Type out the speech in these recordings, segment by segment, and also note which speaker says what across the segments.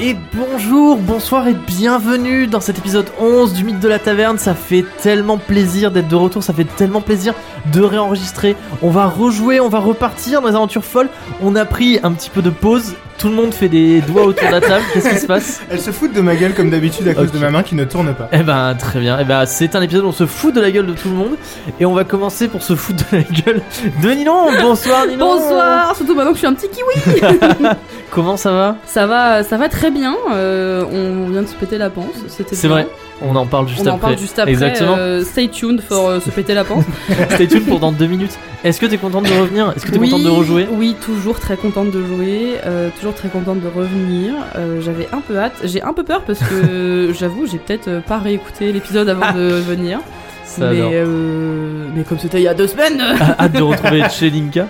Speaker 1: Et bonjour, bonsoir et bienvenue dans cet épisode 11 du Mythe de la Taverne. Ça fait tellement plaisir d'être de retour, ça fait tellement plaisir de réenregistrer. On va rejouer, on va repartir dans les aventures folles. On a pris un petit peu de pause. Tout le monde fait des doigts autour de la table. Qu'est-ce qui se passe
Speaker 2: Elle se fout de ma gueule comme d'habitude à cause
Speaker 1: Ok.
Speaker 2: de ma main qui ne tourne pas.
Speaker 1: Eh ben très bien. Eh ben c'est un épisode où on se fout de la gueule de tout le monde et on va commencer pour se foutre de la gueule de Ninon. Bonsoir Ninon.
Speaker 3: Bonsoir, surtout maintenant que je suis un petit kiwi.
Speaker 1: Comment ça va
Speaker 3: Ça va, ça va très bien. euh, on vient de se péter la panse. C'était
Speaker 1: C'est
Speaker 3: bien.
Speaker 1: vrai. On en parle juste
Speaker 3: on
Speaker 1: après.
Speaker 3: en parle juste après.
Speaker 1: Exactement.
Speaker 3: euh, stay tuned for euh, se péter la panse.
Speaker 1: Stay tuned pour dans deux minutes. Est-ce que t'es contente de revenir Est-ce que t'es
Speaker 3: oui,
Speaker 1: contente de rejouer
Speaker 3: Oui, toujours très contente de jouer. euh, toujours très contente de revenir. euh, J'avais un peu hâte. J'ai un peu peur parce que j'avoue, j'ai peut-être euh, pas réécouté l'épisode avant de venir.
Speaker 1: Ah. Ça
Speaker 3: Mais,
Speaker 1: alors.
Speaker 3: euh, mais comme c'était il y a deux semaines,
Speaker 1: Ah, Hâte de retrouver chez Linka.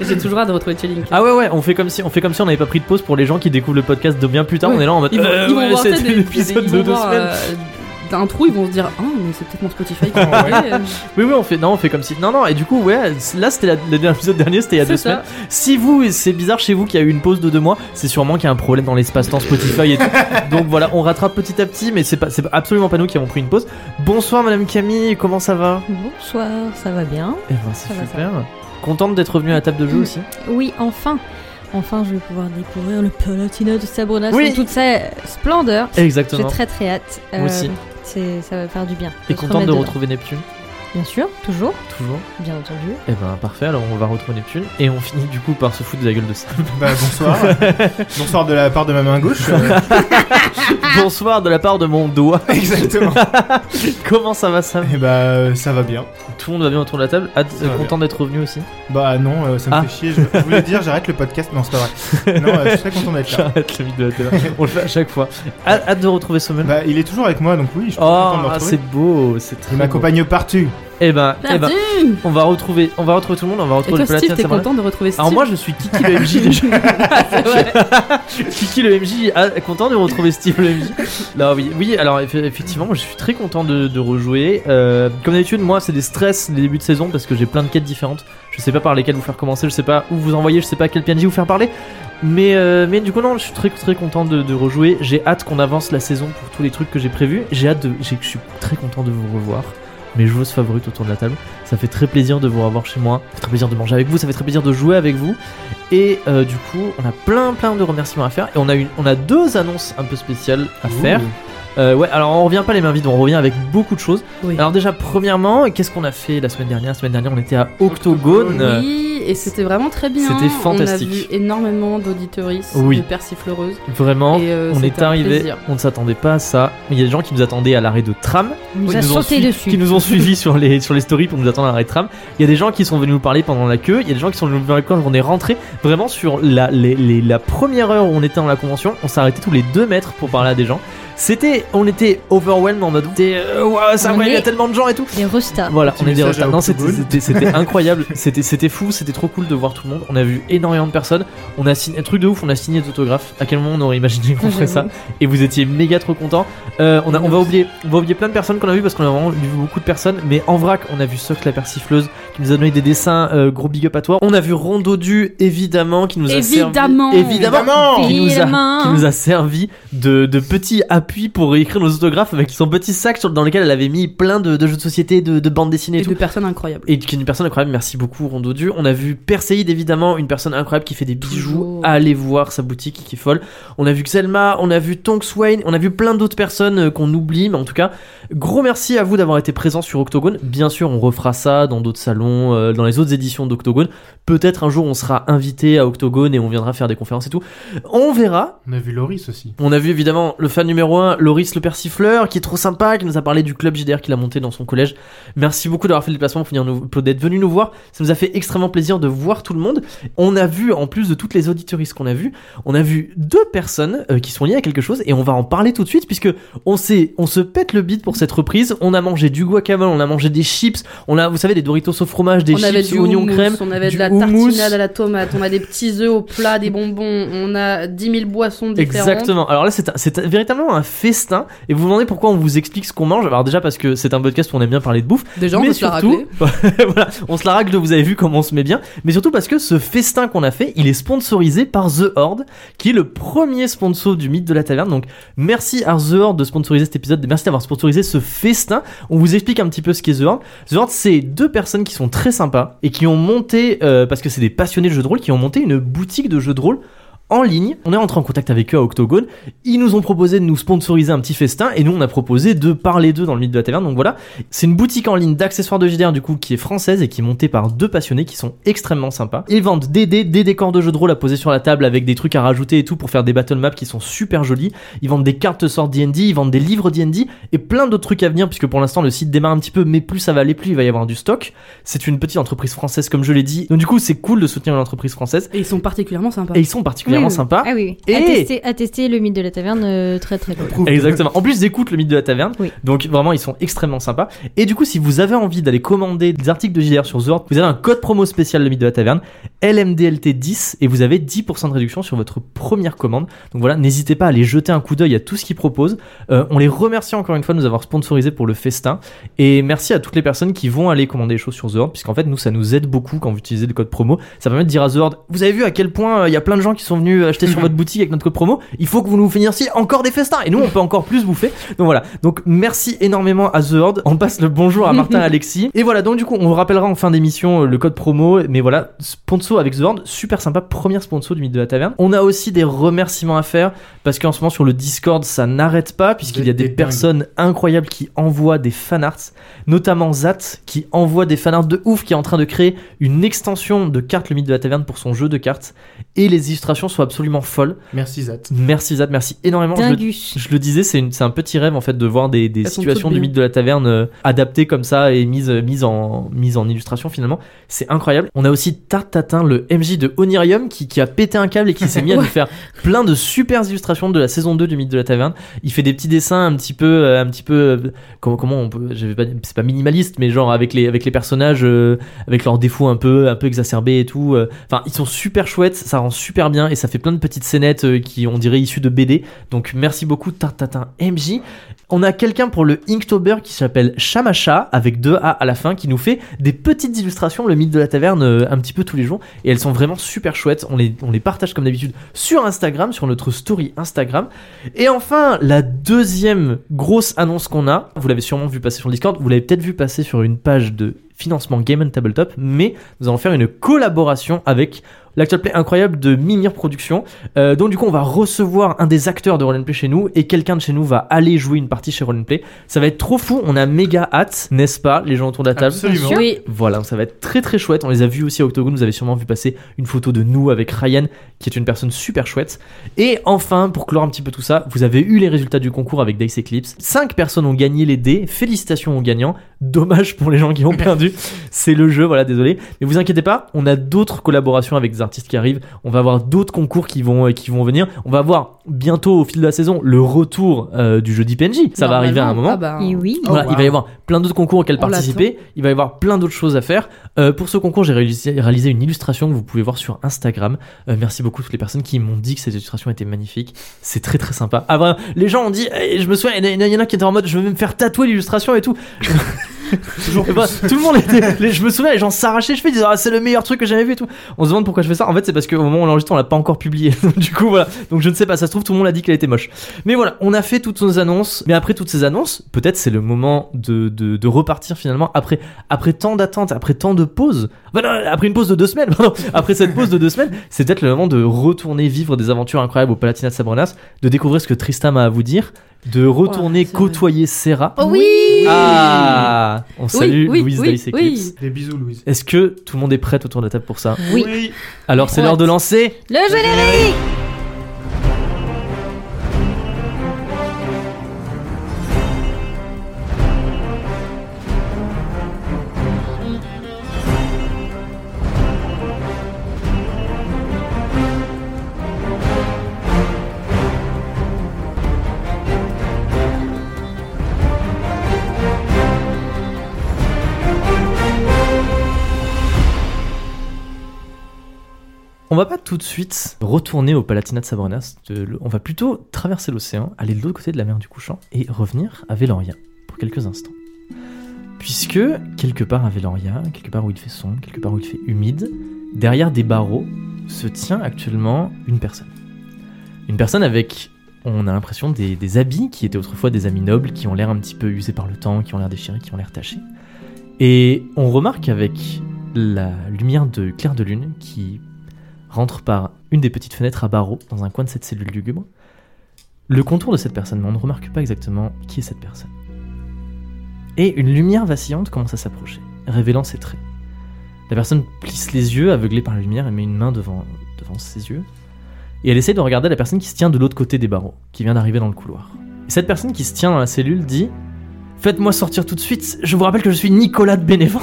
Speaker 3: j'ai toujours hâte de retrouver Tchelinka.
Speaker 1: Ah ouais ouais, on fait comme si on fait comme si on n'avait pas pris de pause pour les gens qui découvrent le podcast de bien plus tard.
Speaker 3: Ouais.
Speaker 1: On est là en mode.
Speaker 3: Ils vont,
Speaker 1: euh,
Speaker 3: ils vont
Speaker 1: ouais,
Speaker 3: voir ça
Speaker 1: c'était
Speaker 3: des-
Speaker 1: l'épisode
Speaker 3: ils vont
Speaker 1: de deux
Speaker 3: voir,
Speaker 1: semaines.
Speaker 3: euh, d'un trou, ils vont se dire Ah, mais c'est peut-être mon Spotify qui
Speaker 2: Ah ouais.
Speaker 3: m'a euh, enlevé.
Speaker 1: Oui oui, on fait non, on fait comme si. Non non, et du coup ouais, là c'était la- le dernier épisode dernier, c'était il y a deux
Speaker 3: C'est
Speaker 1: semaines.
Speaker 3: ça.
Speaker 1: Si vous, et c'est bizarre chez vous qu'il y a eu une pause de deux mois, c'est sûrement qu'il y a un problème dans l'espace-temps Spotify et tout. Donc voilà, on rattrape petit à petit, mais c'est pas, c'est absolument pas nous qui avons pris une pause. Bonsoir Madame Camille, comment ça va
Speaker 4: Bonsoir, ça va bien
Speaker 1: Eh ben c'est
Speaker 4: Ça va, ça
Speaker 1: super. Contente d'être revenue à la table de
Speaker 3: Mm.
Speaker 1: jeu aussi.
Speaker 4: Oui, enfin Enfin, je vais pouvoir découvrir le Palatinat de Sabrina
Speaker 1: Oui.
Speaker 4: sous toute sa splendeur. J'ai
Speaker 1: Exactement.
Speaker 4: très très hâte.
Speaker 3: Euh,
Speaker 1: Moi aussi.
Speaker 4: c'est- ça va faire du bien.
Speaker 1: Et
Speaker 4: se
Speaker 1: contente de
Speaker 4: remettre
Speaker 1: retrouver Neptune,
Speaker 4: dedans. Bien sûr, toujours,
Speaker 1: toujours.
Speaker 4: bien entendu.
Speaker 1: Eh ben parfait, alors on va retrouver Neptune et on finit du coup par se foutre de la gueule de Sam.
Speaker 2: Bah bonsoir. bonsoir de la part de ma main gauche. euh,
Speaker 3: Ah.
Speaker 1: Bonsoir de la part de mon doigt.
Speaker 2: exactement.
Speaker 1: Comment ça va Sam
Speaker 2: Et bah euh, ça va bien.
Speaker 1: Tout le monde va bien autour de la table Hâte-
Speaker 2: Ça va
Speaker 1: Content d'être revenu aussi
Speaker 2: Bah non, euh, ça me
Speaker 1: Ah.
Speaker 2: fait chier. Je, je voulais dire j'arrête le podcast, non c'est pas vrai. Non, euh, je suis très content d'être là.
Speaker 1: J'arrête le mythe de la télé. on le fait à chaque fois. Hâte, hâte de retrouver Sommel.
Speaker 2: Bah il est toujours avec moi donc oui, je suis
Speaker 1: Oh,
Speaker 2: content de le
Speaker 1: c'est
Speaker 2: retrouver.
Speaker 1: beau, c'est très
Speaker 2: Il
Speaker 1: beau.
Speaker 2: m'accompagne partout.
Speaker 1: Eh ben, eh ben,
Speaker 3: Perdu
Speaker 1: on va retrouver, on va retrouver tout le monde, on va
Speaker 3: Et
Speaker 1: retrouver
Speaker 3: toi,
Speaker 1: le platine.
Speaker 3: Steve, t'es content de retrouver Steve
Speaker 1: Alors moi, je suis Kiki le MJ déjà.
Speaker 3: Ah, C'est vrai.
Speaker 1: Kiki le MJ, ah, content de retrouver Steve le MJ. Non, oui, oui, alors eff- effectivement, moi, je suis très content de, de rejouer. Euh, comme d'habitude, moi, c'est des stress les débuts de saison parce que j'ai plein de quêtes différentes. Je sais pas par lesquelles vous faire commencer, je sais pas où vous envoyer, je sais pas quel PNJ vous faire parler. Mais, euh, mais du coup, non, je suis très très content de, de rejouer. J'ai hâte qu'on avance la saison pour tous les trucs que j'ai prévus. J'ai hâte de. j'ai- Je suis très content de vous revoir. Mes joueuses favorites autour de la table. Ça fait très plaisir de vous revoir chez moi. Ça fait très plaisir de manger avec vous. Ça fait très plaisir de jouer avec vous. Et euh, du coup, on a plein plein de remerciements à faire. Et on a, une, on a deux annonces un peu spéciales à faire. Euh, ouais, alors on revient pas les mains vides, on revient avec beaucoup de choses.
Speaker 3: Oui.
Speaker 1: Alors déjà, premièrement, qu'est-ce qu'on a fait la semaine dernière La semaine dernière, on était à Octogone.
Speaker 2: Octogone.
Speaker 3: Oui, et c'était vraiment très bien.
Speaker 1: C'était fantastique.
Speaker 3: On a vu énormément d'auditoristes,
Speaker 1: Oui.
Speaker 3: de persifleuses.
Speaker 1: Vraiment,
Speaker 3: Et, euh,
Speaker 1: on
Speaker 3: c'était
Speaker 1: est
Speaker 3: un
Speaker 1: arrivé,
Speaker 3: plaisir.
Speaker 1: on ne s'attendait pas à ça. Il y a des gens qui nous attendaient à l'arrêt de tram,
Speaker 4: Il nous
Speaker 1: qui
Speaker 4: a
Speaker 1: nous ont
Speaker 4: sauté
Speaker 1: suivi-
Speaker 4: dessus.
Speaker 1: qui nous ont suivis sur les, sur les stories pour nous attendre à l'arrêt de tram. Il y a des gens qui sont venus nous parler pendant la queue, il y a des gens qui sont venus nous parler quand on est rentré. Vraiment, sur la, les- les- la première heure où on était dans la convention, on s'arrêtait tous les deux mètres pour parler à des gens. C'était, on était overwhelmed en mode, t'es, euh, ouah, ça
Speaker 4: On
Speaker 1: va, il y a
Speaker 4: est-
Speaker 1: tellement de gens et tout.
Speaker 4: Des restas.
Speaker 1: Voilà,
Speaker 2: Petit
Speaker 1: on est des
Speaker 2: message
Speaker 1: retards.
Speaker 2: à
Speaker 1: Non, c'était
Speaker 2: Octogone.
Speaker 1: c'était- c'était incroyable, c'était c'était fou, c'était trop cool de voir tout le monde. On a vu énormément de personnes. On a signé un truc de ouf, on a signé des autographes. À quel moment on aurait imaginé qu'on ferait ça Et vous étiez méga trop contents. Euh, on, a, on va oublier, on va oublier plein de personnes qu'on a vu parce qu'on a vraiment vu beaucoup de personnes. Mais en vrac, on a vu Soc la persifleuse qui nous a donné des dessins. euh, gros big up à toi. On a vu Rondo Du évidemment qui nous a servi-
Speaker 3: Évidemment.
Speaker 1: évidemment
Speaker 2: Évidemment
Speaker 1: qui nous, a,
Speaker 4: Évidemment.
Speaker 1: qui nous a servi de, de petit appui pour écrire nos autographes avec son petit sac sur, dans lequel elle avait mis plein de, de jeux de société, de, de bandes dessinées et,
Speaker 3: Et
Speaker 1: tout.
Speaker 3: de personnes incroyables.
Speaker 1: Et qui est une personne incroyable, merci beaucoup Rondo Du. On a vu Perséide évidemment, une personne incroyable qui fait des bijoux.
Speaker 3: Toujours.
Speaker 1: Allez voir sa boutique qui est folle. On a vu Xelma, on a vu Tonkswain, on a vu plein d'autres personnes euh, qu'on oublie, mais en tout cas, gros merci à vous d'avoir été présents sur Octogone. Bien sûr, on refera ça dans d'autres salons, euh, dans les autres éditions d'Octogone. Peut-être un jour on sera invité à Octogone et on viendra faire des conférences et tout. On verra,
Speaker 2: On a vu Loris aussi.
Speaker 1: on a vu évidemment le fan numéro 1, Loris le Persifleur, qui est trop sympa, qui nous a parlé du club JDR qu'il a monté dans son collège. Merci beaucoup d'avoir fait le déplacement pour venir nous- pour d'être venu nous voir. Ça nous a fait extrêmement plaisir de voir tout le monde. On a vu, en plus de toutes les auditoristes qu'on a vues, on a vu deux personnes euh, qui sont liées à quelque chose et on va en parler tout de suite puisque on s'est, on se pète le bide pour cette reprise. On a mangé du guacamole, on a mangé des chips, on a, vous savez, des Doritos au fromage, des
Speaker 3: on avait
Speaker 1: chips
Speaker 3: du
Speaker 1: au oignon
Speaker 3: houmous,
Speaker 1: crème.
Speaker 3: on avait
Speaker 1: du
Speaker 3: de la
Speaker 1: houmous.
Speaker 3: tartinade à la tomate, on a des petits œufs au plat, des bonbons, on a 10 000 boissons différentes.
Speaker 1: Exactement. Alors là, c'est un- c'est un- véritablement un Destin. Et vous vous demandez pourquoi on vous explique ce qu'on mange. Alors, déjà, parce que c'est un podcast où on aime bien parler de bouffe.
Speaker 3: Déjà, on
Speaker 1: mais
Speaker 3: peut se la
Speaker 1: surtout,
Speaker 3: rappeler.
Speaker 1: voilà, on se la racle, vous avez vu comment on se met bien. Mais surtout parce que ce festin qu'on a fait, il est sponsorisé par The Horde, qui est le premier sponsor du mythe de la taverne. Donc merci à The Horde de sponsoriser cet épisode, merci d'avoir sponsorisé ce festin. On vous explique un petit peu ce qu'est The Horde. The Horde, c'est deux personnes qui sont très sympas et qui ont monté, euh, parce que c'est des passionnés de jeux de rôle, qui ont monté une boutique de jeux de rôle en ligne. On est rentré en contact avec eux à Octogone. Ils nous ont proposé de nous sponsoriser un petit festin et nous on a proposé de parler d'eux dans le mythe de la taverne. Donc voilà, c'est une boutique en ligne d'accessoires de JDR du coup qui est française et qui est montée par deux passionnés qui sont extrêmement sympas. Ils vendent des dés, des décors de jeux de rôle à poser sur la table avec des trucs à rajouter et tout pour faire des battle maps qui sont super jolis. Ils vendent des cartes sortes D&D, ils vendent des livres D&D et plein d'autres trucs à venir puisque pour l'instant le site démarre un petit peu mais plus ça va aller plus il va y avoir du stock. C'est une petite entreprise française comme je l'ai dit. Donc du coup c'est cool de soutenir une entreprise française
Speaker 3: Et ils sont particulièrement sympas.
Speaker 1: et ils sont particulièrement
Speaker 4: Oui, oui.
Speaker 1: sympas.
Speaker 4: Ah oui,
Speaker 1: Et-
Speaker 4: oui. À, tester, à tester le mythe de la taverne, euh, très très cool.
Speaker 2: Prouve-
Speaker 1: Exactement. En plus, ils écoutent le mythe de la taverne.
Speaker 4: Oui.
Speaker 1: Donc, vraiment, ils sont extrêmement sympas. Et du coup, si vous avez envie d'aller commander des articles de JDR sur The Horde, vous avez un code promo spécial le mythe de la taverne, LMDLT10, et vous avez 10% de réduction sur votre première commande. Donc voilà, n'hésitez pas à aller jeter un coup d'œil à tout ce qu'ils proposent. Euh, on les remercie encore une fois de nous avoir sponsorisés pour le festin. Et merci à toutes les personnes qui vont aller commander des choses sur The Horde, puisqu'en fait, nous, ça nous aide beaucoup quand vous utilisez le code promo. Ça permet de dire à The Horde, vous avez vu à quel point euh, il y a plein de gens qui sont venus acheter sur
Speaker 2: Mhm.
Speaker 1: votre boutique avec notre code promo. Il faut que vous nous financiez encore des festins. Et nous, on peut encore plus bouffer. Donc voilà. Donc merci énormément à The Horde. On passe le bonjour à Martin et Alexis. Et voilà. Donc du coup, on vous rappellera en fin d'émission euh, le code promo. Mais voilà, sponsor avec The Horde. Super sympa. Première sponsor du mythe de la taverne. On a aussi des remerciements à faire parce qu'en ce moment, sur le Discord, ça n'arrête pas puisqu'il y a
Speaker 2: Des-
Speaker 1: des
Speaker 2: des dingues.
Speaker 1: personnes incroyables qui envoient des fanarts notamment Zat qui envoie des fanarts de ouf qui est en train de créer une extension de cartes le mythe de la taverne pour son jeu de cartes et les illustrations sont absolument folles
Speaker 2: Merci Zat.
Speaker 1: merci Zat merci énormément je le,
Speaker 4: Dinguche.
Speaker 1: je le disais c'est une- c'est un petit rêve en fait de voir des, des
Speaker 3: Elles sont
Speaker 1: situations
Speaker 3: toutes
Speaker 1: du
Speaker 3: bien.
Speaker 1: mythe de la taverne euh, adaptées comme ça et mises, euh, mises, en, mises en illustration finalement c'est incroyable on a aussi Tartatin le MJ de Onirium qui, qui a pété un câble et qui s'est mis à nous faire plein de super illustrations de la saison 2 du mythe de la taverne il fait des petits dessins un petit peu euh, un petit peu euh, comment comment on peut je vais pas dire- c'est pas minimaliste mais genre avec les avec les personnages euh, avec leurs défauts un peu un peu exacerbés et tout euh. enfin ils sont super chouettes ça rend super bien et ça fait plein de petites scénettes euh, qui on dirait issues de BD donc merci beaucoup Tartatin MJ on a quelqu'un pour le Inktober qui s'appelle Shamacha avec deux A à la fin qui nous fait des petites illustrations le mythe de la taverne euh, un petit peu tous les jours et elles sont vraiment super chouettes on les on les partage comme d'habitude sur Instagram sur notre story Instagram et enfin, la deuxième grosse annonce qu'on a, vous l'avez sûrement vu passer sur le Discord, vous l'avez peut-être vu passer sur une page de financement Game and Tabletop, mais nous allons faire une collaboration avec l'actual play incroyable de Mimir Productions. Euh, donc du coup, on va recevoir un des acteurs de Roll Play chez nous et quelqu'un de chez nous va aller jouer une partie chez Roll Play. Ça va être trop fou, on a méga hâte, n'est-ce pas, les gens autour de la table
Speaker 2: Absolument.
Speaker 3: Oui,
Speaker 1: voilà, ça va être très très chouette. On les a vus aussi à Octogone. Vous avez sûrement vu passer une photo de nous avec Ryan, qui est une personne super chouette. Et enfin, pour clore un petit peu tout ça, vous avez eu les résultats du concours avec Dice Eclipse. Cinq personnes ont gagné les dés. Félicitations aux gagnants. Dommage pour les gens qui ont perdu. C'est le jeu, voilà, désolé. Mais vous inquiétez pas, on a d'autres collaborations avec des artistes qui arrivent. On va avoir d'autres concours qui vont, euh, qui vont venir. On va avoir bientôt, au fil de la saison, le retour euh, du jeu d'IPNJ. Ça va arriver à un moment.
Speaker 3: Ah bah,
Speaker 4: Et oui.
Speaker 2: Oh,
Speaker 1: Voilà,
Speaker 2: wow.
Speaker 1: il va y avoir plein d'autres concours auxquels
Speaker 3: On
Speaker 1: participer. Il va y avoir plein d'autres choses à faire. Euh, pour ce concours, j'ai réalisé, réalisé une illustration que vous pouvez voir sur Instagram. Euh, merci beaucoup à toutes les personnes qui m'ont dit que cette illustration était magnifique. C'est très très sympa. Ah vraiment, les gens ont dit, eh, je me souviens, il y en a- il y en a qui étaient en mode, je veux me faire tatouer l'illustration et tout.
Speaker 2: Toujours
Speaker 1: Et
Speaker 2: plus.
Speaker 1: bah, tout le monde était. les- je me souviens, les gens s'arrachaient les cheveux, ils disaient ah, c'est le meilleur truc que j'ai jamais vu et tout. On se demande pourquoi je fais ça. En fait, c'est parce qu'au moment où on l'enregistre, on l'a pas encore publié. Donc, du coup, voilà. Donc je ne sais pas, ça se trouve, tout le monde a dit qu'elle était moche. Mais voilà, on a fait toutes nos annonces. Mais après toutes ces annonces, peut-être c'est le moment de, de, de repartir finalement après, après tant d'attentes, après tant de pauses. Enfin, non, après une pause de deux semaines, pardon. Après cette pause de deux semaines, c'est peut-être le moment de retourner vivre des aventures incroyables au Palatinat de Sabronas, de découvrir ce que Tristam a à vous dire, de retourner
Speaker 3: c'est vrai.
Speaker 1: côtoyer Serra.
Speaker 4: Oh oui
Speaker 1: Ah On salue
Speaker 3: oui,
Speaker 1: Louise
Speaker 3: oui,
Speaker 1: Dice
Speaker 3: oui.
Speaker 1: Eclipse.
Speaker 2: Des bisous Louise.
Speaker 1: Est-ce que tout le monde est prêt autour de la table pour ça
Speaker 4: Oui.
Speaker 1: Alors c'est
Speaker 4: Ouais.
Speaker 1: l'heure de lancer
Speaker 4: Le générique
Speaker 1: On va va pas tout de suite retourner au Palatinat de Sabrina. c'est, euh, le- On va plutôt traverser l'océan, aller de l'autre côté de la mer du couchant et revenir à Veloria pour quelques instants. Puisque, quelque part à Veloria, quelque part où il fait sombre, quelque part où il fait humide, derrière des barreaux se tient actuellement une personne. Une personne avec, on a l'impression, des, des habits qui étaient autrefois des habits nobles, qui ont l'air un petit peu usés par le temps, qui ont l'air déchirés, qui ont l'air tachés. Et on remarque avec la lumière de clair de lune qui rentre par une des petites fenêtres à barreaux dans un coin de cette cellule lugubre le contour de cette personne, mais on ne remarque pas exactement qui est cette personne. Et une lumière vacillante commence à s'approcher, révélant ses traits. La personne plisse les yeux, aveuglée par la lumière, et met une main devant, devant ses yeux. Et elle essaie de regarder la personne qui se tient de l'autre côté des barreaux, qui vient d'arriver dans le couloir. Et cette personne qui se tient dans la cellule dit Faites-moi sortir tout de suite, je vous rappelle que je suis Nicolas de Bénévent.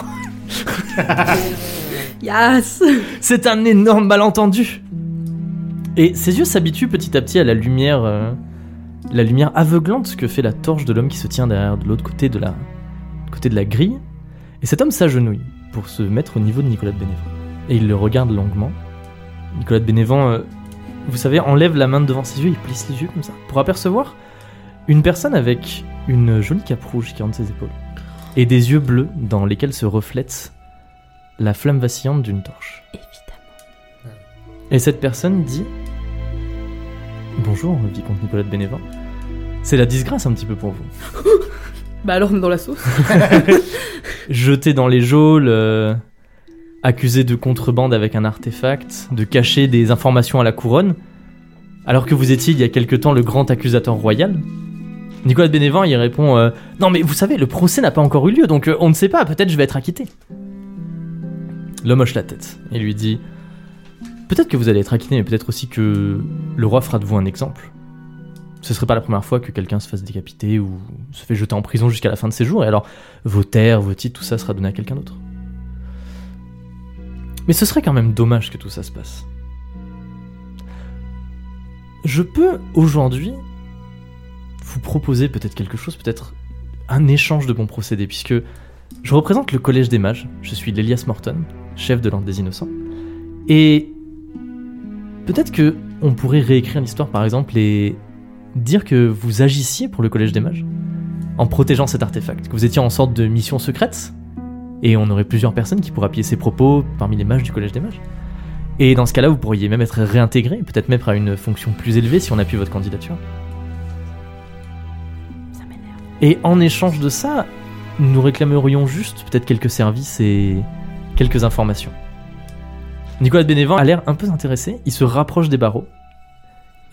Speaker 3: Yes
Speaker 1: C'est un énorme malentendu. Et ses yeux s'habituent petit à petit à la lumière, euh, la lumière aveuglante que fait la torche de l'homme qui se tient derrière de l'autre côté de la, côté de la grille. Et cet homme s'agenouille pour se mettre au niveau de Nicolas de Bénévent. Et il le regarde longuement. Nicolas de Bénévent, euh, vous savez, enlève la main de devant ses yeux, il plisse les yeux comme ça, pour apercevoir une personne avec une jolie cape rouge qui orne ses épaules. Et des yeux bleus dans lesquels se reflète la flamme vacillante d'une torche.
Speaker 4: Évidemment.
Speaker 1: Et cette personne dit Bonjour, vicomte Nicolas de Bénévent. C'est la disgrâce un petit peu pour vous.
Speaker 3: Bah alors, on est dans la sauce.
Speaker 1: Jeté dans les geôles, euh, accusé de contrebande avec un artefact, de cacher des informations à la couronne, alors que vous étiez il y a quelque temps le grand accusateur royal. Nicolas de Bénévent il répond euh, Non, mais vous savez, le procès n'a pas encore eu lieu, donc euh, on ne sait pas, peut-être je vais être acquitté. L'homme hoche la tête et lui dit Peut-être que vous allez être acquitté, mais peut-être aussi que le roi fera de vous un exemple. Ce serait pas la première fois que quelqu'un se fasse décapiter ou se fait jeter en prison jusqu'à la fin de ses jours, et alors vos terres, vos titres, tout ça sera donné à quelqu'un d'autre. Mais ce serait quand même dommage que tout ça se passe. Je peux aujourd'hui vous proposer peut-être quelque chose, peut-être un échange de bons procédés, puisque je représente le Collège des Mages, je suis l'Elias Morton, chef de l'Ordre des Innocents, et peut-être que on pourrait réécrire l'histoire par exemple et dire que vous agissiez pour le Collège des Mages en protégeant cet artefact, que vous étiez en sorte de mission secrète, et on aurait plusieurs personnes qui pourraient appuyer ces propos parmi les mages du Collège des Mages. Et dans ce cas-là, vous pourriez même être réintégré, peut-être même à une fonction plus élevée si on appuie votre candidature.
Speaker 4: Ça m'énerve.
Speaker 1: Et en échange de ça, nous réclamerions juste peut-être quelques services et quelques informations. Nicolas de Bénévent a l'air un peu intéressé, il se rapproche des barreaux.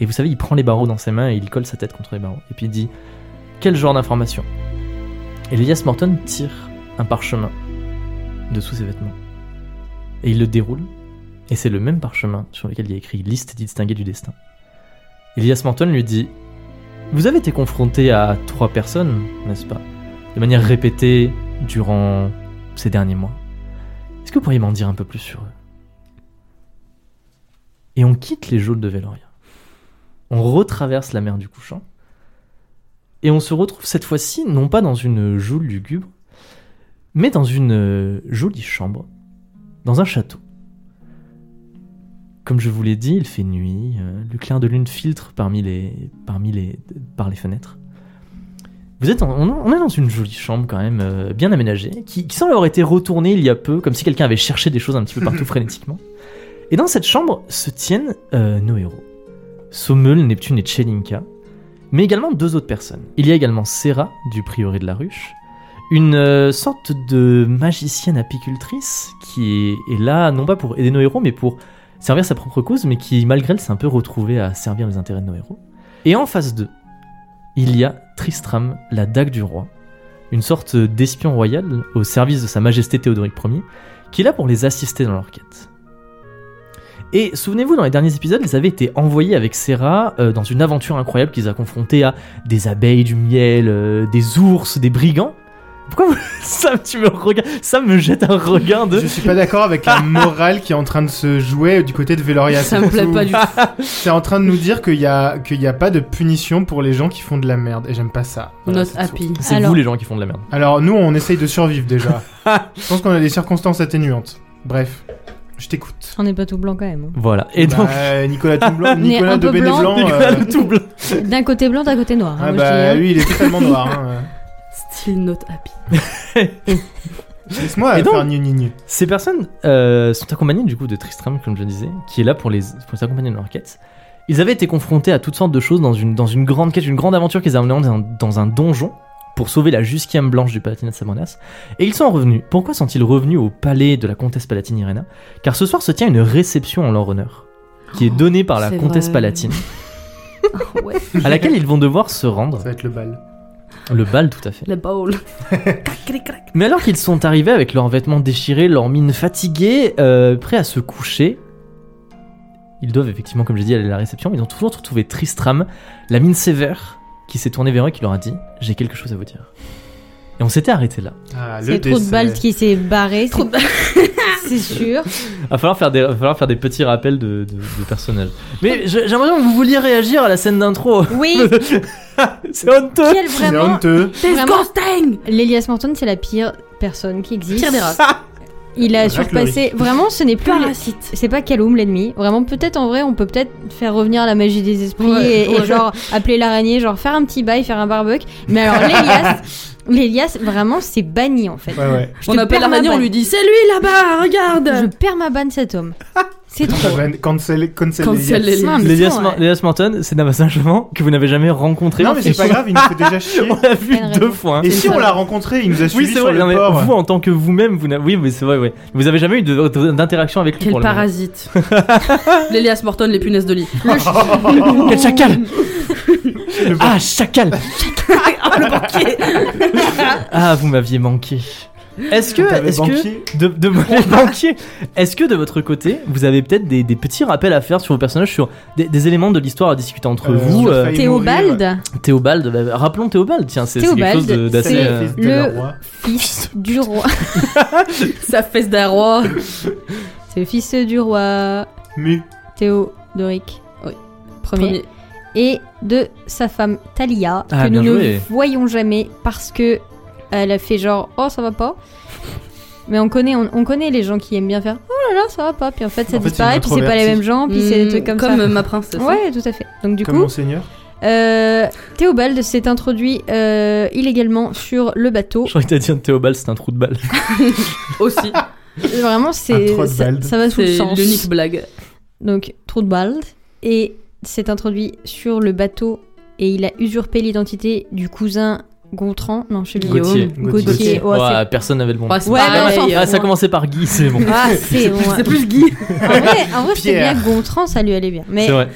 Speaker 1: Et vous savez, il prend les barreaux dans ses mains et il colle sa tête contre les barreaux. Et puis il dit Quel genre d'information Et Elias Morton tire un parchemin de sous ses vêtements. Et il le déroule. Et c'est le même parchemin sur lequel il y a écrit Liste distinguée du destin. Elias Morton lui dit vous avez été confronté à trois personnes, n'est-ce pas De manière répétée durant ces derniers mois. Est-ce que vous pourriez m'en dire un peu plus sur eux Et on quitte les geôles de Veloria. On retraverse la mer du couchant. Et on se retrouve cette fois-ci, non pas dans une geôle lugubre, mais dans une euh, jolie chambre, dans un château. Comme je vous l'ai dit, il fait nuit, euh, le clair de lune filtre parmi les, parmi les, par les fenêtres. Vous êtes en- on, on est dans une jolie chambre quand même, euh, bien aménagée, qui, qui semble avoir été retournée il y a peu, comme si quelqu'un avait cherché des choses un petit peu partout frénétiquement. Et dans cette chambre se tiennent euh, nos héros. Sommel, Neptune et Chelinka, mais également deux autres personnes. Il y a également Serra, du prieuré de la ruche, une euh, sorte de magicienne apicultrice qui est, est là, non pas pour aider nos héros, mais pour servir sa propre cause, mais qui, malgré elle, s'est un peu retrouvée à servir les intérêts de nos héros. Et en face d'eux, il y a Tristram, la dague du roi, une sorte d'espion royal au service de Sa Majesté Théodoric Ier, qui est là pour les assister dans leur quête. Et souvenez-vous, dans les derniers épisodes, ils avaient été envoyés avec Serra euh, dans une aventure incroyable qu'ils a confrontée à des abeilles, du miel, euh, des ours, des brigands. Pourquoi vous- Sam, tu me regardes Sam me jette un regard de.
Speaker 2: Je suis pas d'accord avec la morale qui est en train de se jouer du côté de Veloria.
Speaker 3: Ça me plaît pas du tout.
Speaker 1: Ah.
Speaker 2: C'est en train de nous dire qu'il y a qu'il y a pas de punition pour les gens qui font de la merde et j'aime pas ça. Voilà,
Speaker 3: Not
Speaker 2: c'est tout.
Speaker 3: happy.
Speaker 1: C'est
Speaker 4: Alors-
Speaker 1: vous les gens qui font de la merde.
Speaker 2: Alors nous on essaye de survivre déjà. Je pense qu'on a des circonstances atténuantes. Bref. Je t'écoute.
Speaker 4: On n'est pas tout blanc quand même. hein.
Speaker 1: Voilà. Et
Speaker 2: Bah,
Speaker 1: donc,
Speaker 2: euh, Nicolas, tout blanc-
Speaker 4: Mais
Speaker 2: Nicolas
Speaker 4: un
Speaker 2: de
Speaker 4: peu
Speaker 2: Bénévent.
Speaker 4: blanc.
Speaker 1: Nicolas le tout blanc.
Speaker 4: hein. D'un côté blanc, d'un côté noir. hein,
Speaker 2: Ah
Speaker 4: moi, je dis,
Speaker 2: bah
Speaker 4: hein.
Speaker 2: lui, il est totalement noir. hein.
Speaker 3: Still not happy.
Speaker 2: Laisse-moi
Speaker 1: Et donc-
Speaker 2: faire gnu
Speaker 1: Ces personnes euh, sont accompagnées du coup de Tristram, comme je le disais, qui est là pour les, pour les accompagner dans leur quête. Ils avaient été confrontés à toutes sortes de choses dans une, dans une grande quête, une grande aventure qu'ils avaient menée dans, dans un donjon pour sauver la jusquième blanche du Palatinat de Samonas. Et ils sont revenus. Pourquoi sont-ils revenus au palais de la comtesse palatine Irena Car ce soir se tient une réception en leur honneur, qui est donnée par la
Speaker 3: c'est
Speaker 1: comtesse
Speaker 3: vrai.
Speaker 1: palatine,
Speaker 4: Ah ouais.
Speaker 1: à laquelle ils vont devoir se rendre.
Speaker 2: Ça va être le bal.
Speaker 1: Le bal, tout à fait.
Speaker 3: La bowl.
Speaker 1: Mais alors qu'ils sont arrivés avec leurs vêtements déchirés, leurs mines fatiguées, euh, prêts à se coucher, ils doivent effectivement, comme j'ai dit, aller à la réception, mais ils ont toujours retrouvé Tristram, la mine sévère, qui s'est tournée vers eux et qui leur a dit « J'ai quelque chose à vous dire ». Et on s'était arrêté là.
Speaker 2: Ah, le
Speaker 4: C'est trop de
Speaker 2: dessert.
Speaker 4: balles qui s'est barré.
Speaker 3: Trop
Speaker 4: c'est- C'est sûr.
Speaker 1: Va falloir faire des, va falloir faire des petits rappels de, de- de personnages. Mais je- j'aimerais bien que vous vouliez réagir à la scène d'intro.
Speaker 4: Oui,
Speaker 1: C'est honteux
Speaker 4: quel
Speaker 2: C'est
Speaker 4: vraiment.
Speaker 2: honteux.
Speaker 3: This
Speaker 4: Vraiment.
Speaker 3: Ghostang
Speaker 4: L'Elias Morton, c'est la pire personne qui existe.
Speaker 3: Pire des races.
Speaker 4: Il a
Speaker 2: Rack
Speaker 4: surpassé. Vraiment, ce n'est plus.
Speaker 3: Parasite.
Speaker 4: C'est pas Kaloum l'ennemi. Vraiment, peut-être en vrai, on peut peut-être faire revenir la magie des esprits
Speaker 3: Ouais,
Speaker 4: et, et
Speaker 3: ouais.
Speaker 4: genre appeler l'araignée, genre faire un petit bail, faire un barbecue. Mais alors, l'Elias, l'Elias, vraiment, c'est banni en fait.
Speaker 2: Ouais, ouais.
Speaker 4: Je
Speaker 3: On
Speaker 4: te
Speaker 3: appelle
Speaker 4: perds ma
Speaker 3: l'araignée, on
Speaker 4: banne.
Speaker 3: lui euh, dit c'est lui là-bas,
Speaker 4: Je
Speaker 3: regarde
Speaker 4: perds ma banne cet homme. C'est trop.
Speaker 2: Ça va être Cancel, cancel,
Speaker 3: Cancel
Speaker 2: les gars.
Speaker 3: les liens.
Speaker 4: Ah, mais
Speaker 1: Lélias
Speaker 4: c'est vrai.
Speaker 1: Morton, c'est Namas Saint-Germain que vous n'avez jamais rencontré.
Speaker 2: Non, mais
Speaker 1: Et
Speaker 2: c'est pas
Speaker 1: qui-
Speaker 2: grave, il nous fait déjà chier.
Speaker 1: On l'a vu
Speaker 4: Quelle
Speaker 1: deux
Speaker 4: raison.
Speaker 1: fois. hein.
Speaker 2: Et si
Speaker 4: ça.
Speaker 2: on l'a rencontré, il nous a
Speaker 1: Oui,
Speaker 2: suivi
Speaker 1: c'est
Speaker 2: sur
Speaker 1: vrai, non,
Speaker 2: le
Speaker 1: mais
Speaker 2: port.
Speaker 1: vous en tant que vous-même, vous, n'avez- oui, mais c'est vrai, ouais. vous avez jamais eu de- de- d'interaction avec lui
Speaker 3: Quel
Speaker 1: pour le moment.
Speaker 3: parasite L'Elias Morton, les punaises de lit.
Speaker 1: Quel chacal Ah, chacal Ah, vous m'aviez manqué. Est-ce que,
Speaker 2: T'avais
Speaker 1: est-ce que,
Speaker 2: banquier.
Speaker 1: de, de- les banquiers, est-ce que de votre côté, vous avez peut-être des, des petits rappels à faire sur vos personnages, sur des, des éléments de l'histoire à discuter entre
Speaker 2: Euh,
Speaker 1: vous
Speaker 2: sur
Speaker 1: euh,
Speaker 2: Faye.
Speaker 4: Théobald,
Speaker 1: Théobald, bah, rappelons Théobald, tiens, c'est c'est quelque
Speaker 4: Théobald,
Speaker 1: chose de- d'assez.
Speaker 4: c'est-
Speaker 1: euh,
Speaker 2: Fils de
Speaker 4: le-
Speaker 2: leur roi.
Speaker 4: fils du roi.
Speaker 3: Sa fesse d'un roi.
Speaker 4: C'est le fils du roi
Speaker 2: Mu.
Speaker 4: Théodoric.
Speaker 3: Oui.
Speaker 4: Premier. Et de sa femme Talia,
Speaker 1: Ah,
Speaker 4: que
Speaker 1: bien
Speaker 4: nous
Speaker 1: joué.
Speaker 4: ne voyons jamais parce que elle a fait genre oh ça va pas. Mais on connaît, on, on connaît les gens qui aiment bien faire oh là là ça va pas. Puis en fait ça
Speaker 2: En fait, c'est
Speaker 4: disparaît,
Speaker 2: une
Speaker 4: puis c'est pas les mêmes gens, puis c'est des trucs comme,
Speaker 3: Comme euh, ma princesse.
Speaker 4: ça. Ouais, tout à fait. Donc du
Speaker 2: Comme
Speaker 4: coup,
Speaker 2: mon seigneur.
Speaker 4: Euh, Théobald s'est introduit euh, illégalement sur le bateau.
Speaker 1: Je crois que t'as dit un Théobald, c'est un trou de balle.
Speaker 3: Aussi.
Speaker 4: Vraiment,
Speaker 2: Un trou
Speaker 4: c'est
Speaker 2: de
Speaker 4: ça,
Speaker 2: balde.
Speaker 4: ça va sous le
Speaker 3: C'est
Speaker 4: sens.
Speaker 3: l'unique blague.
Speaker 4: Donc, trou de balle. Et s'est introduit sur le bateau et il a usurpé l'identité du cousin Gontran. Non, je sais plus.
Speaker 1: Gauthier.
Speaker 4: Guillaume.
Speaker 2: Gauthier.
Speaker 4: Gauthier. Oh, c'est-
Speaker 1: Ouah, personne n'avait le bon.
Speaker 3: Ouais, c'est
Speaker 4: Ouais,
Speaker 3: pareil.
Speaker 4: mais enfin,
Speaker 1: Ah, ça commençait par Guy, c'est bon.
Speaker 4: Ah, c'est bon.
Speaker 3: C'est plus Guy.
Speaker 4: En vrai, en vrai, c'est bien
Speaker 2: Pierre.
Speaker 4: Gontran, ça lui allait bien. Mais
Speaker 1: C'est vrai.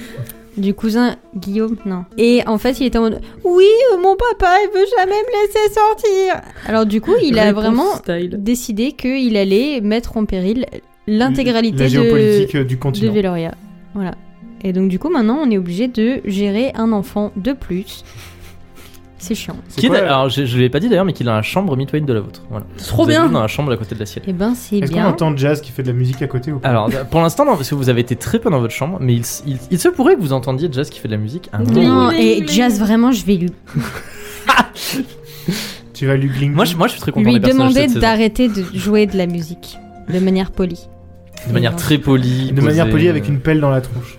Speaker 4: du cousin Guillaume, non. Et en fait, il était en mode Oui, euh, mon papa, il veut jamais me laisser sortir. Alors, du coup, il a
Speaker 3: Réponse
Speaker 4: vraiment
Speaker 3: style.
Speaker 4: décidé qu'il allait mettre en péril l'intégralité
Speaker 2: La
Speaker 4: de,
Speaker 2: géopolitique euh, du
Speaker 4: de
Speaker 2: continent.
Speaker 4: Veloria. Voilà. Et donc, du coup, maintenant, on est obligé de gérer un enfant de plus. C'est chiant.
Speaker 2: C'est
Speaker 1: Qui est
Speaker 2: quoi,
Speaker 1: d'a-
Speaker 2: euh,
Speaker 1: alors, je, je l'ai pas dit d'ailleurs, mais qui est dans la chambre mitoyenne de la vôtre. Voilà.
Speaker 3: Trop
Speaker 1: Vous êtes
Speaker 3: bien.
Speaker 1: Dans la chambre à côté de la sienne.
Speaker 4: Eh ben, c'est
Speaker 2: Est-ce qu'on
Speaker 4: bien.
Speaker 2: entend Jazz qui fait de la musique à côté ou pas
Speaker 1: Alors, bah, pour l'instant, non, parce que vous avez été très peu dans votre chambre, mais il, s- il- il se pourrait que vous entendiez Jazz qui fait de la musique. à un moment.
Speaker 4: Non,
Speaker 3: Oui, oui,
Speaker 4: et
Speaker 3: oui.
Speaker 4: Jazz, vraiment, je vais lui,
Speaker 2: Tu vas lui gling
Speaker 1: Moi, je, moi, je suis très content
Speaker 4: lui
Speaker 1: des personnages
Speaker 4: demander
Speaker 1: cette saison.
Speaker 4: d'arrêter de jouer de la musique de manière polie.
Speaker 1: De manière très polie.
Speaker 2: de manière
Speaker 1: posée. euh.
Speaker 2: polie avec une pelle dans la tronche.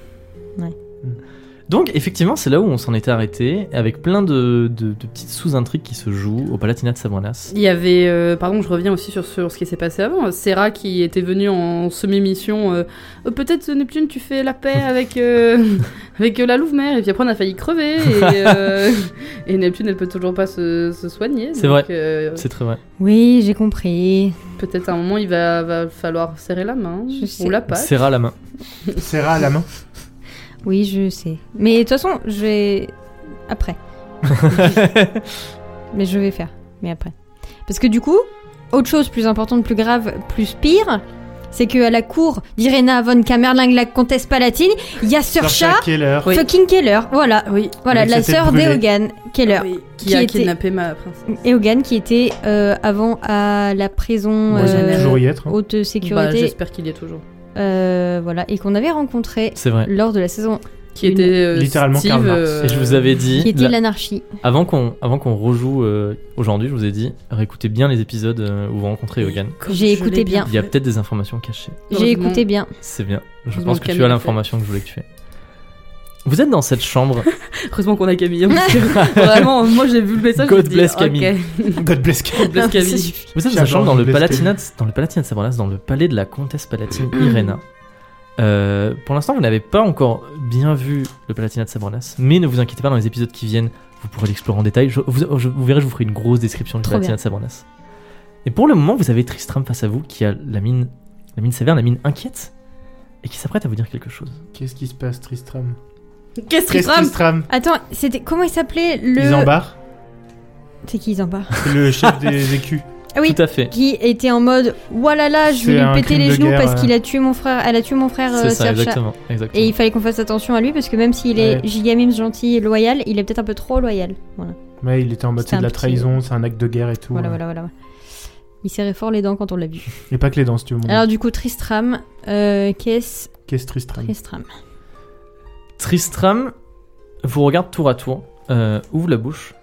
Speaker 1: Donc, effectivement, c'est là où on s'en était arrêté, avec plein de, de- de petites sous-intrigues qui se jouent au Palatinat de Savonas.
Speaker 3: Il y avait, euh, pardon, je reviens aussi sur, sur ce qui s'est passé avant. Serra qui était venue en semi-mission. euh, Euh, Peut-être Neptune, tu fais la paix avec euh, avec euh, la Louve-Mère. Et puis après, on a failli crever. Et, euh, et Neptune, elle peut toujours pas se, se soigner.
Speaker 1: C'est vrai.
Speaker 3: donc, euh,
Speaker 1: C'est très vrai.
Speaker 4: Oui, j'ai compris.
Speaker 3: Peut-être à un moment, il va, va falloir serrer la main
Speaker 4: Je sais.
Speaker 3: ou la patte.
Speaker 1: Serra la main.
Speaker 2: Serra à la main.
Speaker 4: Oui, je sais. Mais de toute façon, je vais. Après. Mais je vais faire. Mais après. Parce que du coup, autre chose plus importante, plus grave, plus pire, c'est que à la cour d'Irena von Kamerling, la comtesse palatine, il y a Sir
Speaker 2: Sacha
Speaker 4: Chat,
Speaker 2: Keller.
Speaker 3: Oui.
Speaker 4: fucking Keller. Voilà.
Speaker 3: Oui.
Speaker 4: Voilà,
Speaker 2: Avec
Speaker 4: la
Speaker 2: sa tête
Speaker 4: sœur
Speaker 2: brûlée.
Speaker 4: d'Eogan Keller.
Speaker 3: qui,
Speaker 4: Qui
Speaker 3: a
Speaker 4: était-
Speaker 3: kidnappé ma princesse.
Speaker 4: Eogan qui était euh, avant à la prison
Speaker 2: Moi, j'aime
Speaker 4: euh,
Speaker 2: toujours y être. hein.
Speaker 4: haute
Speaker 3: Bah,
Speaker 4: sécurité.
Speaker 3: J'espère qu'il y est toujours.
Speaker 4: Euh, voilà. Et qu'on avait rencontré
Speaker 1: C'est vrai.
Speaker 4: lors de la saison
Speaker 3: qui était euh,
Speaker 2: Littéralement
Speaker 3: Steve,
Speaker 2: Karl Marx.
Speaker 3: euh,
Speaker 1: Et je vous avais dit,
Speaker 4: Qui était
Speaker 1: la-
Speaker 4: l'anarchie.
Speaker 1: avant qu'on avant qu'on rejoue euh, aujourd'hui, je vous ai dit, réécoutez bien les épisodes euh, où vous rencontrez Hogan.
Speaker 3: comme
Speaker 4: J'ai
Speaker 3: je
Speaker 4: écouté
Speaker 3: l'ai
Speaker 4: bien.
Speaker 1: Il y a peut-être des informations cachées.
Speaker 4: J'ai écouté bien.
Speaker 1: C'est bien. Je
Speaker 3: Heureusement
Speaker 1: pense
Speaker 3: que
Speaker 1: que tu
Speaker 3: Camille
Speaker 1: as
Speaker 3: l'a
Speaker 1: l'information que je voulais que tu aies. Vous êtes dans cette chambre.
Speaker 3: Heureusement qu'on a Camille. hein, parce que Vraiment, moi j'ai vu le message.
Speaker 1: God
Speaker 3: j'ai dit,
Speaker 1: bless
Speaker 3: ok,
Speaker 1: Camille.
Speaker 2: God bless you.
Speaker 3: God bless Camille.
Speaker 1: Vous êtes dans
Speaker 2: J'adore
Speaker 1: cette chambre dans
Speaker 2: le
Speaker 1: le
Speaker 2: blesté.
Speaker 1: Palatinat, dans le Palatinat de Savonasse, dans le palais de la comtesse palatine
Speaker 4: Mm.
Speaker 1: Irena. Euh, pour l'instant, vous n'avez pas encore bien vu le Palatinat de Savonasse, mais ne vous inquiétez pas, dans les épisodes qui viennent, vous pourrez l'explorer en détail. Je- vous, je- vous verrez, je vous ferai une grosse description du
Speaker 4: Trop
Speaker 1: Palatinat
Speaker 4: bien.
Speaker 1: de Savonasse. Et pour le moment, vous avez Tristram face à vous qui a la mine, la mine sévère, la mine inquiète, et qui s'apprête à vous dire quelque chose.
Speaker 2: Qu'est-ce qui se passe, Tristram
Speaker 3: Qu'est-ce que
Speaker 2: Qu'est-ce
Speaker 3: Tristram
Speaker 2: Tristram
Speaker 4: Attends, c'était comment il s'appelait
Speaker 2: Ils en
Speaker 4: le
Speaker 2: barrent
Speaker 4: C'est qui Isambard
Speaker 2: C'est le chef des écus.
Speaker 4: Ah oui,
Speaker 1: Tout à fait.
Speaker 4: qui était en mode voilà là, je
Speaker 2: C'est
Speaker 4: vais
Speaker 2: un
Speaker 4: lui péter
Speaker 2: crime
Speaker 4: les
Speaker 2: de
Speaker 4: genoux
Speaker 2: guerre,
Speaker 4: parce
Speaker 2: ouais.
Speaker 4: qu'il a tué mon frère, elle a tué mon frère
Speaker 1: C'est
Speaker 4: euh,
Speaker 1: ça,
Speaker 4: Serge.
Speaker 1: exactement. exactement.
Speaker 4: Et il fallait qu'on fasse attention à lui parce que même s'il est
Speaker 2: Ouais.
Speaker 4: giga mimes gentil et loyal, il est peut-être un peu trop loyal. Voilà,
Speaker 2: Mais il était en mode
Speaker 4: C'est
Speaker 2: c'est
Speaker 4: un
Speaker 2: de la
Speaker 4: petit-
Speaker 2: trahison, c'est un acte de guerre et tout.
Speaker 4: voilà, voilà, voilà. Il serrait fort les dents quand on l'a vu.
Speaker 2: Et pas que les dents, si tu veux. mon
Speaker 4: Alors
Speaker 2: dieu.
Speaker 4: du coup, Tristram, euh, qu'est-ce
Speaker 2: Qu'est-ce Tristram
Speaker 4: Tristram
Speaker 1: Tristram vous regarde tour à tour, euh, ouvre la bouche,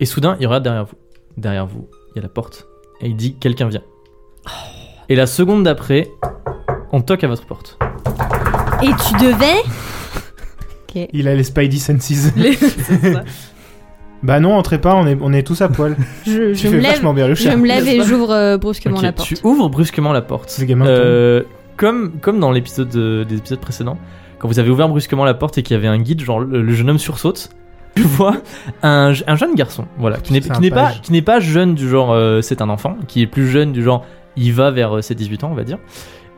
Speaker 1: et soudain, il regarde derrière vous. Derrière vous, il y a la porte, et il dit Quelqu'un vient. Et la seconde d'après, on toque à votre porte.
Speaker 4: Et tu devais Ok.
Speaker 2: Il a les Spidey Senses.
Speaker 3: Les- c'est ça.
Speaker 2: bah non, entrez pas, on est, on est tous à poil.
Speaker 4: Je,
Speaker 2: tu
Speaker 4: je
Speaker 2: fais
Speaker 4: me lève,
Speaker 2: vachement bien le
Speaker 4: je
Speaker 2: chat.
Speaker 4: me lève et j'ouvre euh, brusquement
Speaker 1: Ok,
Speaker 4: la porte.
Speaker 1: Tu ouvres brusquement la porte.
Speaker 2: Le gamin
Speaker 1: Euh, comme, comme dans l'épisode euh, des épisodes précédents, quand vous avez ouvert brusquement la porte et qu'il y avait un guide, genre le, le jeune homme sursaute. Tu vois un, je- un jeune garçon, voilà, qui n'est
Speaker 2: C'est un
Speaker 1: qui n'est pas
Speaker 2: page.
Speaker 1: qui n'est pas jeune du genre euh, c'est un enfant, qui est plus jeune du genre il va vers euh, ses 18 ans, on va dire.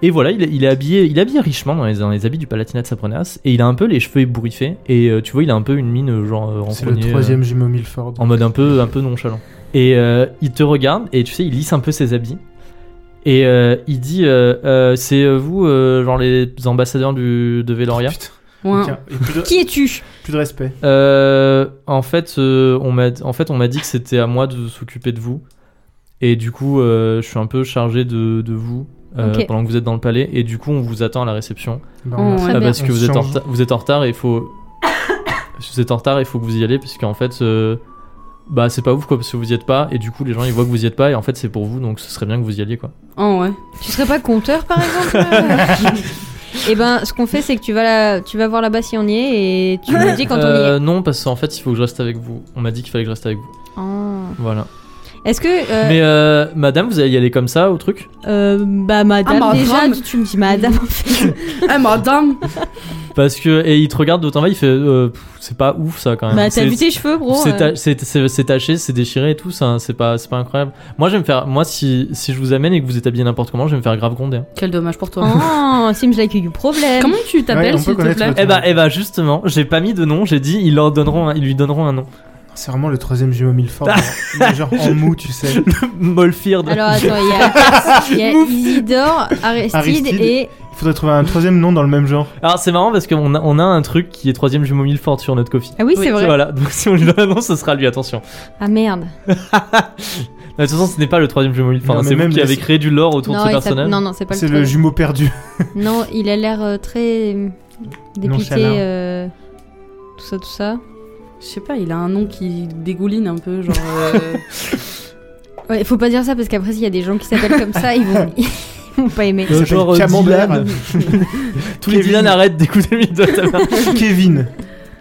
Speaker 1: Et voilà, il est, il est habillé il est habillé richement dans les, dans les habits du Palatinat de Sapronas et il a un peu les cheveux ébouriffés et euh, tu vois, il a un peu une mine euh, genre euh,
Speaker 2: C'est le
Speaker 1: rencognée, euh,
Speaker 2: troisième jumeau Milford.
Speaker 1: en mode un peu, un peu nonchalant. Et euh, il te regarde et tu sais, il lisse un peu ses habits. Et euh, il dit euh, euh, C'est euh, vous, euh, genre les ambassadeurs du, de Veloria
Speaker 2: Putain.
Speaker 3: Ouais.
Speaker 2: Tiens, et plus, de,
Speaker 4: Qui es-tu
Speaker 2: plus de respect.
Speaker 1: Euh, En fait, euh, on m'a en fait, on m'a dit que c'était à moi de s'occuper de vous. Et du coup, euh, je suis un peu chargé de, de vous euh,
Speaker 4: Ok.
Speaker 1: pendant que vous êtes dans le palais. Et du coup, on vous attend à la réception.
Speaker 2: Bah,
Speaker 3: Oh,
Speaker 2: on a-
Speaker 4: Très
Speaker 1: Ah,
Speaker 4: bien.
Speaker 1: parce que
Speaker 2: On
Speaker 1: vous êtes, en
Speaker 2: change.
Speaker 1: reta- vous êtes en retard et il faut. vous êtes en retard, il faut que vous y allez, parce qu'en fait, euh, bah c'est pas ouf quoi, parce que vous y êtes pas, et du coup les gens ils voient que vous y êtes pas, et en fait c'est pour vous, donc ce serait bien que vous y alliez quoi.
Speaker 3: Oh ouais.
Speaker 4: Tu serais pas compteur par exemple Eh ben, ce qu'on fait, c'est que tu vas, la- tu vas voir là-bas si on y est et tu me dis quand on y est.
Speaker 1: Euh, non, parce qu'en fait il faut que je reste avec vous. On m'a dit qu'il fallait que je reste avec vous.
Speaker 4: Ah.
Speaker 1: Voilà.
Speaker 4: Est-ce que. euh,
Speaker 1: Mais euh, madame, vous allez y aller comme ça au truc
Speaker 4: euh, bah, madame,
Speaker 3: Ah,
Speaker 4: déjà,
Speaker 3: madame.
Speaker 4: tu- tu me dis madame en fait.
Speaker 3: Ah madame.
Speaker 1: Parce que. Et il te regarde d'autant va, il fait. euh, pff, c'est pas ouf ça quand même.
Speaker 4: bah, t'as
Speaker 1: Ah, C'est-
Speaker 4: vu tes cheveux, bro
Speaker 1: C'est
Speaker 4: euh.
Speaker 1: ta- c'est- c'est- c'est taché, c'est déchiré et tout, ça, c'est pas, c'est pas incroyable. Moi, je vais me faire. Moi, si, si je vous amène et que vous êtes habillé n'importe comment, je vais me faire grave gronder. hein.
Speaker 3: Quel dommage pour toi.
Speaker 4: Oh, seems like you problème.
Speaker 3: Comment tu
Speaker 2: Ouais,
Speaker 3: t'appelles
Speaker 2: on peut
Speaker 3: s'il te
Speaker 2: connaître
Speaker 3: plaît
Speaker 2: votre-
Speaker 1: Eh bah, eh bah justement, j'ai pas mis de nom, j'ai dit ils, leur donneront un- ils lui donneront un nom.
Speaker 2: C'est vraiment le troisième jumeau Milford. mais genre en mou, tu sais.
Speaker 1: Molfird.
Speaker 4: Alors, attends, il y a, il y a Isidore, Aristide,
Speaker 2: Aristide.
Speaker 4: et.
Speaker 2: Il faudrait trouver un troisième nom dans le même genre.
Speaker 1: Alors c'est marrant parce qu'on a, on a un truc qui est troisième jumeau Milford sur notre coffee.
Speaker 4: Ah oui,
Speaker 3: Oui,
Speaker 4: c'est vrai.
Speaker 1: Voilà, donc si on lui donne un nom, ce sera lui, attention.
Speaker 4: Ah merde.
Speaker 1: Non, De toute façon, ce n'est pas le troisième jumeau Milford,
Speaker 2: Non,
Speaker 1: hein,
Speaker 2: mais
Speaker 1: c'est vous
Speaker 2: même
Speaker 1: qui
Speaker 2: les-
Speaker 1: avez créé du lore autour
Speaker 4: Non,
Speaker 1: de ce
Speaker 4: il s'appelle-
Speaker 1: personnage.
Speaker 4: non, non, c'est pas
Speaker 2: C'est
Speaker 4: le,
Speaker 2: le
Speaker 4: troisième.
Speaker 2: jumeau perdu.
Speaker 4: Non, il a l'air euh, très. euh, dépité,
Speaker 2: Nonchalant.
Speaker 4: euh, tout ça, tout ça.
Speaker 3: Je sais pas, il a un nom qui dégouline un peu, genre. euh,
Speaker 4: Ouais, faut pas dire ça parce qu'après, s'il y a des gens qui s'appellent comme ça, ils vont, ils vont pas aimer.
Speaker 1: Euh,
Speaker 2: Il
Speaker 1: genre,
Speaker 2: s'appelle Camembert.
Speaker 1: Dylan. Tous les
Speaker 2: Kevin.
Speaker 1: Dylan arrêtent d'écouter Milton. ça va.
Speaker 2: Kevin.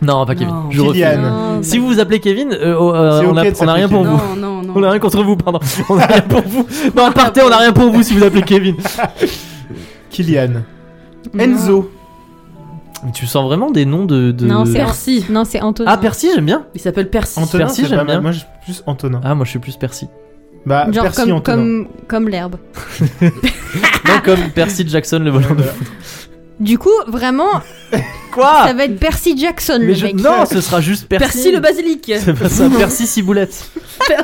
Speaker 1: non, pas Kevin.
Speaker 3: Non.
Speaker 1: Je refuse.
Speaker 2: Kylian.
Speaker 4: Non,
Speaker 1: Si
Speaker 4: bah-
Speaker 1: vous vous appelez Kevin, euh, oh, euh,
Speaker 2: C'est
Speaker 1: on,
Speaker 2: ok
Speaker 1: a,
Speaker 2: de
Speaker 1: on a
Speaker 2: s'appeler
Speaker 1: rien pour
Speaker 2: Kevin.
Speaker 1: vous.
Speaker 3: Non, non, non.
Speaker 1: On a rien contre vous, pardon. On a rien pour vous.
Speaker 4: Ah,
Speaker 1: Non, partez, on a rien pour vous si vous appelez Kevin.
Speaker 2: Kylian.
Speaker 3: Non.
Speaker 2: Enzo.
Speaker 1: Mais tu sens vraiment des noms de. de-
Speaker 4: Non, c'est-
Speaker 3: Percy.
Speaker 4: Non, c'est Antonin.
Speaker 1: Ah, Percy, j'aime bien.
Speaker 3: Il s'appelle Percy.
Speaker 2: Antonin,
Speaker 1: Percy,
Speaker 2: c'est
Speaker 1: j'aime
Speaker 2: pas mal.
Speaker 1: bien.
Speaker 2: Moi, je plus Antonin.
Speaker 1: Ah, moi je suis plus Percy.
Speaker 2: Bah,
Speaker 4: Genre
Speaker 2: Percy
Speaker 4: comme,
Speaker 2: Antonin.
Speaker 4: comme, comme l'herbe.
Speaker 1: Non, comme Percy Jackson, le volant de
Speaker 2: Voilà.
Speaker 4: Du coup, vraiment,
Speaker 1: Quoi
Speaker 4: ça va être Percy Jackson
Speaker 1: Ah. Mais
Speaker 4: le
Speaker 1: je-
Speaker 4: mec.
Speaker 1: Non, ce sera juste Percy.
Speaker 3: Percy le basilic.
Speaker 1: C'est pas ça, Percy Ciboulette.
Speaker 4: Percy,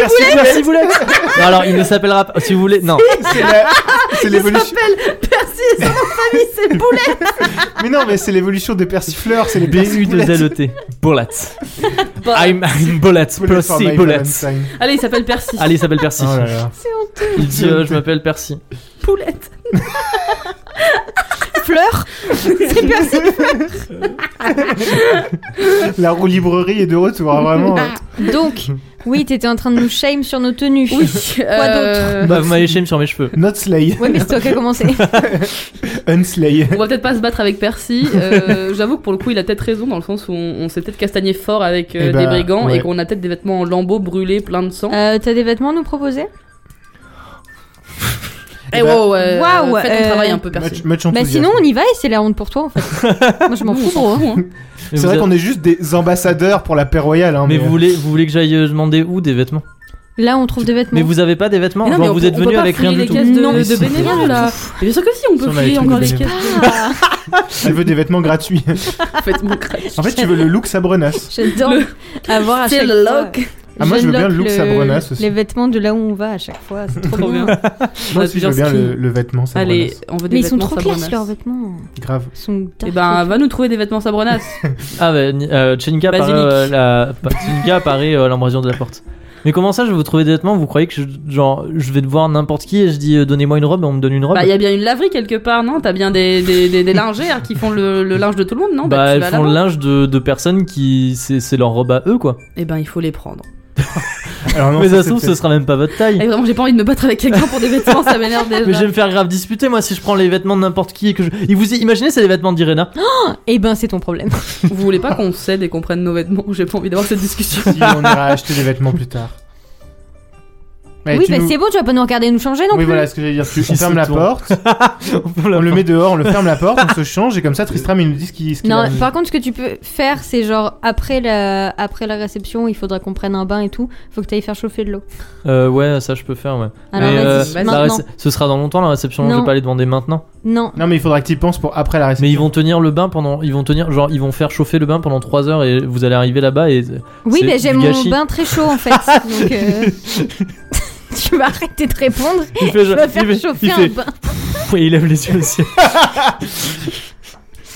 Speaker 2: Percy Jackson.
Speaker 1: Percy Boulette Non, alors il ne s'appellera pas. Si vous voulez, non.
Speaker 2: C'est la- c'est l'évolution.
Speaker 3: Percy, son nom de famille, c'est Boulet.
Speaker 2: Mais non, mais c'est l'évolution des persifleurs, c'est les
Speaker 1: b u 2
Speaker 2: persifoulettes.
Speaker 1: l e t Boulette.
Speaker 3: Bah.
Speaker 1: I'm, I'm Boulette.
Speaker 2: Boulette for
Speaker 1: Percy
Speaker 2: my
Speaker 1: Boulette.
Speaker 2: Valentine.
Speaker 3: Allez, il s'appelle Percy.
Speaker 1: Allez, il s'appelle Percy.
Speaker 2: Oh là là.
Speaker 1: Il dit euh, Je m'appelle Percy.
Speaker 3: Poulette.
Speaker 4: fleur. C'est Percy.
Speaker 2: La roue librairie est de retour, hein, vraiment.
Speaker 4: Ah.
Speaker 2: hein.
Speaker 4: Donc, oui, t'étais en train de nous shame sur nos tenues.
Speaker 3: Oui. Euh,
Speaker 4: d'autre
Speaker 1: Bah, vous m'avez shame sur mes cheveux.
Speaker 2: Not Slay,
Speaker 4: Ouais, mais c'est toi qui as commencé.
Speaker 2: Unslay.
Speaker 3: On va peut-être pas se battre avec Percy. Euh, J'avoue que pour le coup, il a peut-être raison dans le sens où on, on s'est peut-être castagné fort avec euh,
Speaker 2: Eh ben,
Speaker 3: des brigands
Speaker 2: ouais.
Speaker 3: et qu'on a peut-être des vêtements en lambeaux brûlés, plein de sang.
Speaker 4: Euh, T'as des vêtements à nous proposer
Speaker 3: Eh
Speaker 2: eh ben-
Speaker 3: wow, euh,
Speaker 4: Waouh,
Speaker 3: fais ton
Speaker 4: euh,
Speaker 3: travail un peu Percy.
Speaker 2: Match, match
Speaker 4: Bah
Speaker 2: enthousiaste.
Speaker 4: sinon on y va et c'est la honte pour toi en fait. Moi je m'en
Speaker 3: Nous,
Speaker 4: fous
Speaker 3: on
Speaker 4: gros.
Speaker 3: s'en fout, hein.
Speaker 1: Mais
Speaker 2: C'est
Speaker 1: vous
Speaker 2: vrai
Speaker 1: êtes-
Speaker 2: qu'on est juste des ambassadeurs pour la paix royale. Hein,
Speaker 1: Mais vous voulez, vous voulez que j'aille euh, demander où des vêtements
Speaker 4: Là on trouve des
Speaker 1: Mais
Speaker 4: vêtements.
Speaker 1: vous avez pas des vêtements
Speaker 3: Mais non,
Speaker 1: Genre,
Speaker 3: mais on
Speaker 1: Vous
Speaker 3: peut-
Speaker 1: êtes
Speaker 3: on peut
Speaker 1: venu
Speaker 3: pas
Speaker 1: avec rien
Speaker 3: fouiller
Speaker 1: du
Speaker 3: les
Speaker 1: tout.
Speaker 3: caisses de,
Speaker 4: Non,
Speaker 3: de
Speaker 2: si,
Speaker 3: bénévoles là.
Speaker 4: rien du
Speaker 3: Mais hein. bien sûr que si, on
Speaker 1: Si
Speaker 3: peut
Speaker 1: on a les
Speaker 3: filer
Speaker 1: trucs
Speaker 3: encore
Speaker 1: de
Speaker 3: les caisses.
Speaker 1: bénévoles.
Speaker 4: Ah,
Speaker 2: Elle veut des vêtements gratuits.
Speaker 3: Faites-moi craquer.
Speaker 2: en fait, tu veux le look
Speaker 1: Bah,
Speaker 2: Sabrenas.
Speaker 4: J'adore avoir à
Speaker 3: C'est
Speaker 4: chaque
Speaker 3: le
Speaker 4: fois-
Speaker 3: look.
Speaker 2: Ah, moi, je veux
Speaker 4: lock
Speaker 2: bien le look Sabrenas aussi.
Speaker 4: Les vêtements de là où on va à chaque fois, c'est trop,
Speaker 3: Trop
Speaker 4: bien.
Speaker 3: bien.
Speaker 2: Moi
Speaker 3: a
Speaker 2: aussi, je
Speaker 3: plusieurs
Speaker 2: veux bien le,
Speaker 3: skins.
Speaker 2: le vêtement Sabrenas.
Speaker 3: Mmh. Allez, on veut des
Speaker 4: Mais ils sont
Speaker 3: vêtements
Speaker 4: trop classe
Speaker 3: Sabronas.
Speaker 4: leurs vêtements.
Speaker 2: Grave.
Speaker 4: Ils sont
Speaker 3: Eh
Speaker 4: dark.
Speaker 3: ben, va nous trouver des vêtements Sabronas.
Speaker 1: Ah, bah, ni- euh, Tchelinka apparaît,
Speaker 3: Basilic.
Speaker 1: euh, la... pas- Tchelinka apparaît euh, à l'embrasure de la porte. Mais comment ça, je vais vous trouver des vêtements Vous croyez que je, genre, je vais voir n'importe qui et je dis euh, donnez-moi une robe et on me donne une robe
Speaker 3: Bah, il y a bien une laverie quelque part, non T'as bien des, des, des, des lingères qui font le, le linge de tout le monde, non
Speaker 1: Bah,
Speaker 3: tu
Speaker 1: elles
Speaker 3: vas
Speaker 1: font le
Speaker 3: là-bas.
Speaker 1: linge de, de personnes qui. C'est c'est leur robe à eux, quoi.
Speaker 3: Eh ben, il faut les prendre.
Speaker 2: Alors, non,
Speaker 1: mais ça
Speaker 2: ça,
Speaker 1: se trouve,
Speaker 2: c'était-
Speaker 1: ce sera même pas votre
Speaker 3: Et
Speaker 1: taille.
Speaker 3: vraiment, j'ai pas envie de me battre avec quelqu'un pour des vêtements, Ah, ça m'énerve déjà.
Speaker 1: Mais je vais me faire grave disputer, moi, si je prends les vêtements de n'importe qui et que je. Et vous imaginez, c'est les vêtements d'Irena.
Speaker 4: Eh ben c'est ton problème.
Speaker 3: Vous voulez pas qu'on cède et qu'on prenne nos vêtements J'ai pas envie d'avoir cette discussion.
Speaker 2: Si, on ira acheter des vêtements plus tard. Ouais,
Speaker 4: oui,
Speaker 2: tu
Speaker 4: bah
Speaker 2: nous-
Speaker 4: c'est bon, tu vas pas nous regarder nous changer non
Speaker 2: Oui,
Speaker 4: plus.
Speaker 2: voilà ce que j'allais dire. Tu on
Speaker 1: Il se
Speaker 2: ferme la
Speaker 1: tourne.
Speaker 2: porte, on le met dehors, on le ferme la porte, on se change et comme ça, Tristram il nous dit ce qu'il ce qu'il
Speaker 4: Non,
Speaker 2: a-
Speaker 4: par contre, ce que tu peux faire, c'est genre après la, après la réception, il faudra qu'on prenne un bain et tout. Faut que t'ailles faire chauffer de l'eau.
Speaker 1: Euh, ouais, ça je peux faire, ouais.
Speaker 4: Alors
Speaker 1: Mais,
Speaker 4: vas-y,
Speaker 1: euh,
Speaker 3: vas-y.
Speaker 1: la
Speaker 4: maintenant.
Speaker 1: réce- ce sera dans longtemps la réception, je
Speaker 4: Non.
Speaker 1: vais pas les demander maintenant.
Speaker 4: Non,
Speaker 2: Non, mais il faudra que tu y penses pour après la réception.
Speaker 1: Mais ils vont tenir le bain pendant. Ils vont tenir, genre, ils vont faire chauffer le bain pendant 3 heures et vous allez arriver là-bas et.
Speaker 4: Oui,
Speaker 1: C'est
Speaker 4: mais
Speaker 1: du
Speaker 4: j'ai mon
Speaker 1: gâchis.
Speaker 4: bain très chaud en fait. Donc, euh, tu vas arrêter de répondre.
Speaker 1: Il fait,
Speaker 4: Je vais faire chauffer
Speaker 1: il
Speaker 4: un
Speaker 1: fait-
Speaker 4: bain.
Speaker 1: et il lève les yeux au ciel.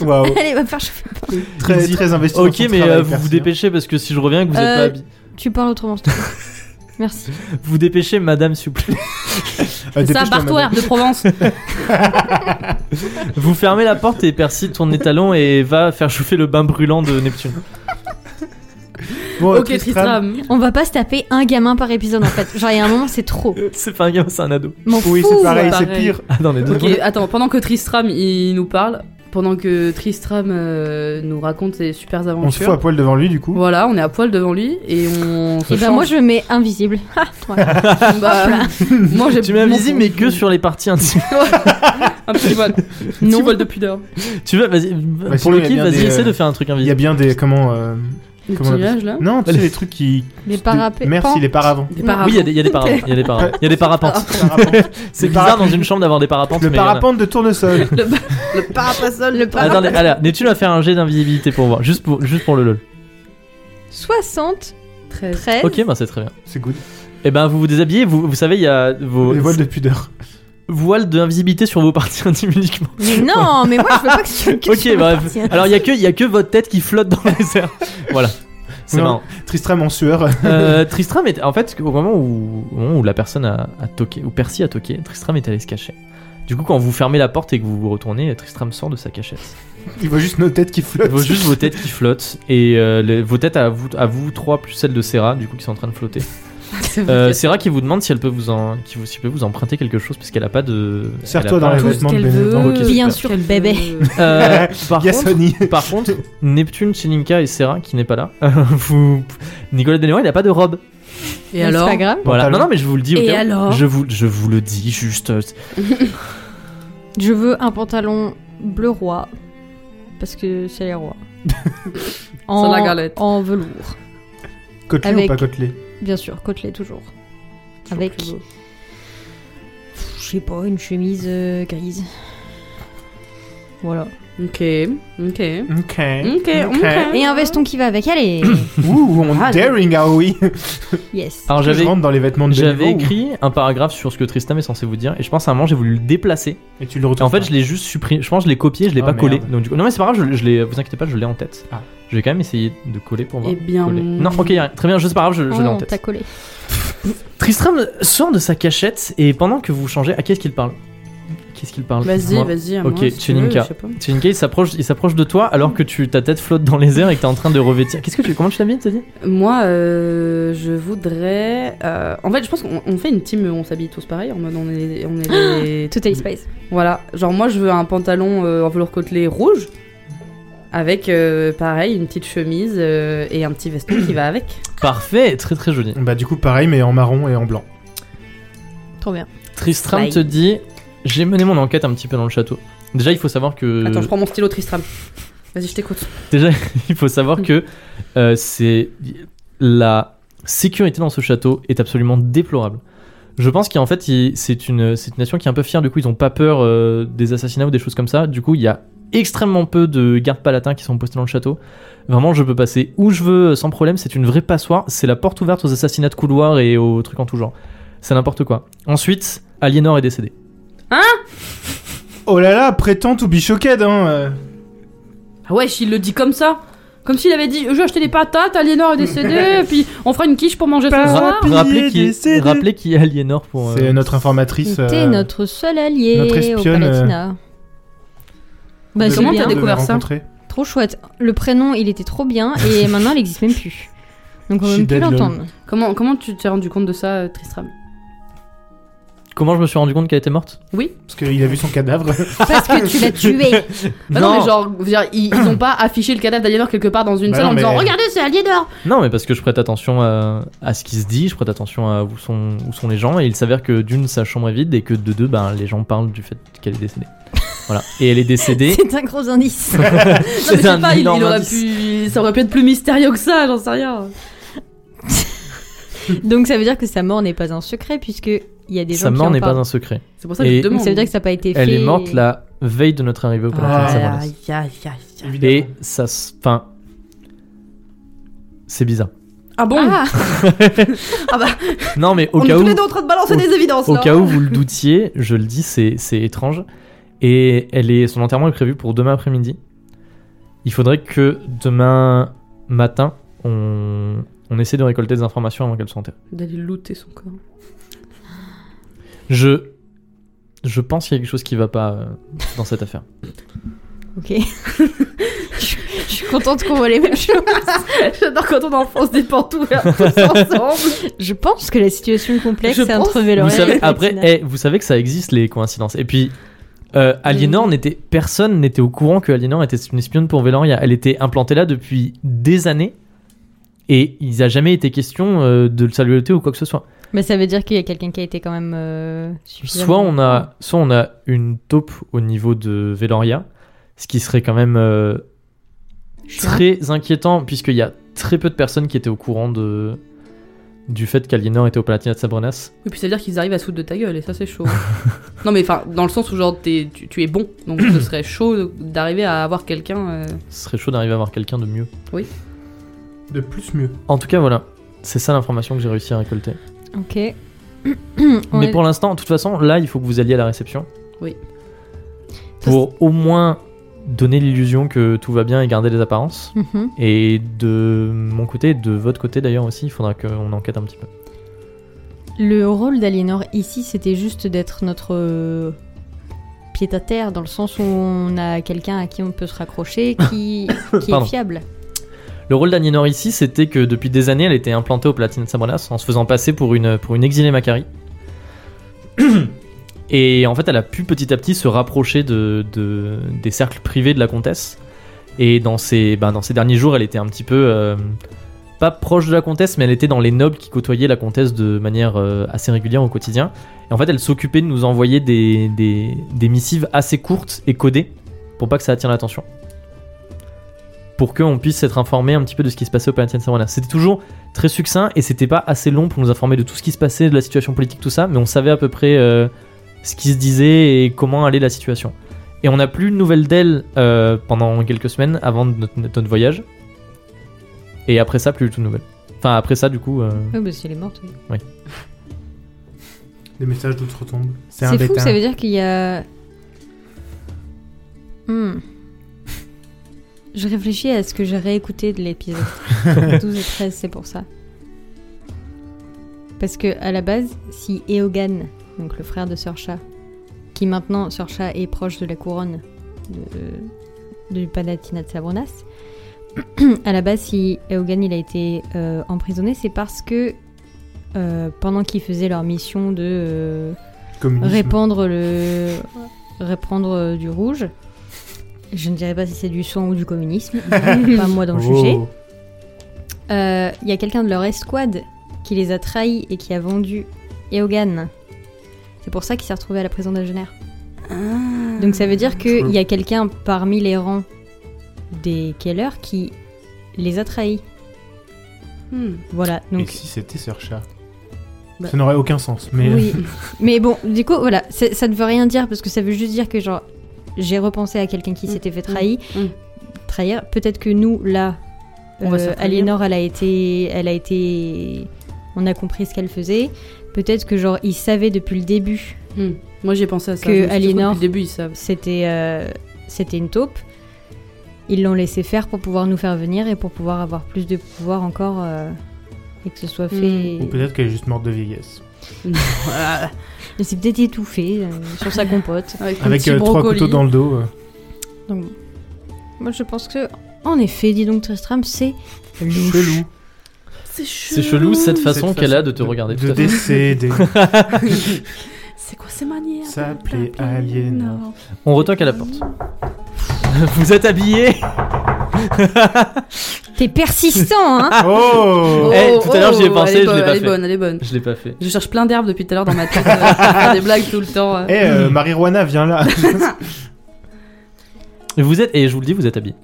Speaker 2: Waouh.
Speaker 4: Allez, va faire chauffer.
Speaker 2: Très,
Speaker 1: Il dit,
Speaker 2: très investi. dans
Speaker 1: Ok,
Speaker 2: son
Speaker 1: mais
Speaker 2: travail, hein.
Speaker 1: euh, vous vous
Speaker 2: Percy.
Speaker 1: dépêchez parce que si je reviens et que vous êtes
Speaker 4: Euh,
Speaker 1: pas habillé.
Speaker 4: Tu parles autrement, s'il te plaît. Merci.
Speaker 1: Vous dépêchez, madame, s'il vous plaît.
Speaker 2: Euh,
Speaker 3: ça,
Speaker 2: dépêche-toi,
Speaker 3: Bartois,
Speaker 2: madame.
Speaker 3: de Provence.
Speaker 1: vous fermez la porte et Percy tourne les talons et va faire chauffer le bain brûlant de Neptune.
Speaker 2: Bon, euh,
Speaker 3: ok, Tristram.
Speaker 4: On va pas se taper un gamin par épisode en fait. Genre, il y a un moment, c'est trop.
Speaker 1: c'est pas un gamin, c'est un ado.
Speaker 4: M'en
Speaker 2: Oui,
Speaker 4: fous,
Speaker 2: c'est pareil,
Speaker 4: moi.
Speaker 2: c'est
Speaker 3: pareil.
Speaker 2: pire.
Speaker 1: Ah non, mais
Speaker 3: Ok, attends, pendant que Tristram il nous parle, pendant que Tristram euh, nous raconte ses super
Speaker 2: On se fout à
Speaker 3: aventures.
Speaker 2: poil devant lui, du coup.
Speaker 3: Voilà, on est à poil devant lui et on se
Speaker 4: Et bah,
Speaker 3: change.
Speaker 4: moi, je me mets invisible. Ah, voilà.
Speaker 3: Bah, moi j'ai
Speaker 1: Tu m'es invisible, mais que sur les parties intimes.
Speaker 3: un petit vol. Un
Speaker 4: Non.
Speaker 3: petit vol de pudeur.
Speaker 1: tu veux, vas-y. pour
Speaker 2: Bah, sinon,
Speaker 1: le
Speaker 2: il y a
Speaker 1: kiff,
Speaker 2: bien
Speaker 1: vas-y,
Speaker 2: des,
Speaker 1: essaie
Speaker 2: euh,
Speaker 1: de faire un truc
Speaker 2: Il y a
Speaker 1: invisible.
Speaker 2: bien des. Comment. euh,
Speaker 3: Le
Speaker 2: Comment on
Speaker 3: petit
Speaker 2: appelle
Speaker 3: nuage là.
Speaker 2: Non, tu sais, les trucs qui.
Speaker 4: Les parapets.
Speaker 2: Merci,
Speaker 4: Pan.
Speaker 2: les paravents.
Speaker 3: Des parapentes.
Speaker 1: Oui, il y a des- il y a des parapentes. Il y a des parapentes. Il y a des parapentes. C'est
Speaker 2: Le
Speaker 1: bizarre
Speaker 2: parapente.
Speaker 1: dans une chambre d'avoir des parapentes.
Speaker 2: Le
Speaker 1: mais il y en a.
Speaker 2: parapente de tournesol.
Speaker 3: Le, pa- le parasol, le parapente.
Speaker 1: Bah, Attendez, allez, Neptune va faire un jet d'invisibilité pour voir, juste pour, juste pour le lol.
Speaker 4: 73.
Speaker 3: Très-
Speaker 1: Ok, bah c'est très bien.
Speaker 2: C'est good.
Speaker 1: Et ben vous vous déshabillez, vous, vous savez, il y a vos
Speaker 2: Les voiles de pudeur.
Speaker 1: voiles d'invisibilité sur vos parties intimes uniquement.
Speaker 4: Mais non, mais moi, je veux pas que tu. que tu
Speaker 1: ok,
Speaker 4: me
Speaker 1: bref.
Speaker 4: parties.
Speaker 1: Alors il y a que, il y a que votre tête qui flotte dans les airs. Voilà. C'est
Speaker 2: Non.
Speaker 1: marrant.
Speaker 2: Tristram en sueur.
Speaker 1: Euh, Tristram est en fait au moment où, au moment où la personne a, a toqué, ou Percy a toqué, Tristram est allé se cacher. Du coup, quand vous fermez la porte et que vous vous retournez, Tristram sort de sa cachette.
Speaker 2: Il voit juste nos têtes qui
Speaker 1: Il voit
Speaker 2: flottent.
Speaker 1: juste vos têtes qui flottent et euh, les- vos têtes à vous, à vous trois plus celle de Serra, du coup qui sont en train de flotter.
Speaker 3: C'est
Speaker 1: Euh,
Speaker 3: vrai.
Speaker 1: Serra qui vous demande si elle peut vous, en, qui vous, si elle peut vous emprunter quelque chose parce qu'elle a pas de.
Speaker 2: Serre-toi
Speaker 1: elle a
Speaker 2: dans
Speaker 1: pas-
Speaker 2: les
Speaker 3: Tout ce
Speaker 2: vêtements de
Speaker 3: qu'elle
Speaker 2: Benedetta.
Speaker 3: veut.
Speaker 1: Ok, super.
Speaker 4: Bien sûr,
Speaker 3: Qu'elle
Speaker 4: bébé.
Speaker 3: veut.
Speaker 1: Euh, par,
Speaker 2: Yes,
Speaker 1: contre,
Speaker 2: honey.
Speaker 1: par contre, Neptune, Chelinka et Serra qui n'est pas là. vous... Nicolas Deléon, il a pas de robe.
Speaker 3: Et
Speaker 4: Mais
Speaker 3: alors
Speaker 4: C'est pas grave.
Speaker 1: Voilà.
Speaker 2: Pantalon.
Speaker 1: Non, non, mais je vous le dis. au
Speaker 3: Et
Speaker 1: cas où.
Speaker 3: alors
Speaker 1: je vous, je vous le dis juste. euh,
Speaker 4: Je veux un pantalon bleu roi. Parce que c'est les rois. en,
Speaker 3: la galette.
Speaker 4: En velours.
Speaker 2: Côtelé ou
Speaker 4: Avec-
Speaker 2: pas côtelé
Speaker 4: Bien sûr, côtelé toujours.
Speaker 3: Toujours
Speaker 4: Avec-
Speaker 3: plus beau.
Speaker 4: Pff, Je sais pas, une chemise euh, grise. Voilà.
Speaker 3: Ok, ok.
Speaker 2: Ok.
Speaker 3: Ok, ok.
Speaker 4: Et un veston qui va avec. Allez
Speaker 2: Ouh, on
Speaker 3: Ah,
Speaker 2: daring, ah oui.
Speaker 4: Yes.
Speaker 1: Alors
Speaker 2: Je
Speaker 1: j'avais.
Speaker 2: rentre dans les vêtements de
Speaker 1: J'avais
Speaker 2: Benedetta.
Speaker 1: écrit un paragraphe sur ce que Tristam est censé vous dire et je pense à un moment j'ai voulu le déplacer.
Speaker 2: Et tu le
Speaker 1: Et
Speaker 2: retrouves.
Speaker 1: en fait
Speaker 2: pas.
Speaker 1: je l'ai juste supprimé, je pense que je l'ai copié, je l'ai
Speaker 2: Ah,
Speaker 1: pas collé.
Speaker 2: merde.
Speaker 1: Donc, du coup- Non mais c'est pas grave, je, je l'ai, vous inquiétez pas, je l'ai en tête.
Speaker 2: Ah.
Speaker 1: Je vais quand même essayer de coller pour voir.
Speaker 3: Eh bien.
Speaker 1: Coller. Non ok, y a rien. très bien, je sais pas grave, je, je l'ai en
Speaker 4: Oh,
Speaker 1: tête.
Speaker 4: T'as collé.
Speaker 1: Tristram sort de sa cachette et pendant que vous changez, à qui est-ce qu'il parle Qui Qu'est-ce qu'il parle
Speaker 3: Vas-y,
Speaker 1: Moi.
Speaker 3: vas-y. à
Speaker 1: Ok,
Speaker 3: moi, si tu veux,
Speaker 1: Chelinka.
Speaker 3: je sais pas.
Speaker 1: Tchinka, il s'approche, il s'approche de toi alors que tu, ta tête flotte dans les airs et que t'es en train de revêtir. Qu'est-ce que tu, comment tu l'as mis, t'as dit
Speaker 3: Moi, euh, je voudrais. euh, en fait, je pense qu'on on fait une team, on s'habille tous pareil, en mode on est, on est les.
Speaker 1: Mm.
Speaker 4: Totally Spice.
Speaker 3: Voilà, genre moi je veux un pantalon euh, en velours côtelé rouge, avec euh, pareil une petite chemise euh, et un petit veston qui va avec.
Speaker 1: Parfait, très très joli.
Speaker 2: Bah du coup pareil mais en marron et en blanc.
Speaker 4: Trop bien.
Speaker 1: Tristram
Speaker 4: Bye.
Speaker 1: te dit, j'ai mené mon enquête un petit peu dans le château. Déjà, il faut savoir que.
Speaker 3: Attends, je prends mon stylo Tristram. Vas-y, je t'écoute.
Speaker 1: Déjà, il faut savoir que euh, c'est la sécurité dans ce château est absolument déplorable. Je pense qu'en fait, il- c'est une, c'est une nation qui est un peu fière. Du coup, ils ont pas peur euh, des assassinats ou des choses comme ça. Du coup, il y a extrêmement peu de gardes palatins qui sont postés dans le château. Vraiment, je peux passer où je veux sans problème. C'est une vraie passoire. C'est la porte ouverte aux assassinats de couloir et aux trucs en tout genre. C'est n'importe quoi. Ensuite, Aliénor est décédé.
Speaker 2: Oh là là, prétend to be shocked, hein. euh.
Speaker 3: Ah wesh, il le dit comme ça comme s'il avait dit, je vais acheter des patates, Aliénor est décédée, et puis on fera une quiche pour manger ce
Speaker 2: Pas-
Speaker 3: soir.
Speaker 2: Papy
Speaker 1: rappelez
Speaker 2: est
Speaker 1: qui est,
Speaker 2: décédé.
Speaker 1: rappelez qui est Aliénor pour. euh,
Speaker 2: C'est notre informatrice.
Speaker 4: T'es
Speaker 2: euh,
Speaker 4: notre seul allié
Speaker 2: notre espionne,
Speaker 4: au Palatinat. Bah,
Speaker 2: de-
Speaker 4: c'est
Speaker 3: comment t'as
Speaker 4: bien.
Speaker 2: de la
Speaker 3: découvert ça
Speaker 2: rencontrer.
Speaker 4: Trop chouette. Le prénom, il était trop bien et maintenant, il existe même plus. Donc, on
Speaker 2: She
Speaker 4: va même plus
Speaker 2: dead
Speaker 4: l'entendre.
Speaker 3: Comment, comment tu t'es rendu compte de ça, euh, Tristram
Speaker 1: Comment je me suis rendu compte qu'elle était morte
Speaker 2: Parce qu'il a vu son cadavre.
Speaker 4: Parce que tu l'as tué.
Speaker 3: Bah non. mais genre, je veux dire, ils, ils ont pas affiché le cadavre d'Aliénor quelque part dans une
Speaker 2: Bah
Speaker 3: salle
Speaker 2: non,
Speaker 3: en disant,
Speaker 2: mais-
Speaker 3: regardez, c'est Aliénor
Speaker 1: Non, mais parce que je prête attention à, à ce qui se dit, je prête attention à où sont, où sont les gens, et il s'avère que d'une, sa chambre est vide, et que de deux, ben, les gens parlent du fait qu'elle est décédée. voilà. Et elle est décédée.
Speaker 4: C'est un gros indice.
Speaker 3: Non, mais je sais pas, il, il
Speaker 1: énorme
Speaker 3: aurait
Speaker 1: indice.
Speaker 3: pu, ça aurait pu être plus mystérieux que ça, j'en sais rien.
Speaker 4: Donc, ça veut dire que sa mort n'est pas un secret puisque il y a des gens
Speaker 1: Sa
Speaker 4: qui
Speaker 1: mort
Speaker 4: en
Speaker 1: n'est pas
Speaker 4: parlent.
Speaker 1: un secret.
Speaker 3: C'est pour ça que je
Speaker 1: Et-
Speaker 3: te demande.
Speaker 4: Donc, ça veut dire que ça n'a pas été fait.
Speaker 1: Elle est morte la veille de notre arrivée au Palatin de
Speaker 2: Ah.
Speaker 1: Samonas.
Speaker 3: Aïe, aïe, aïe, aïe.
Speaker 1: Et ça se. Enfin. C'est bizarre.
Speaker 3: Ah bon
Speaker 4: Ah,
Speaker 1: Non, mais au
Speaker 3: On est
Speaker 1: cas
Speaker 3: tous
Speaker 1: où.
Speaker 3: les deux en train de balancer
Speaker 1: au-
Speaker 3: des évidences.
Speaker 1: Au
Speaker 3: là.
Speaker 1: cas où vous le doutiez, je le dis, c'est c'est étrange. Et elle est, son enterrement est prévu pour demain après-midi. Il faudrait que demain matin, on, on essaie de récolter des informations avant qu'elle soit enterrée.
Speaker 3: D'aller looter son corps.
Speaker 1: Je, je pense qu'il y a quelque chose qui va pas euh, dans cette affaire.
Speaker 4: ok. je, je suis contente qu'on voit les mêmes choses.
Speaker 3: J'adore quand on enfonce des pantoufles tous ensemble.
Speaker 4: Je pense que la situation complexe,
Speaker 3: Je
Speaker 4: c'est
Speaker 3: pense.
Speaker 4: entre Véloria
Speaker 1: Vous
Speaker 4: et
Speaker 1: savez,
Speaker 4: Palatinat.
Speaker 1: après, eh, vous savez que ça existe les coïncidences. Et puis, euh, Aliénor n'était, personne n'était au courant que Aliénor était une espionne pour Véloria. Elle était implantée là depuis des années. Et il n'a jamais été question euh, de le saluer ou quoi que ce soit.
Speaker 4: Mais ça veut dire qu'il y a quelqu'un qui a été quand même. euh, suffisamment-
Speaker 1: Soit on a, soit on a une taupe au niveau de Veloria, ce qui serait quand même euh,
Speaker 4: Chiant.
Speaker 1: très inquiétant puisqu'il y a très peu de personnes qui étaient au courant de du fait qu'Aliénor était au Palatinat de Sabronas.
Speaker 3: Et puis ça veut dire qu'ils arrivent à se foutre de ta gueule, et ça c'est chaud. non, mais enfin, dans le sens où genre t'es- tu, tu es bon, donc ce serait chaud d'arriver à avoir quelqu'un. euh,
Speaker 1: Ce serait chaud d'arriver à avoir quelqu'un de mieux.
Speaker 2: De plus mieux.
Speaker 1: En tout cas, voilà. C'est ça l'information que j'ai réussi à récolter.
Speaker 4: Ok. On
Speaker 1: Mais
Speaker 4: est-
Speaker 1: pour l'instant, de toute façon, là, il faut que vous alliez à la réception.
Speaker 3: Oui.
Speaker 1: Pour au moins donner l'illusion que tout va bien et garder les apparences.
Speaker 4: Mhm.
Speaker 1: Et de mon côté, et de votre côté d'ailleurs aussi, il faudra qu'on enquête un petit peu.
Speaker 4: Le rôle d'Aliénor ici, c'était juste d'être notre euh, pied-à-terre, dans le sens où on a quelqu'un à qui on peut se raccrocher, qui, qui est
Speaker 1: Pardon.
Speaker 4: fiable.
Speaker 1: Le rôle d'Aliénor ici, c'était que depuis des années, elle était implantée au Platine de Sabronas en se faisant passer pour une, pour une exilée Macari. Et en fait, elle a pu petit à petit se rapprocher de, de- des cercles privés de la comtesse. Et dans ces, ben, dans ces derniers jours, elle était un petit peu. euh, pas proche de la comtesse, mais elle était dans les nobles qui côtoyaient la comtesse de manière euh, assez régulière au quotidien. Et en fait, elle s'occupait de nous envoyer des, des, des missives assez courtes et codées pour pas que ça attire l'attention pour qu'on puisse être informé un petit peu de ce qui se passait au Palatinate Sabrina. C'était toujours très succinct et c'était pas assez long pour nous informer de tout ce qui se passait, de la situation politique, tout ça, mais on savait à peu près euh, ce qui se disait et comment allait la situation. Et on n'a plus de nouvelles d'elle euh, pendant quelques semaines avant notre, notre voyage. Et après ça, plus du tout de nouvelles. Enfin, après ça, du coup. euh,
Speaker 4: Oui, bah, c'est les mortes. oui.
Speaker 2: Des messages d'outre retombe. C'est un
Speaker 4: C'est fou,
Speaker 2: bêta.
Speaker 4: ça veut dire qu'il y a. Hmm. Je réfléchis à ce que j'ai réécouté de l'épisode 12 et 13, c'est pour ça. Parce que à la base, si Eogan, donc le frère de Sœur Chat, qui maintenant sur chat est proche de la couronne de- du Palatinat de Sabronas. à la base, si Eogan il a été euh, emprisonné, c'est parce que euh, pendant qu'ils faisaient leur mission de euh,
Speaker 2: Communisme.
Speaker 4: répandre le répandre euh, du rouge, je ne dirais pas si c'est du sang ou du communisme, pas moi d'en juger.
Speaker 2: Oh.
Speaker 4: Euh, Il y a quelqu'un de leur escouade qui les a trahis et qui a vendu Eogan. C'est pour ça qu'il s'est retrouvé à la prison d'Agener. Donc ça veut dire qu'il y a quelqu'un parmi les rangs des Keller qui les a trahis.
Speaker 3: Hmm.
Speaker 4: Voilà.
Speaker 2: Et
Speaker 4: Donc
Speaker 2: si c'était Sœur Chat
Speaker 3: Bah.
Speaker 2: Ça n'aurait aucun sens. Mais
Speaker 4: oui.
Speaker 3: euh,
Speaker 4: Mais bon, du coup, voilà, c'est- ça ne veut rien dire parce que ça veut juste dire que genre j'ai repensé à quelqu'un qui
Speaker 3: Mm,
Speaker 4: s'était fait
Speaker 3: mm,
Speaker 4: trahir.
Speaker 3: mm.
Speaker 4: Trahir. Peut-être que nous là,
Speaker 3: On va se
Speaker 4: euh,
Speaker 3: faire trahir.
Speaker 4: Aliénor, elle a été, elle a été, on a compris ce qu'elle faisait. Peut-être que genre ils savaient depuis le début
Speaker 3: Hmm. Moi j'ai pensé à ça.
Speaker 4: Que
Speaker 3: Je me suis dit, Depuis
Speaker 4: Aliénor-
Speaker 3: le début ils savent.
Speaker 4: c'était euh, c'était une taupe. Ils l'ont laissé faire pour pouvoir nous faire venir et pour pouvoir avoir plus de pouvoir encore euh, et que ce soit
Speaker 3: Mm.
Speaker 4: fait.
Speaker 2: Ou peut-être qu'elle est juste morte de vieillesse.
Speaker 3: Voilà.
Speaker 4: Il s'est peut-être étouffé euh, sur sa compote.
Speaker 3: Avec, un
Speaker 2: Avec
Speaker 3: petit
Speaker 2: euh, trois
Speaker 3: brocoli.
Speaker 2: couteaux dans le dos. euh.
Speaker 4: Donc, moi je pense que, en effet, dis donc Tristram, c'est louche.
Speaker 2: Chelou.
Speaker 3: C'est
Speaker 1: C'est chelou cette façon
Speaker 2: Cette
Speaker 1: qu'elle
Speaker 2: façon
Speaker 1: a de te regarder. tout
Speaker 2: De
Speaker 1: à fait.
Speaker 2: décéder.
Speaker 3: C'est quoi ces manières
Speaker 2: S'appeler Aliénor.
Speaker 1: On retoque à la porte. Vous êtes habillé
Speaker 4: T'es persistant, hein
Speaker 2: oh
Speaker 1: Eh, tout à l'heure, j'y ai pensé,
Speaker 3: elle
Speaker 1: je l'ai
Speaker 3: est bonne,
Speaker 1: pas
Speaker 3: Elle
Speaker 1: fait.
Speaker 3: est bonne, elle est bonne.
Speaker 1: Je l'ai pas fait.
Speaker 3: Je cherche plein d'herbes depuis tout à l'heure dans ma tête. euh, pour faire des blagues tout le temps. euh.
Speaker 2: Eh, euh, marijuana, viens là
Speaker 1: Vous êtes et je vous le dis, vous êtes habillé.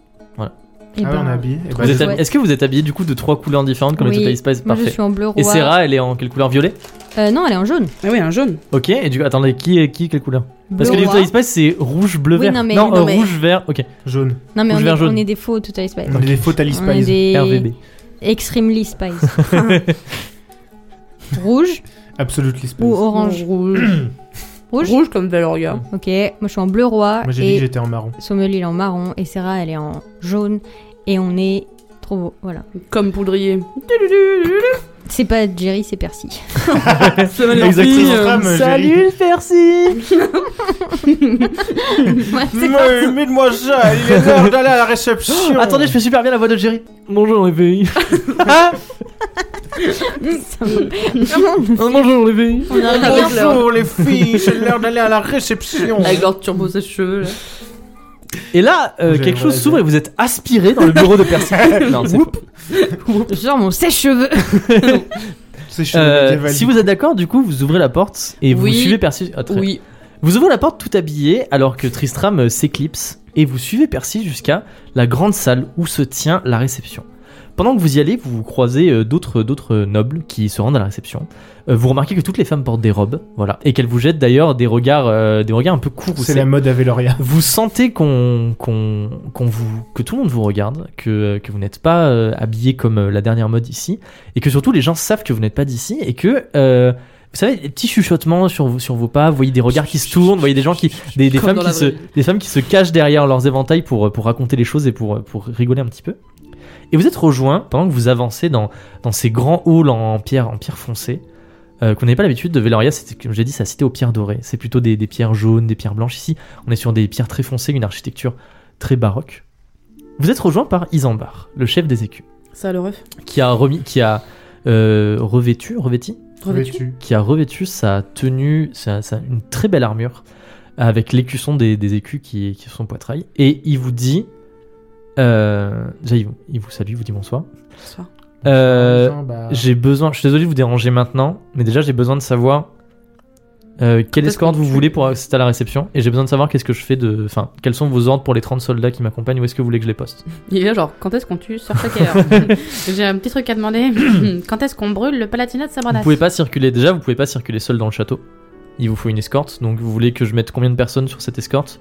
Speaker 4: Eh
Speaker 2: Ah ouais,
Speaker 4: ben,
Speaker 2: on est habillé. Eh ben,
Speaker 1: Vous êtes
Speaker 4: je-
Speaker 1: habillé- Est-ce que vous êtes habillé du coup de trois couleurs différentes comme
Speaker 4: Oui.
Speaker 1: les Total Spice
Speaker 4: Moi je
Speaker 1: Parfait.
Speaker 4: suis en bleu roi.
Speaker 1: Et Sarah, elle est en quelle couleur Violet
Speaker 4: Euh, Non, elle est en jaune.
Speaker 3: Ah oui, un jaune.
Speaker 1: Ok, et du coup, attendez, qui est qui, quelle couleur Parce
Speaker 4: Bleu
Speaker 1: que les
Speaker 4: roi.
Speaker 1: Total Spice, c'est rouge, bleu,
Speaker 4: Oui,
Speaker 1: vert.
Speaker 4: non, mais-
Speaker 1: non,
Speaker 4: non,
Speaker 1: euh,
Speaker 4: mais-
Speaker 1: rouge, vert, ok.
Speaker 2: Jaune.
Speaker 4: Non, mais
Speaker 1: Rouge,
Speaker 4: on,
Speaker 1: vert,
Speaker 4: est,
Speaker 1: jaune.
Speaker 4: on est des faux Total Spies.
Speaker 2: On est des faux Tally
Speaker 4: On est
Speaker 2: Spies.
Speaker 4: des
Speaker 1: RVB.
Speaker 4: Extremely Spies. Rouge
Speaker 2: Absolutely Spies.
Speaker 4: ou orange
Speaker 3: Rouge.
Speaker 4: Rouge
Speaker 3: Rouge comme Valoria.
Speaker 4: Ok, moi je suis en bleu roi
Speaker 2: Moi j'ai dit que
Speaker 4: et
Speaker 2: j'étais en marron.
Speaker 4: Sommel il est en marron et Sarah elle est en jaune et on est trop beau. Voilà.
Speaker 3: Comme Poudrier.
Speaker 4: C'est pas Jerry, c'est Percy.
Speaker 2: Exactement. Femme, j'ai-
Speaker 1: Salut le Percy
Speaker 4: Ouais, c'est Oh,
Speaker 2: Moi, euh, Mets-moi ça, il est l'heure d'aller à la réception.
Speaker 1: Attendez, je fais super bien la voix de Jerry. Bonjour les pays.
Speaker 4: ça. Vraiment,
Speaker 1: Bonjour les pays.
Speaker 3: On arrive avec leur-
Speaker 2: Bonjour les filles, c'est l'heure d'aller à la réception.
Speaker 3: avec leur turbo sèche-cheveux. là.
Speaker 1: Et là, euh,
Speaker 2: J'ai
Speaker 1: quelque chose
Speaker 2: raison.
Speaker 1: s'ouvre et vous êtes aspiré dans le bureau de Percy. non, c'est faux.
Speaker 4: Genre mon sèche-cheveux.
Speaker 2: C'est chaud,
Speaker 1: Euh,
Speaker 2: médiéval.
Speaker 1: si vous êtes d'accord, du coup, vous ouvrez la porte et vous
Speaker 3: Oui.
Speaker 1: suivez Percy. Ah, très bien.
Speaker 3: Oui.
Speaker 1: Vous ouvrez la porte tout habillé alors que Tristram euh, s'éclipse et vous suivez Percy jusqu'à la grande salle où se tient la réception. Pendant que vous y allez, vous vous croisez euh, d'autres d'autres euh, nobles qui se rendent à la réception. Euh, vous remarquez que toutes les femmes portent des robes, voilà, et qu'elles vous jettent d'ailleurs des regards euh, des regards un peu courts.
Speaker 2: C'est la mode à Veloria.
Speaker 1: Vous sentez qu'on qu'on qu'on vous que tout le monde vous regarde, que que vous n'êtes pas euh, habillé comme euh, la dernière mode ici, et que surtout les gens savent que vous n'êtes pas d'ici et que euh, vous savez des petits chuchotements sur vos- sur vos pas, vous voyez des regards qui se tournent, vous voyez des gens qui des, des
Speaker 3: Comme
Speaker 1: femmes
Speaker 3: dans
Speaker 1: qui
Speaker 3: la
Speaker 1: se
Speaker 3: vraie vie.
Speaker 1: des femmes qui se cachent derrière leurs éventails pour euh, pour raconter les choses et pour euh, pour rigoler un petit peu. Et vous êtes rejoint pendant que vous avancez dans dans ces grands halls en, en pierre en pierre foncée. euh, qu'on n'avait pas l'habitude de Veloria, c'était comme j'ai dit, c'est la cité aux pierres dorées. C'est plutôt des, des pierres jaunes, des pierres blanches ici. On est sur des pierres très foncées, une architecture très baroque. Vous êtes rejoint par Isambard, le chef des écus,
Speaker 3: Ça, le ref.
Speaker 1: qui a remis, qui a euh, revêtu, revêti,
Speaker 3: Revêtu.
Speaker 1: qui a revêtu sa tenue, sa, sa- une très belle armure avec l'écusson des, des écus qui, qui sont poitrail. Et il vous dit, euh, déjà, il vous, il vous salue, il vous dit bonsoir.
Speaker 3: Bonsoir.
Speaker 1: Euh,
Speaker 2: Bonsoir, bah,
Speaker 1: j'ai besoin, je suis désolé de vous déranger maintenant, mais déjà j'ai besoin de savoir euh, quelle
Speaker 3: Peut-être
Speaker 1: escorte
Speaker 3: que
Speaker 1: vous
Speaker 3: tu-
Speaker 1: voulez pour assister à la réception, et j'ai besoin de savoir qu'est-ce que je fais de. Enfin, quels sont vos ordres pour les 30 soldats qui m'accompagnent, où est-ce que vous voulez que je les poste
Speaker 3: Il est là, genre, quand est-ce qu'on tue Sœur Faker J'ai un petit truc à demander. quand est-ce qu'on brûle le palatinat de
Speaker 1: Vous
Speaker 3: Sabranas
Speaker 1: pouvez pas circuler, déjà vous pouvez pas circuler seul dans le château. Il vous faut une escorte, donc vous voulez que je mette combien de personnes sur cette escorte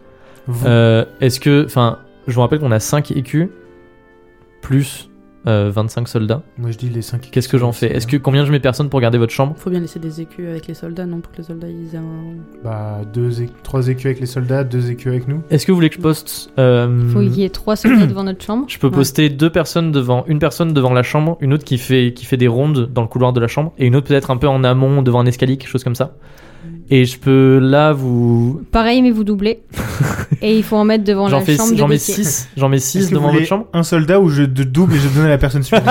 Speaker 2: vous-
Speaker 1: Euh, Est-ce que. Enfin, je vous rappelle qu'on a 5 écus, plus euh, 25 soldats.
Speaker 2: Moi je dis les 5
Speaker 1: Qu'est-ce que j'en fais Est-ce que combien je mets personnes pour garder votre chambre
Speaker 3: Faut bien laisser des écus avec les soldats, non Pour que les soldats ils aient un.
Speaker 2: Bah, 3 écus avec les soldats, 2 écus avec nous.
Speaker 1: Est-ce que vous voulez que je poste. euh,
Speaker 4: Faut qu'il y ait trois soldats devant notre chambre.
Speaker 1: Je peux
Speaker 3: Ouais.
Speaker 1: poster deux personnes devant, une personne devant la chambre, une autre qui fait, qui fait des rondes dans le couloir de la chambre, et une autre peut-être un peu en amont devant un escalier, quelque chose comme ça. Et je peux là vous.
Speaker 4: Pareil, mais vous doublez. et il faut en mettre devant
Speaker 1: J'en
Speaker 4: la
Speaker 1: fais-
Speaker 4: chambre
Speaker 1: j'en
Speaker 4: de
Speaker 1: mets
Speaker 4: dossier.
Speaker 1: 6 J'en mets
Speaker 2: Est-ce
Speaker 1: 6
Speaker 2: que vous
Speaker 1: devant
Speaker 2: voulez
Speaker 1: votre chambre.
Speaker 2: Un soldat ou je de- double et je donne à la personne suivante.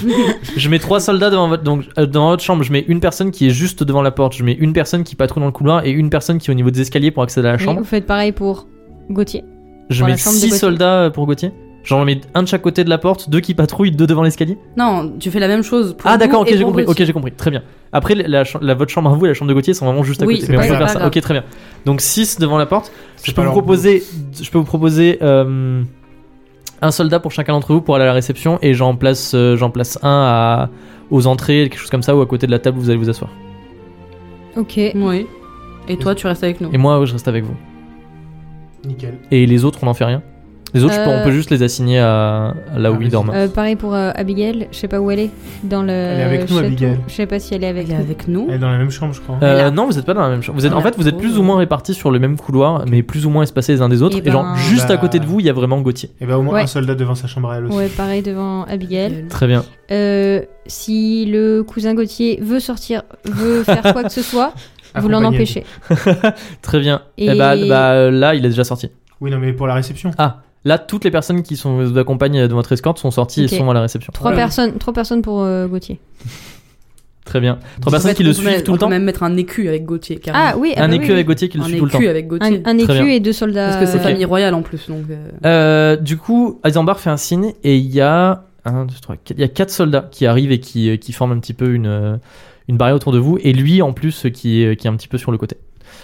Speaker 1: Je mets trois soldats devant votre donc euh, dans votre chambre. Je mets une personne qui est juste devant la porte. Je mets une personne qui patrouille dans le couloir et une personne qui est au niveau des escaliers pour accéder à la
Speaker 4: Et
Speaker 1: chambre.
Speaker 4: vous faites pareil pour Gauthier.
Speaker 1: Je
Speaker 4: pour
Speaker 1: mets
Speaker 4: la chambre de
Speaker 1: six
Speaker 4: Gauthier.
Speaker 1: soldats euh, pour Gauthier. J'en mets un de chaque côté de la porte, deux qui patrouillent, deux devant l'escalier.
Speaker 3: Non, tu fais la même chose pour
Speaker 1: Ah
Speaker 3: nous
Speaker 1: d'accord, ok
Speaker 3: et
Speaker 1: j'ai
Speaker 3: pour
Speaker 1: compris.
Speaker 3: Bruce.
Speaker 1: Ok j'ai compris. Très bien. Après la, cha- la- votre chambre à vous et la chambre de Gauthier sont vraiment juste à
Speaker 3: Oui,
Speaker 1: côté.
Speaker 2: c'est
Speaker 1: Mais on
Speaker 2: pas
Speaker 1: peut
Speaker 2: grave.
Speaker 1: faire ça.
Speaker 3: D'accord.
Speaker 1: Ok très bien. Donc 6 devant la porte. Je
Speaker 2: C'est
Speaker 1: peux,
Speaker 2: pas
Speaker 1: vous
Speaker 2: leur boulot.
Speaker 1: proposer, je peux vous proposer euh, un soldat pour chacun d'entre vous pour aller à la réception et j'en place, euh, j'en place un à, aux entrées, quelque chose comme ça, ou à côté de la table vous allez vous asseoir.
Speaker 4: Ok.
Speaker 3: Oui. Et toi, tu restes avec nous.
Speaker 1: Et moi ouais, je reste avec vous.
Speaker 2: Nickel.
Speaker 1: Et les autres on n'en fait rien. Les autres je peux-
Speaker 4: Euh,
Speaker 1: on peut juste les assigner à, à là
Speaker 2: Ah
Speaker 1: où
Speaker 2: oui,
Speaker 1: ils dorment.
Speaker 2: c'est-
Speaker 4: Euh, pareil pour euh, Abigail. Je sais pas où elle est. Dans le.
Speaker 2: Elle est avec nous,
Speaker 4: château.
Speaker 2: Abigail.
Speaker 4: Je sais pas si elle est avec
Speaker 3: Elle est
Speaker 4: nous.
Speaker 3: avec nous.
Speaker 2: Elle est dans la même chambre, je crois.
Speaker 1: Euh,
Speaker 3: Voilà.
Speaker 1: non, vous n'êtes pas dans la même chambre.
Speaker 4: Ah,
Speaker 1: Vous êtes, en
Speaker 3: Voilà.
Speaker 1: fait, vous êtes plus ou moins répartis sur le même couloir, mais plus ou moins espacés les uns des autres.
Speaker 4: oh. Eh
Speaker 1: Et, genre,
Speaker 4: ben-
Speaker 1: juste à
Speaker 2: Bah-
Speaker 1: côté de vous, il y a vraiment Gauthier.
Speaker 2: Et bah au moins
Speaker 4: Ouais.
Speaker 2: un soldat devant sa chambre à elle aussi.
Speaker 4: Ouais, pareil devant Abigail.
Speaker 1: Très bien.
Speaker 4: Euh, si le cousin Gauthier veut sortir, veut faire quoi que ce soit, vous l'en
Speaker 2: Accompagné.
Speaker 4: empêchez.
Speaker 1: Très bien. Et,
Speaker 4: Et-
Speaker 1: bah, bah, là, il est déjà sorti.
Speaker 2: Oui, non, mais pour la réception.
Speaker 1: Là, toutes les personnes qui sont, vous accompagnent euh, de votre escorte sont sorties
Speaker 4: Ok.
Speaker 1: et sont à la réception.
Speaker 4: Trois
Speaker 2: Ouais.
Speaker 4: personnes, trois personnes pour euh, Gauthier.
Speaker 1: Très bien. Trois
Speaker 3: En
Speaker 1: personnes
Speaker 3: fait,
Speaker 1: qui le
Speaker 3: on peut même-
Speaker 1: suivent tout
Speaker 3: on
Speaker 1: le
Speaker 3: peut
Speaker 1: temps.
Speaker 3: même mettre un écu avec Gauthier.
Speaker 4: Ah
Speaker 3: carrément.
Speaker 4: oui, ah
Speaker 1: Un
Speaker 4: bah
Speaker 1: écu
Speaker 4: oui,
Speaker 1: avec Gauthier qui le
Speaker 3: Un euh,
Speaker 1: suit tout le temps.
Speaker 3: écu avec Gauthier.
Speaker 4: Un, un
Speaker 1: Très
Speaker 4: écu
Speaker 1: bien.
Speaker 4: et deux soldats.
Speaker 3: Parce que c'est
Speaker 4: euh,
Speaker 3: famille royale en plus, donc. euh,
Speaker 1: Euh, du coup, Eisenbar fait un signe et il y a un, deux, trois, quatre- il y a quatre soldats qui arrivent et qui, euh, qui forment un petit peu une, euh, une barrière autour de vous et lui en plus euh, qui, est- qui est un petit peu sur le côté.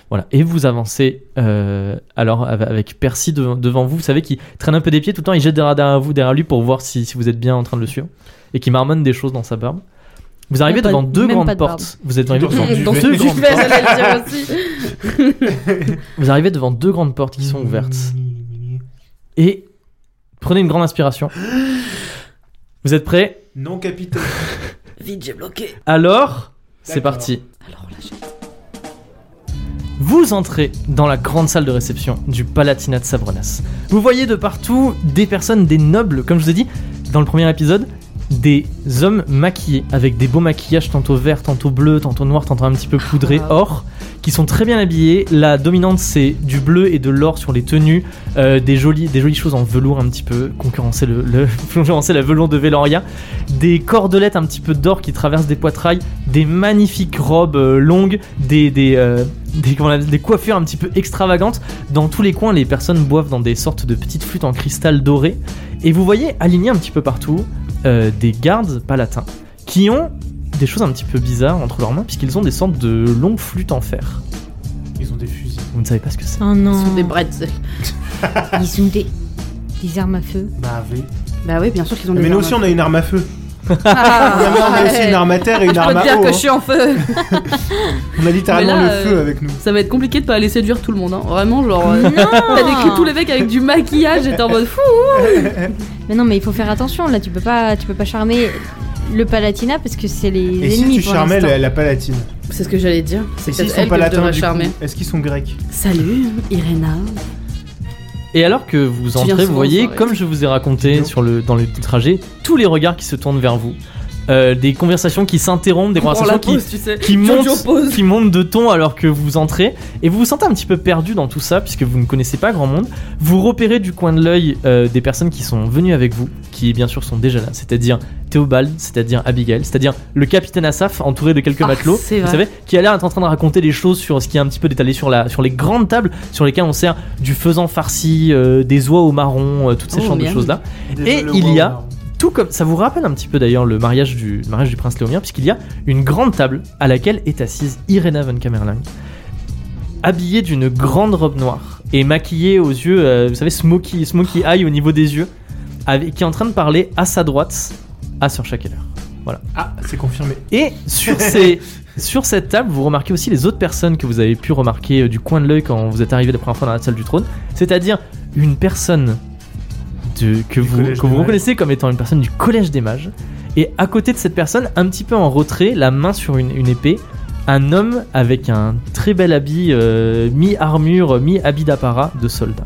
Speaker 1: Voilà, et vous avancez euh, alors av- avec Percy de- devant vous, vous savez qui traîne un peu des pieds tout le temps, il jette des radars à vous derrière lui pour voir si, si vous êtes bien en train de le suivre et qui marmonne des choses dans sa barbe. Vous arrivez
Speaker 4: Même pas-
Speaker 1: devant deux
Speaker 4: même
Speaker 1: grandes
Speaker 4: pas de barbe.
Speaker 1: portes. Vous êtes arrivé
Speaker 2: Dans-
Speaker 1: devant
Speaker 2: du
Speaker 1: deux
Speaker 2: fait.
Speaker 1: grandes
Speaker 2: Du
Speaker 1: portes.
Speaker 3: Mais j'allais le dire aussi.
Speaker 1: Vous arrivez devant deux grandes portes qui sont ouvertes. Et prenez une grande inspiration. Vous êtes prêts
Speaker 2: Non, capitaine.
Speaker 3: Vite, j'ai bloqué.
Speaker 1: Alors, c'est
Speaker 2: D'accord.
Speaker 1: parti.
Speaker 3: Alors là, j'ai-
Speaker 1: Vous entrez dans la grande salle de réception du Palatinat de Sabronas. Vous voyez de partout des personnes, des nobles, comme je vous ai dit dans le premier épisode, des hommes maquillés avec des beaux maquillages tantôt vert, tantôt bleu, tantôt noir, tantôt un petit peu poudré,
Speaker 3: Wow.
Speaker 1: or, qui sont très bien habillés. La dominante c'est du bleu et de l'or sur les tenues, euh, des, jolies, des jolies choses en velours un petit peu, concurrencer, le, le- concurrencer la velours de Veloria, des cordelettes un petit peu d'or qui traversent des poitrailles, des magnifiques robes euh, longues, des, des, euh, des, comment on appelle- des coiffures un petit peu extravagantes. Dans tous les coins, les personnes boivent dans des sortes de petites flûtes en cristal doré. Et vous voyez aligner un petit peu partout euh, des gardes palatins qui ont des choses un petit peu bizarres entre leurs mains puisqu'ils ont des sortes de longues flûtes en fer.
Speaker 2: Ils ont des fusils.
Speaker 1: Vous ne savez pas ce que c'est.
Speaker 4: Oh
Speaker 3: Ce
Speaker 4: non.
Speaker 3: sont des brettes.
Speaker 4: Ils ont des, des armes à feu.
Speaker 2: Bah, oui.
Speaker 3: Bah oui, bien sûr qu'ils ont des.
Speaker 2: Mais nous
Speaker 3: armes.
Speaker 2: aussi, on a une arme à feu.
Speaker 3: Ah,
Speaker 2: Non, mais on a aussi
Speaker 3: ouais.
Speaker 2: une arme à terre et une
Speaker 3: Je peux
Speaker 2: arme
Speaker 3: te
Speaker 2: à
Speaker 3: dire
Speaker 2: eau.
Speaker 3: que
Speaker 2: hein.
Speaker 3: je suis en feu.
Speaker 2: On a littéralement
Speaker 3: Mais
Speaker 2: le
Speaker 3: là,
Speaker 2: feu
Speaker 3: euh,
Speaker 2: avec nous.
Speaker 3: Ça va être compliqué de pas aller séduire tout le monde. hein. Vraiment, genre. euh,
Speaker 4: Non
Speaker 3: T'as décrit tous les mecs avec du maquillage, j'étais en mode fou.
Speaker 4: Mais non, mais il faut faire attention. Là, tu peux pas, tu peux pas charmer le Palatinat parce que c'est les
Speaker 2: Et si
Speaker 4: ennemis
Speaker 2: tu
Speaker 4: pour
Speaker 2: charmais
Speaker 4: l'instant.
Speaker 2: la, la palatine
Speaker 3: C'est ce que j'allais dire. C'est
Speaker 2: Et s'ils
Speaker 3: peut-être
Speaker 2: sont
Speaker 3: elle que je
Speaker 2: palatins,
Speaker 3: devrais
Speaker 2: du
Speaker 3: charmer.
Speaker 2: coup, est-ce qu'ils sont grecs
Speaker 3: Salut, Irena.
Speaker 1: Et alors que vous
Speaker 3: viens
Speaker 1: entrez, vous
Speaker 3: souvent,
Speaker 1: voyez,
Speaker 3: ça, ouais.
Speaker 1: comme je vous ai raconté
Speaker 2: donc.
Speaker 1: sur le, dans le trajet, tous les regards qui se tournent vers vous. Euh, des conversations qui s'interrompent, des
Speaker 3: On
Speaker 1: conversations
Speaker 3: la
Speaker 1: qui,
Speaker 3: pose, tu sais.
Speaker 1: qui
Speaker 3: Jojo
Speaker 1: monte,
Speaker 3: pose.
Speaker 1: qui monte de ton alors que vous entrez et vous vous sentez un petit peu perdu dans tout ça puisque vous ne connaissez pas grand monde. Vous repérez du coin de l'œil euh, des personnes qui sont venues avec vous, qui bien sûr sont déjà là, c'est-à-dire Théobald, c'est-à-dire Abigail, c'est-à-dire le capitaine Asaf entouré de quelques
Speaker 3: Ah,
Speaker 1: matelots,
Speaker 3: c'est
Speaker 1: vous
Speaker 3: vrai.
Speaker 1: savez, qui a l'air d'être en train de raconter des choses sur ce qui est un petit peu détalé sur, la, sur les grandes tables sur lesquelles on sert du faisan farci, euh, des oies au marron, euh, toutes ces
Speaker 3: Oh,
Speaker 1: genres de
Speaker 3: miam.
Speaker 1: choses-là
Speaker 2: Déjà, le
Speaker 1: il
Speaker 2: roi
Speaker 1: y a-
Speaker 2: marron.
Speaker 1: tout comme ça vous rappelle un petit peu d'ailleurs le mariage du le mariage du prince Léomir puisqu'il y a une grande table à laquelle est assise Irena von Kamerling habillée d'une grande robe noire et maquillée aux yeux euh, vous savez smoky smoky eye au niveau des yeux avec, qui est en train de parler à sa droite à Sir Shackler.
Speaker 2: Ah, c'est confirmé.
Speaker 1: Et sur, ces, sur cette table, vous remarquez aussi les autres personnes que vous avez pu remarquer euh, du coin de l'œil quand vous êtes arrivé la première fois dans la salle du trône. C'est-à-dire une personne de, que, vous,
Speaker 2: collège
Speaker 1: que vous
Speaker 2: des mages.
Speaker 1: reconnaissez comme étant une personne du collège des mages. Et à côté de cette personne, un petit peu en retrait, la main sur une, une épée, un homme avec un très bel habit, euh, mi-armure, mi-habit d'apparat de soldat.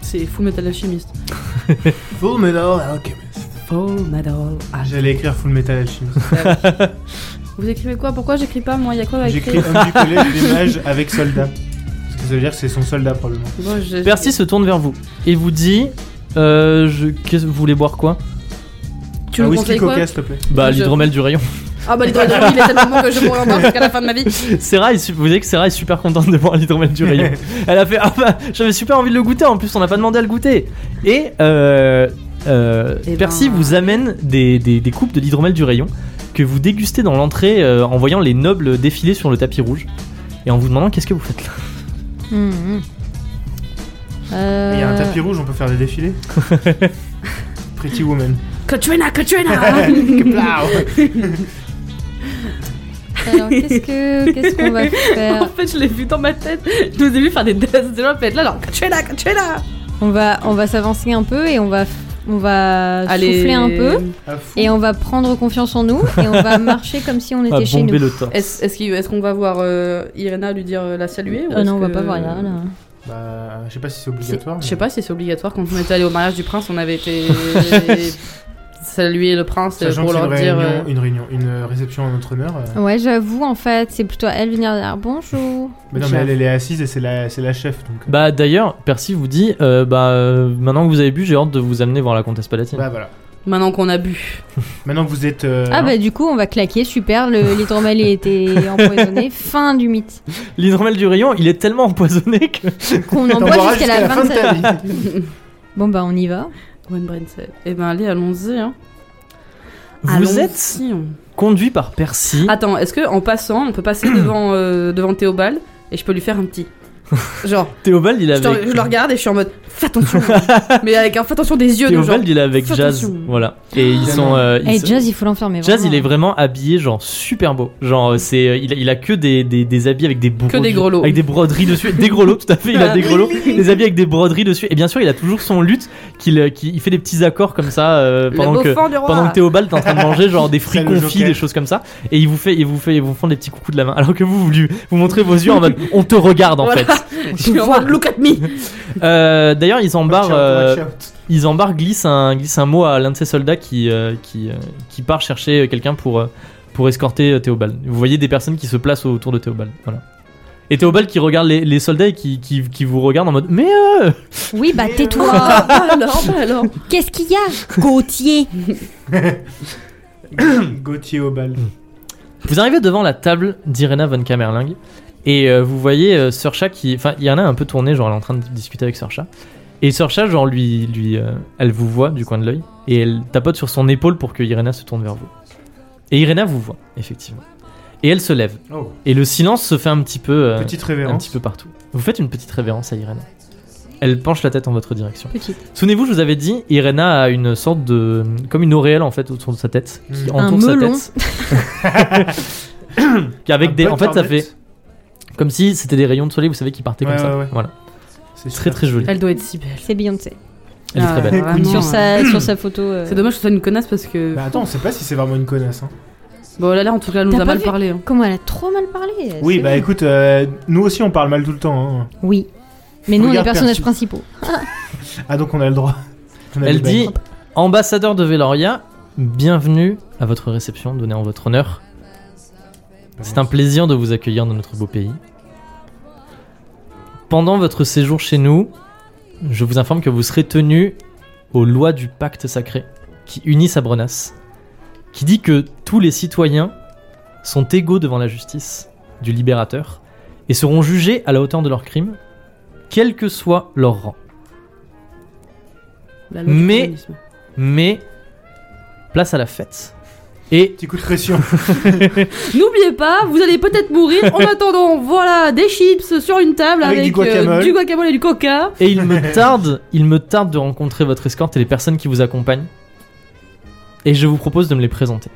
Speaker 3: C'est Full Metal Alchemist.
Speaker 2: Full ah, Metal Alchemist.
Speaker 3: Full Metal
Speaker 2: J'allais écrire Full Metal Alchemist.
Speaker 3: Vous écrivez quoi Pourquoi j'écris pas moi Il y a quoi à
Speaker 2: J'écris
Speaker 3: écrire
Speaker 2: homme du collège des mages avec soldat. Parce que ça veut dire que c'est son soldat probablement.
Speaker 3: Bon, je-
Speaker 1: Percy se tourne vers vous et vous dit euh, je, qu'est-ce- Vous voulez boire quoi
Speaker 3: Tu
Speaker 2: Un
Speaker 3: me
Speaker 2: whisky
Speaker 3: conseilles quoi
Speaker 2: coca s'il te plaît.
Speaker 1: Bah,
Speaker 3: Je-
Speaker 1: l'hydromel du rayon.
Speaker 3: Ah bah l'hydrogène, il est tellement bon que je pourrais en boire jusqu'à la fin de ma vie.
Speaker 1: Sarah est su- vous savez que Sarah est super contente de boire l'hydromel du rayon. Elle a fait Ah bah, j'avais super envie de le goûter, en plus on n'a pas demandé à le goûter. Et euh, euh,
Speaker 3: Eh ben.
Speaker 1: Percy vous amène des, des- des coupes de l'hydromel du rayon que vous dégustez dans l'entrée euh, en voyant les nobles défiler sur le tapis rouge et en vous demandant qu'est-ce que vous faites là.
Speaker 4: Hum, hum.
Speaker 2: Il y a un
Speaker 4: Euh,
Speaker 2: tapis rouge, on peut faire des défilés. Pretty Woman.
Speaker 3: Katrina, Katrina
Speaker 4: Alors, qu'est-ce que- qu'est-ce qu'on va faire
Speaker 3: En fait, je l'ai vu dans ma tête. Je nous ai vu faire des danses de gens, puis être là, genre Katrina, Katrina
Speaker 4: On va, on va s'avancer un peu et on va, on va souffler un peu
Speaker 2: Ah, fou.
Speaker 4: et on va prendre confiance en nous et on va marcher comme si on
Speaker 1: À
Speaker 4: était chez
Speaker 1: bomber
Speaker 4: nous.
Speaker 1: le torse.
Speaker 3: Est-ce est-ce qu'il- est-ce qu'on va voir euh, Irena lui dire euh, la saluer ou
Speaker 4: Ah
Speaker 3: est-ce
Speaker 4: non, on va
Speaker 3: que-
Speaker 4: pas voir rien là.
Speaker 2: Bah, je sais pas si c'est
Speaker 3: C'est-
Speaker 2: obligatoire.
Speaker 3: Je sais pas si c'est obligatoire quand on était allé au mariage du prince, on avait été saluer le prince euh,
Speaker 2: Sachant que
Speaker 3: pour
Speaker 2: c'est une
Speaker 3: leur dire.
Speaker 2: réunion,
Speaker 3: euh, Oh,
Speaker 2: une réunion, une euh, réception en notre honneur. euh.
Speaker 4: Ouais, j'avoue en fait, c'est plutôt elle venir dire bonjour.
Speaker 2: Mais non, mais elle, elle est assise et c'est la, c'est la chef donc. euh.
Speaker 1: Bah d'ailleurs, Percy vous dit euh, Bah euh, maintenant que vous avez bu, j'ai hâte de vous amener voir la comtesse palatine.
Speaker 2: Bah voilà.
Speaker 3: Maintenant qu'on a bu.
Speaker 2: Maintenant que vous êtes. euh,
Speaker 4: Ah
Speaker 2: hein,
Speaker 4: bah du coup, on va claquer, super, le- l'hydromel était empoisonné, fin du mythe.
Speaker 1: L'hydromel du rayon, il est tellement empoisonné que.
Speaker 4: Qu'on en
Speaker 2: t'en
Speaker 4: boit
Speaker 2: boiras
Speaker 4: jusqu'à la
Speaker 2: fin de
Speaker 4: 27
Speaker 2: ta vie.
Speaker 4: Bon bah on y va.
Speaker 3: One brain cell. Eh ben allez, allons-y. Hein.
Speaker 1: Vous
Speaker 3: Allons-y, Ah.
Speaker 1: êtes
Speaker 3: on-
Speaker 1: conduit par Percy.
Speaker 3: Attends, est-ce que en passant, on peut passer devant euh, devant Théobald et je peux lui faire un petit. Genre,
Speaker 1: Théobald, il est
Speaker 3: je, te-
Speaker 1: avec.
Speaker 3: je le regarde et je suis en mode fais attention, hein. mais avec un fais attention des yeux. De genre.
Speaker 1: Théobald, il est avec
Speaker 3: Fais
Speaker 1: Jazz.
Speaker 3: attention. Eh,
Speaker 1: Voilà. Et ils sont. euh, ils
Speaker 4: Et
Speaker 1: sont-
Speaker 4: Eh, Jazz, il faut l'enfermer.
Speaker 1: Jazz, il est
Speaker 4: vraiment.
Speaker 1: vraiment habillé genre super beau. Genre euh, c'est euh, il, a, il a que des, des, des habits avec des broderies,
Speaker 3: des grelots. Ah
Speaker 1: avec des broderies dessus, des grelots tout à fait. Il a des grelots, des habits avec des broderies dessus. Et bien sûr, il a toujours son luth qu'il euh, qui il fait des petits accords comme ça euh,
Speaker 3: Le
Speaker 1: pendant
Speaker 3: beau
Speaker 1: que
Speaker 3: fan du roi.
Speaker 1: pendant que Théobald est en train de manger genre des fruits
Speaker 2: le
Speaker 1: confits,
Speaker 2: Joker.
Speaker 1: des choses comme ça. Et il vous fait il vous fait il vous font des petits coucous de la main. Alors que vous vous lui vous montrez vos yeux en mode on te regarde en
Speaker 3: Voilà.
Speaker 1: fait.
Speaker 3: Je suis en mode look at me.
Speaker 1: Euh, D'ailleurs, ils embarrent
Speaker 2: Watch out,
Speaker 1: euh,
Speaker 2: watch out.
Speaker 1: ils embarquent, glissent un, glissent un mot à l'un de ses soldats qui, euh, qui, euh, qui part chercher quelqu'un pour, euh, pour escorter euh, Théobald. Vous voyez des personnes qui se placent autour de Théobald. Voilà. Et Théobald qui regarde les, les soldats et qui, qui, qui vous regarde en mode Mais euh
Speaker 4: Oui, bah tais-toi.
Speaker 3: Ah, bah alors, bah alors.
Speaker 4: Qu'est-ce qu'il y a Gauthier.
Speaker 2: Gauthier au bal.
Speaker 1: Vous arrivez devant la table d'Irena von Kamerling et euh, vous voyez euh, Sir Chat qui. Enfin, il y en a un peu tourné, genre elle est en train de discuter avec Sir Chat. Et Sir Chat, genre, lui, lui, euh, elle vous voit du coin de l'œil et elle tapote sur son épaule pour que Irena se tourne vers vous. Et Irena vous voit, effectivement. Et elle se lève.
Speaker 2: Oh,
Speaker 1: Et le silence se fait un petit peu, euh,
Speaker 2: petite
Speaker 1: un
Speaker 2: révérence.
Speaker 1: petit peu partout. Vous faites une petite révérence à Irena. Elle penche la tête en votre direction.
Speaker 4: Petite.
Speaker 1: Souvenez-vous, je vous avais dit, Irena a une sorte de, comme une auréole en fait autour de sa tête, qui
Speaker 2: Mm.
Speaker 4: Un
Speaker 1: entoure sa
Speaker 4: melon.
Speaker 1: tête. Qui avec
Speaker 2: Un
Speaker 1: des,
Speaker 2: peu
Speaker 1: en fait, ça
Speaker 2: tardette.
Speaker 1: fait comme si c'était des rayons de soleil, vous savez, qui partaient
Speaker 2: Ouais,
Speaker 1: comme ça.
Speaker 2: ouais, ouais.
Speaker 1: Voilà,
Speaker 2: C'est
Speaker 1: très
Speaker 2: super.
Speaker 1: très joli.
Speaker 3: Elle doit être si belle.
Speaker 4: C'est Beyoncé.
Speaker 1: Elle est très belle.
Speaker 3: Ah, vraiment,
Speaker 4: sur,
Speaker 3: hein.
Speaker 4: sa, sur sa photo. euh,
Speaker 3: C'est dommage que ce soit une connasse parce que
Speaker 2: Bah attends, on sait pas si c'est vraiment une connasse. hein.
Speaker 3: bon là là en tout cas elle nous
Speaker 4: T'as
Speaker 3: a
Speaker 4: pas
Speaker 3: mal
Speaker 4: vu
Speaker 3: parlé. hein.
Speaker 4: Comment elle a trop mal parlé
Speaker 2: Oui,
Speaker 4: c'est
Speaker 2: bah
Speaker 4: bon.
Speaker 2: écoute, euh, nous aussi on parle mal tout le temps. hein.
Speaker 4: Oui. Mais nous, on est les
Speaker 2: Regarde
Speaker 4: personnages
Speaker 2: Percy.
Speaker 4: principaux.
Speaker 2: Ah donc on a le droit. On a
Speaker 1: Elle
Speaker 2: des
Speaker 1: dit
Speaker 2: bails.
Speaker 1: Ambassadeur de Veloria, bienvenue à votre réception donnée en votre honneur.
Speaker 2: Bah,
Speaker 1: C'est un plaisir de vous accueillir dans notre beau pays. Pendant votre séjour chez nous, je vous informe que vous serez tenu aux lois du pacte sacré qui unit Sabronas, qui dit que tous les citoyens sont égaux devant la justice du libérateur et seront jugés à la hauteur de leurs crimes, quel que soit leur rang.
Speaker 3: La loi du
Speaker 1: Mais-
Speaker 3: féminisme.
Speaker 1: Mais place à la fête. Et
Speaker 2: Petit coup de pression.
Speaker 3: N'oubliez pas, vous allez peut-être mourir. En attendant, voilà des chips sur une table avec, euh,
Speaker 2: Avec du guacamole.
Speaker 3: du guacamole et du
Speaker 5: Ah,
Speaker 3: coca.
Speaker 1: Et il me tarde, il me tarde de rencontrer votre escorte et les personnes qui vous accompagnent. Et je vous propose de me les présenter.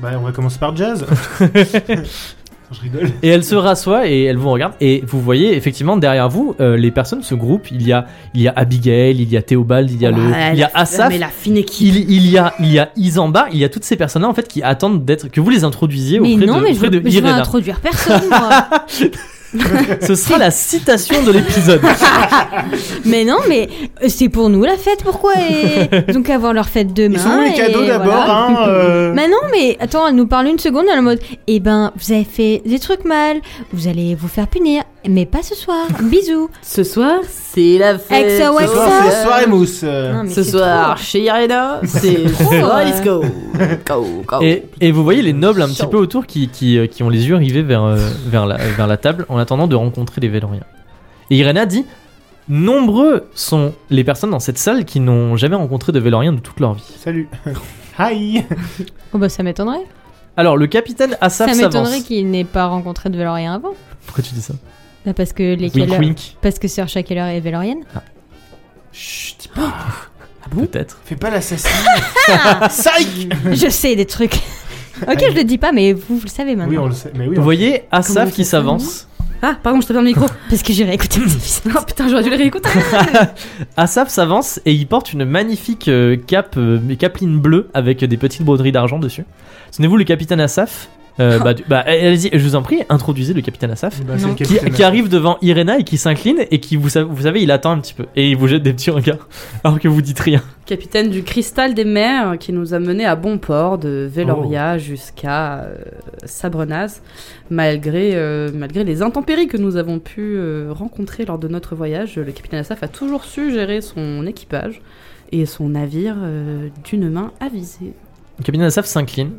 Speaker 2: bah on va commencer par jazz. je rigole.
Speaker 1: Et elle se rassoit et elle vous regarde. Et vous voyez effectivement derrière vous euh, les personnes se groupent. Il y a, il y a Abigail, il y a Théobald, il y a
Speaker 3: Ouais,
Speaker 1: le, il y a
Speaker 3: la-
Speaker 1: Asaf.
Speaker 3: Mais la fine équipe.
Speaker 1: Il, il y a, il y a Isamba, il y a toutes ces personnes-là en fait qui attendent d'être que vous les introduisiez
Speaker 4: Mais
Speaker 1: auprès
Speaker 4: non,
Speaker 1: de,
Speaker 4: mais je
Speaker 1: auprès
Speaker 4: veux,
Speaker 1: de
Speaker 4: mais je veux
Speaker 1: Irena.
Speaker 4: introduire personne, moi.
Speaker 1: Ce sera la citation de l'épisode.
Speaker 4: Mais non, mais euh, c'est pour nous la fête, pourquoi et... Donc avoir leur fête demain.
Speaker 2: Ils sont où les
Speaker 4: et
Speaker 2: cadeaux d'abord
Speaker 4: voilà.
Speaker 2: hein, euh,
Speaker 4: Mais non, mais attends, elle nous parle une seconde, elle est en mode Eh ben, vous avez fait des trucs mal, vous allez vous faire punir, mais pas ce soir. Bisous.
Speaker 5: Ce soir, c'est la fête.
Speaker 4: Avec sa
Speaker 2: Ce
Speaker 4: ouais,
Speaker 2: soir,
Speaker 4: ça.
Speaker 2: c'est soirée mousse. euh.
Speaker 4: Non, mais
Speaker 5: Ce
Speaker 4: c'est
Speaker 5: soir,
Speaker 4: trop.
Speaker 5: chez Irena, c'est
Speaker 4: trop,
Speaker 5: let's go. Go,
Speaker 3: Ah
Speaker 5: go.
Speaker 1: Et, et vous voyez les nobles un petit
Speaker 5: Chaud.
Speaker 1: peu autour qui, qui, euh, qui ont les yeux rivés vers, euh, vers, la, vers la table en attendant de rencontrer les Véloriens. Et Irena dit Nombreux sont les personnes dans cette salle qui n'ont jamais rencontré de Véloriens de toute leur vie.
Speaker 2: Salut. Hi.
Speaker 4: Oh bah ça m'étonnerait.
Speaker 1: Alors, le capitaine Assaf
Speaker 4: Ça m'étonnerait
Speaker 1: s'avance.
Speaker 4: qu'il n'ait pas rencontré de Valorien avant.
Speaker 1: Pourquoi tu dis ça
Speaker 4: Bah, parce que les
Speaker 1: Wink
Speaker 4: Keller-
Speaker 1: wink.
Speaker 4: Parce que Sir Shackler est Valorienne.
Speaker 2: Chut, dis pas-
Speaker 1: Peut-être.
Speaker 2: fais pas l'assassin. Psych.
Speaker 4: je sais des trucs. ok, je le dis pas, mais vous, vous le savez maintenant.
Speaker 2: Oui, on le sait. Mais oui.
Speaker 1: Vous
Speaker 2: on-
Speaker 1: voyez
Speaker 3: Comment
Speaker 1: Assaf qui
Speaker 3: ça s'appelle
Speaker 1: s'avance.
Speaker 3: Ah, pardon, je te dans le micro.
Speaker 4: Parce que j'irai écouter les épisodes.
Speaker 3: Oh putain, j'aurais dû le réécouter.
Speaker 1: Assaf s'avance et il porte une magnifique euh, cape, euh, mais capeline bleue avec des petites broderies d'argent dessus. Souvenez-vous, le capitaine Assaf. euh, bah, du- bah, allez-y, je vous en prie, introduisez le capitaine Assaf.
Speaker 2: Bah, c'est
Speaker 4: Non.
Speaker 2: le
Speaker 1: qui,
Speaker 2: capitaine.
Speaker 1: qui arrive devant Irena et qui s'incline et qui, vous, sa- vous savez, il attend un petit peu. Et il vous jette des petits regards alors que vous dites rien.
Speaker 3: Capitaine du Cristal des Mers qui nous a menés à bon port de Veloria jusqu'à euh, Sabrenaz, malgré, euh, malgré les intempéries que nous avons pu euh, rencontrer lors de notre voyage. Le capitaine Assaf a toujours su gérer son équipage et son navire euh, d'une main avisée.
Speaker 1: Le capitaine Assaf s'incline.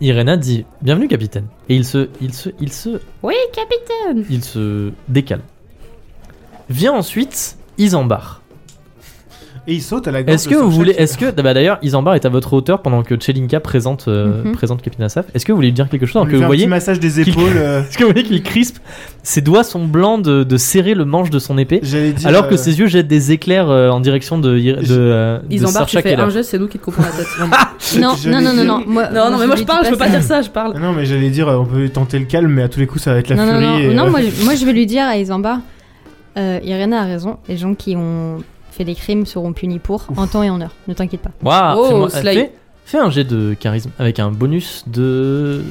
Speaker 1: Irena dit Bienvenue, capitaine. Et il se. Il se. Il se.
Speaker 3: Oui, capitaine
Speaker 1: Il se décale. Vient ensuite Isambard.
Speaker 2: Et il saute à la gorge.
Speaker 1: Est-ce
Speaker 2: de
Speaker 1: que
Speaker 2: son
Speaker 1: vous
Speaker 2: chat
Speaker 1: voulez.
Speaker 2: qui-
Speaker 1: Est-ce que. bah, D'ailleurs, Isambard est à votre hauteur pendant que Chelinka présente, euh,
Speaker 4: Mhm.
Speaker 1: présente le capitaine Assaf. Est-ce que vous voulez lui dire quelque chose
Speaker 2: On
Speaker 1: alors
Speaker 2: lui
Speaker 1: que
Speaker 2: fait
Speaker 1: vous
Speaker 2: un
Speaker 1: voyez.
Speaker 2: petit massage des
Speaker 1: qu'il-
Speaker 2: épaules. euh,
Speaker 1: Est-ce que vous voyez qu'il crispe Ses doigts sont blancs de, de serrer le manche de son épée.
Speaker 2: J'allais dire.
Speaker 1: Alors que
Speaker 2: euh,
Speaker 1: ses yeux jettent des éclairs euh, en direction de, Ir- de,
Speaker 2: Je-
Speaker 1: euh, de
Speaker 3: Ils embarquent,
Speaker 1: Sarsha
Speaker 3: tu fais
Speaker 1: Keller.
Speaker 3: un geste, c'est nous qui te coupons la tête.
Speaker 4: Non,
Speaker 2: j'allais
Speaker 4: non, non, non,
Speaker 2: dire-
Speaker 4: non. Moi,
Speaker 3: non, non, mais moi
Speaker 4: lui
Speaker 3: je
Speaker 4: dis
Speaker 3: parle, je peux
Speaker 4: ça.
Speaker 3: pas dire ça, je parle.
Speaker 2: Ah Non, mais j'allais dire, euh, on peut tenter le calme, mais à tous les coups, ça va être la
Speaker 4: non, non,
Speaker 2: furie.
Speaker 4: non,
Speaker 2: et,
Speaker 4: non,
Speaker 2: euh,
Speaker 4: moi, je, moi, je vais lui dire à Isambard euh, Irena a raison, les gens qui ont fait des crimes seront punis pour en temps et en heure. Ne t'inquiète pas.
Speaker 1: Waouh,
Speaker 3: Oh,
Speaker 1: fais-moi-
Speaker 3: Slay.
Speaker 1: fais, fais un jet de charisme avec un bonus de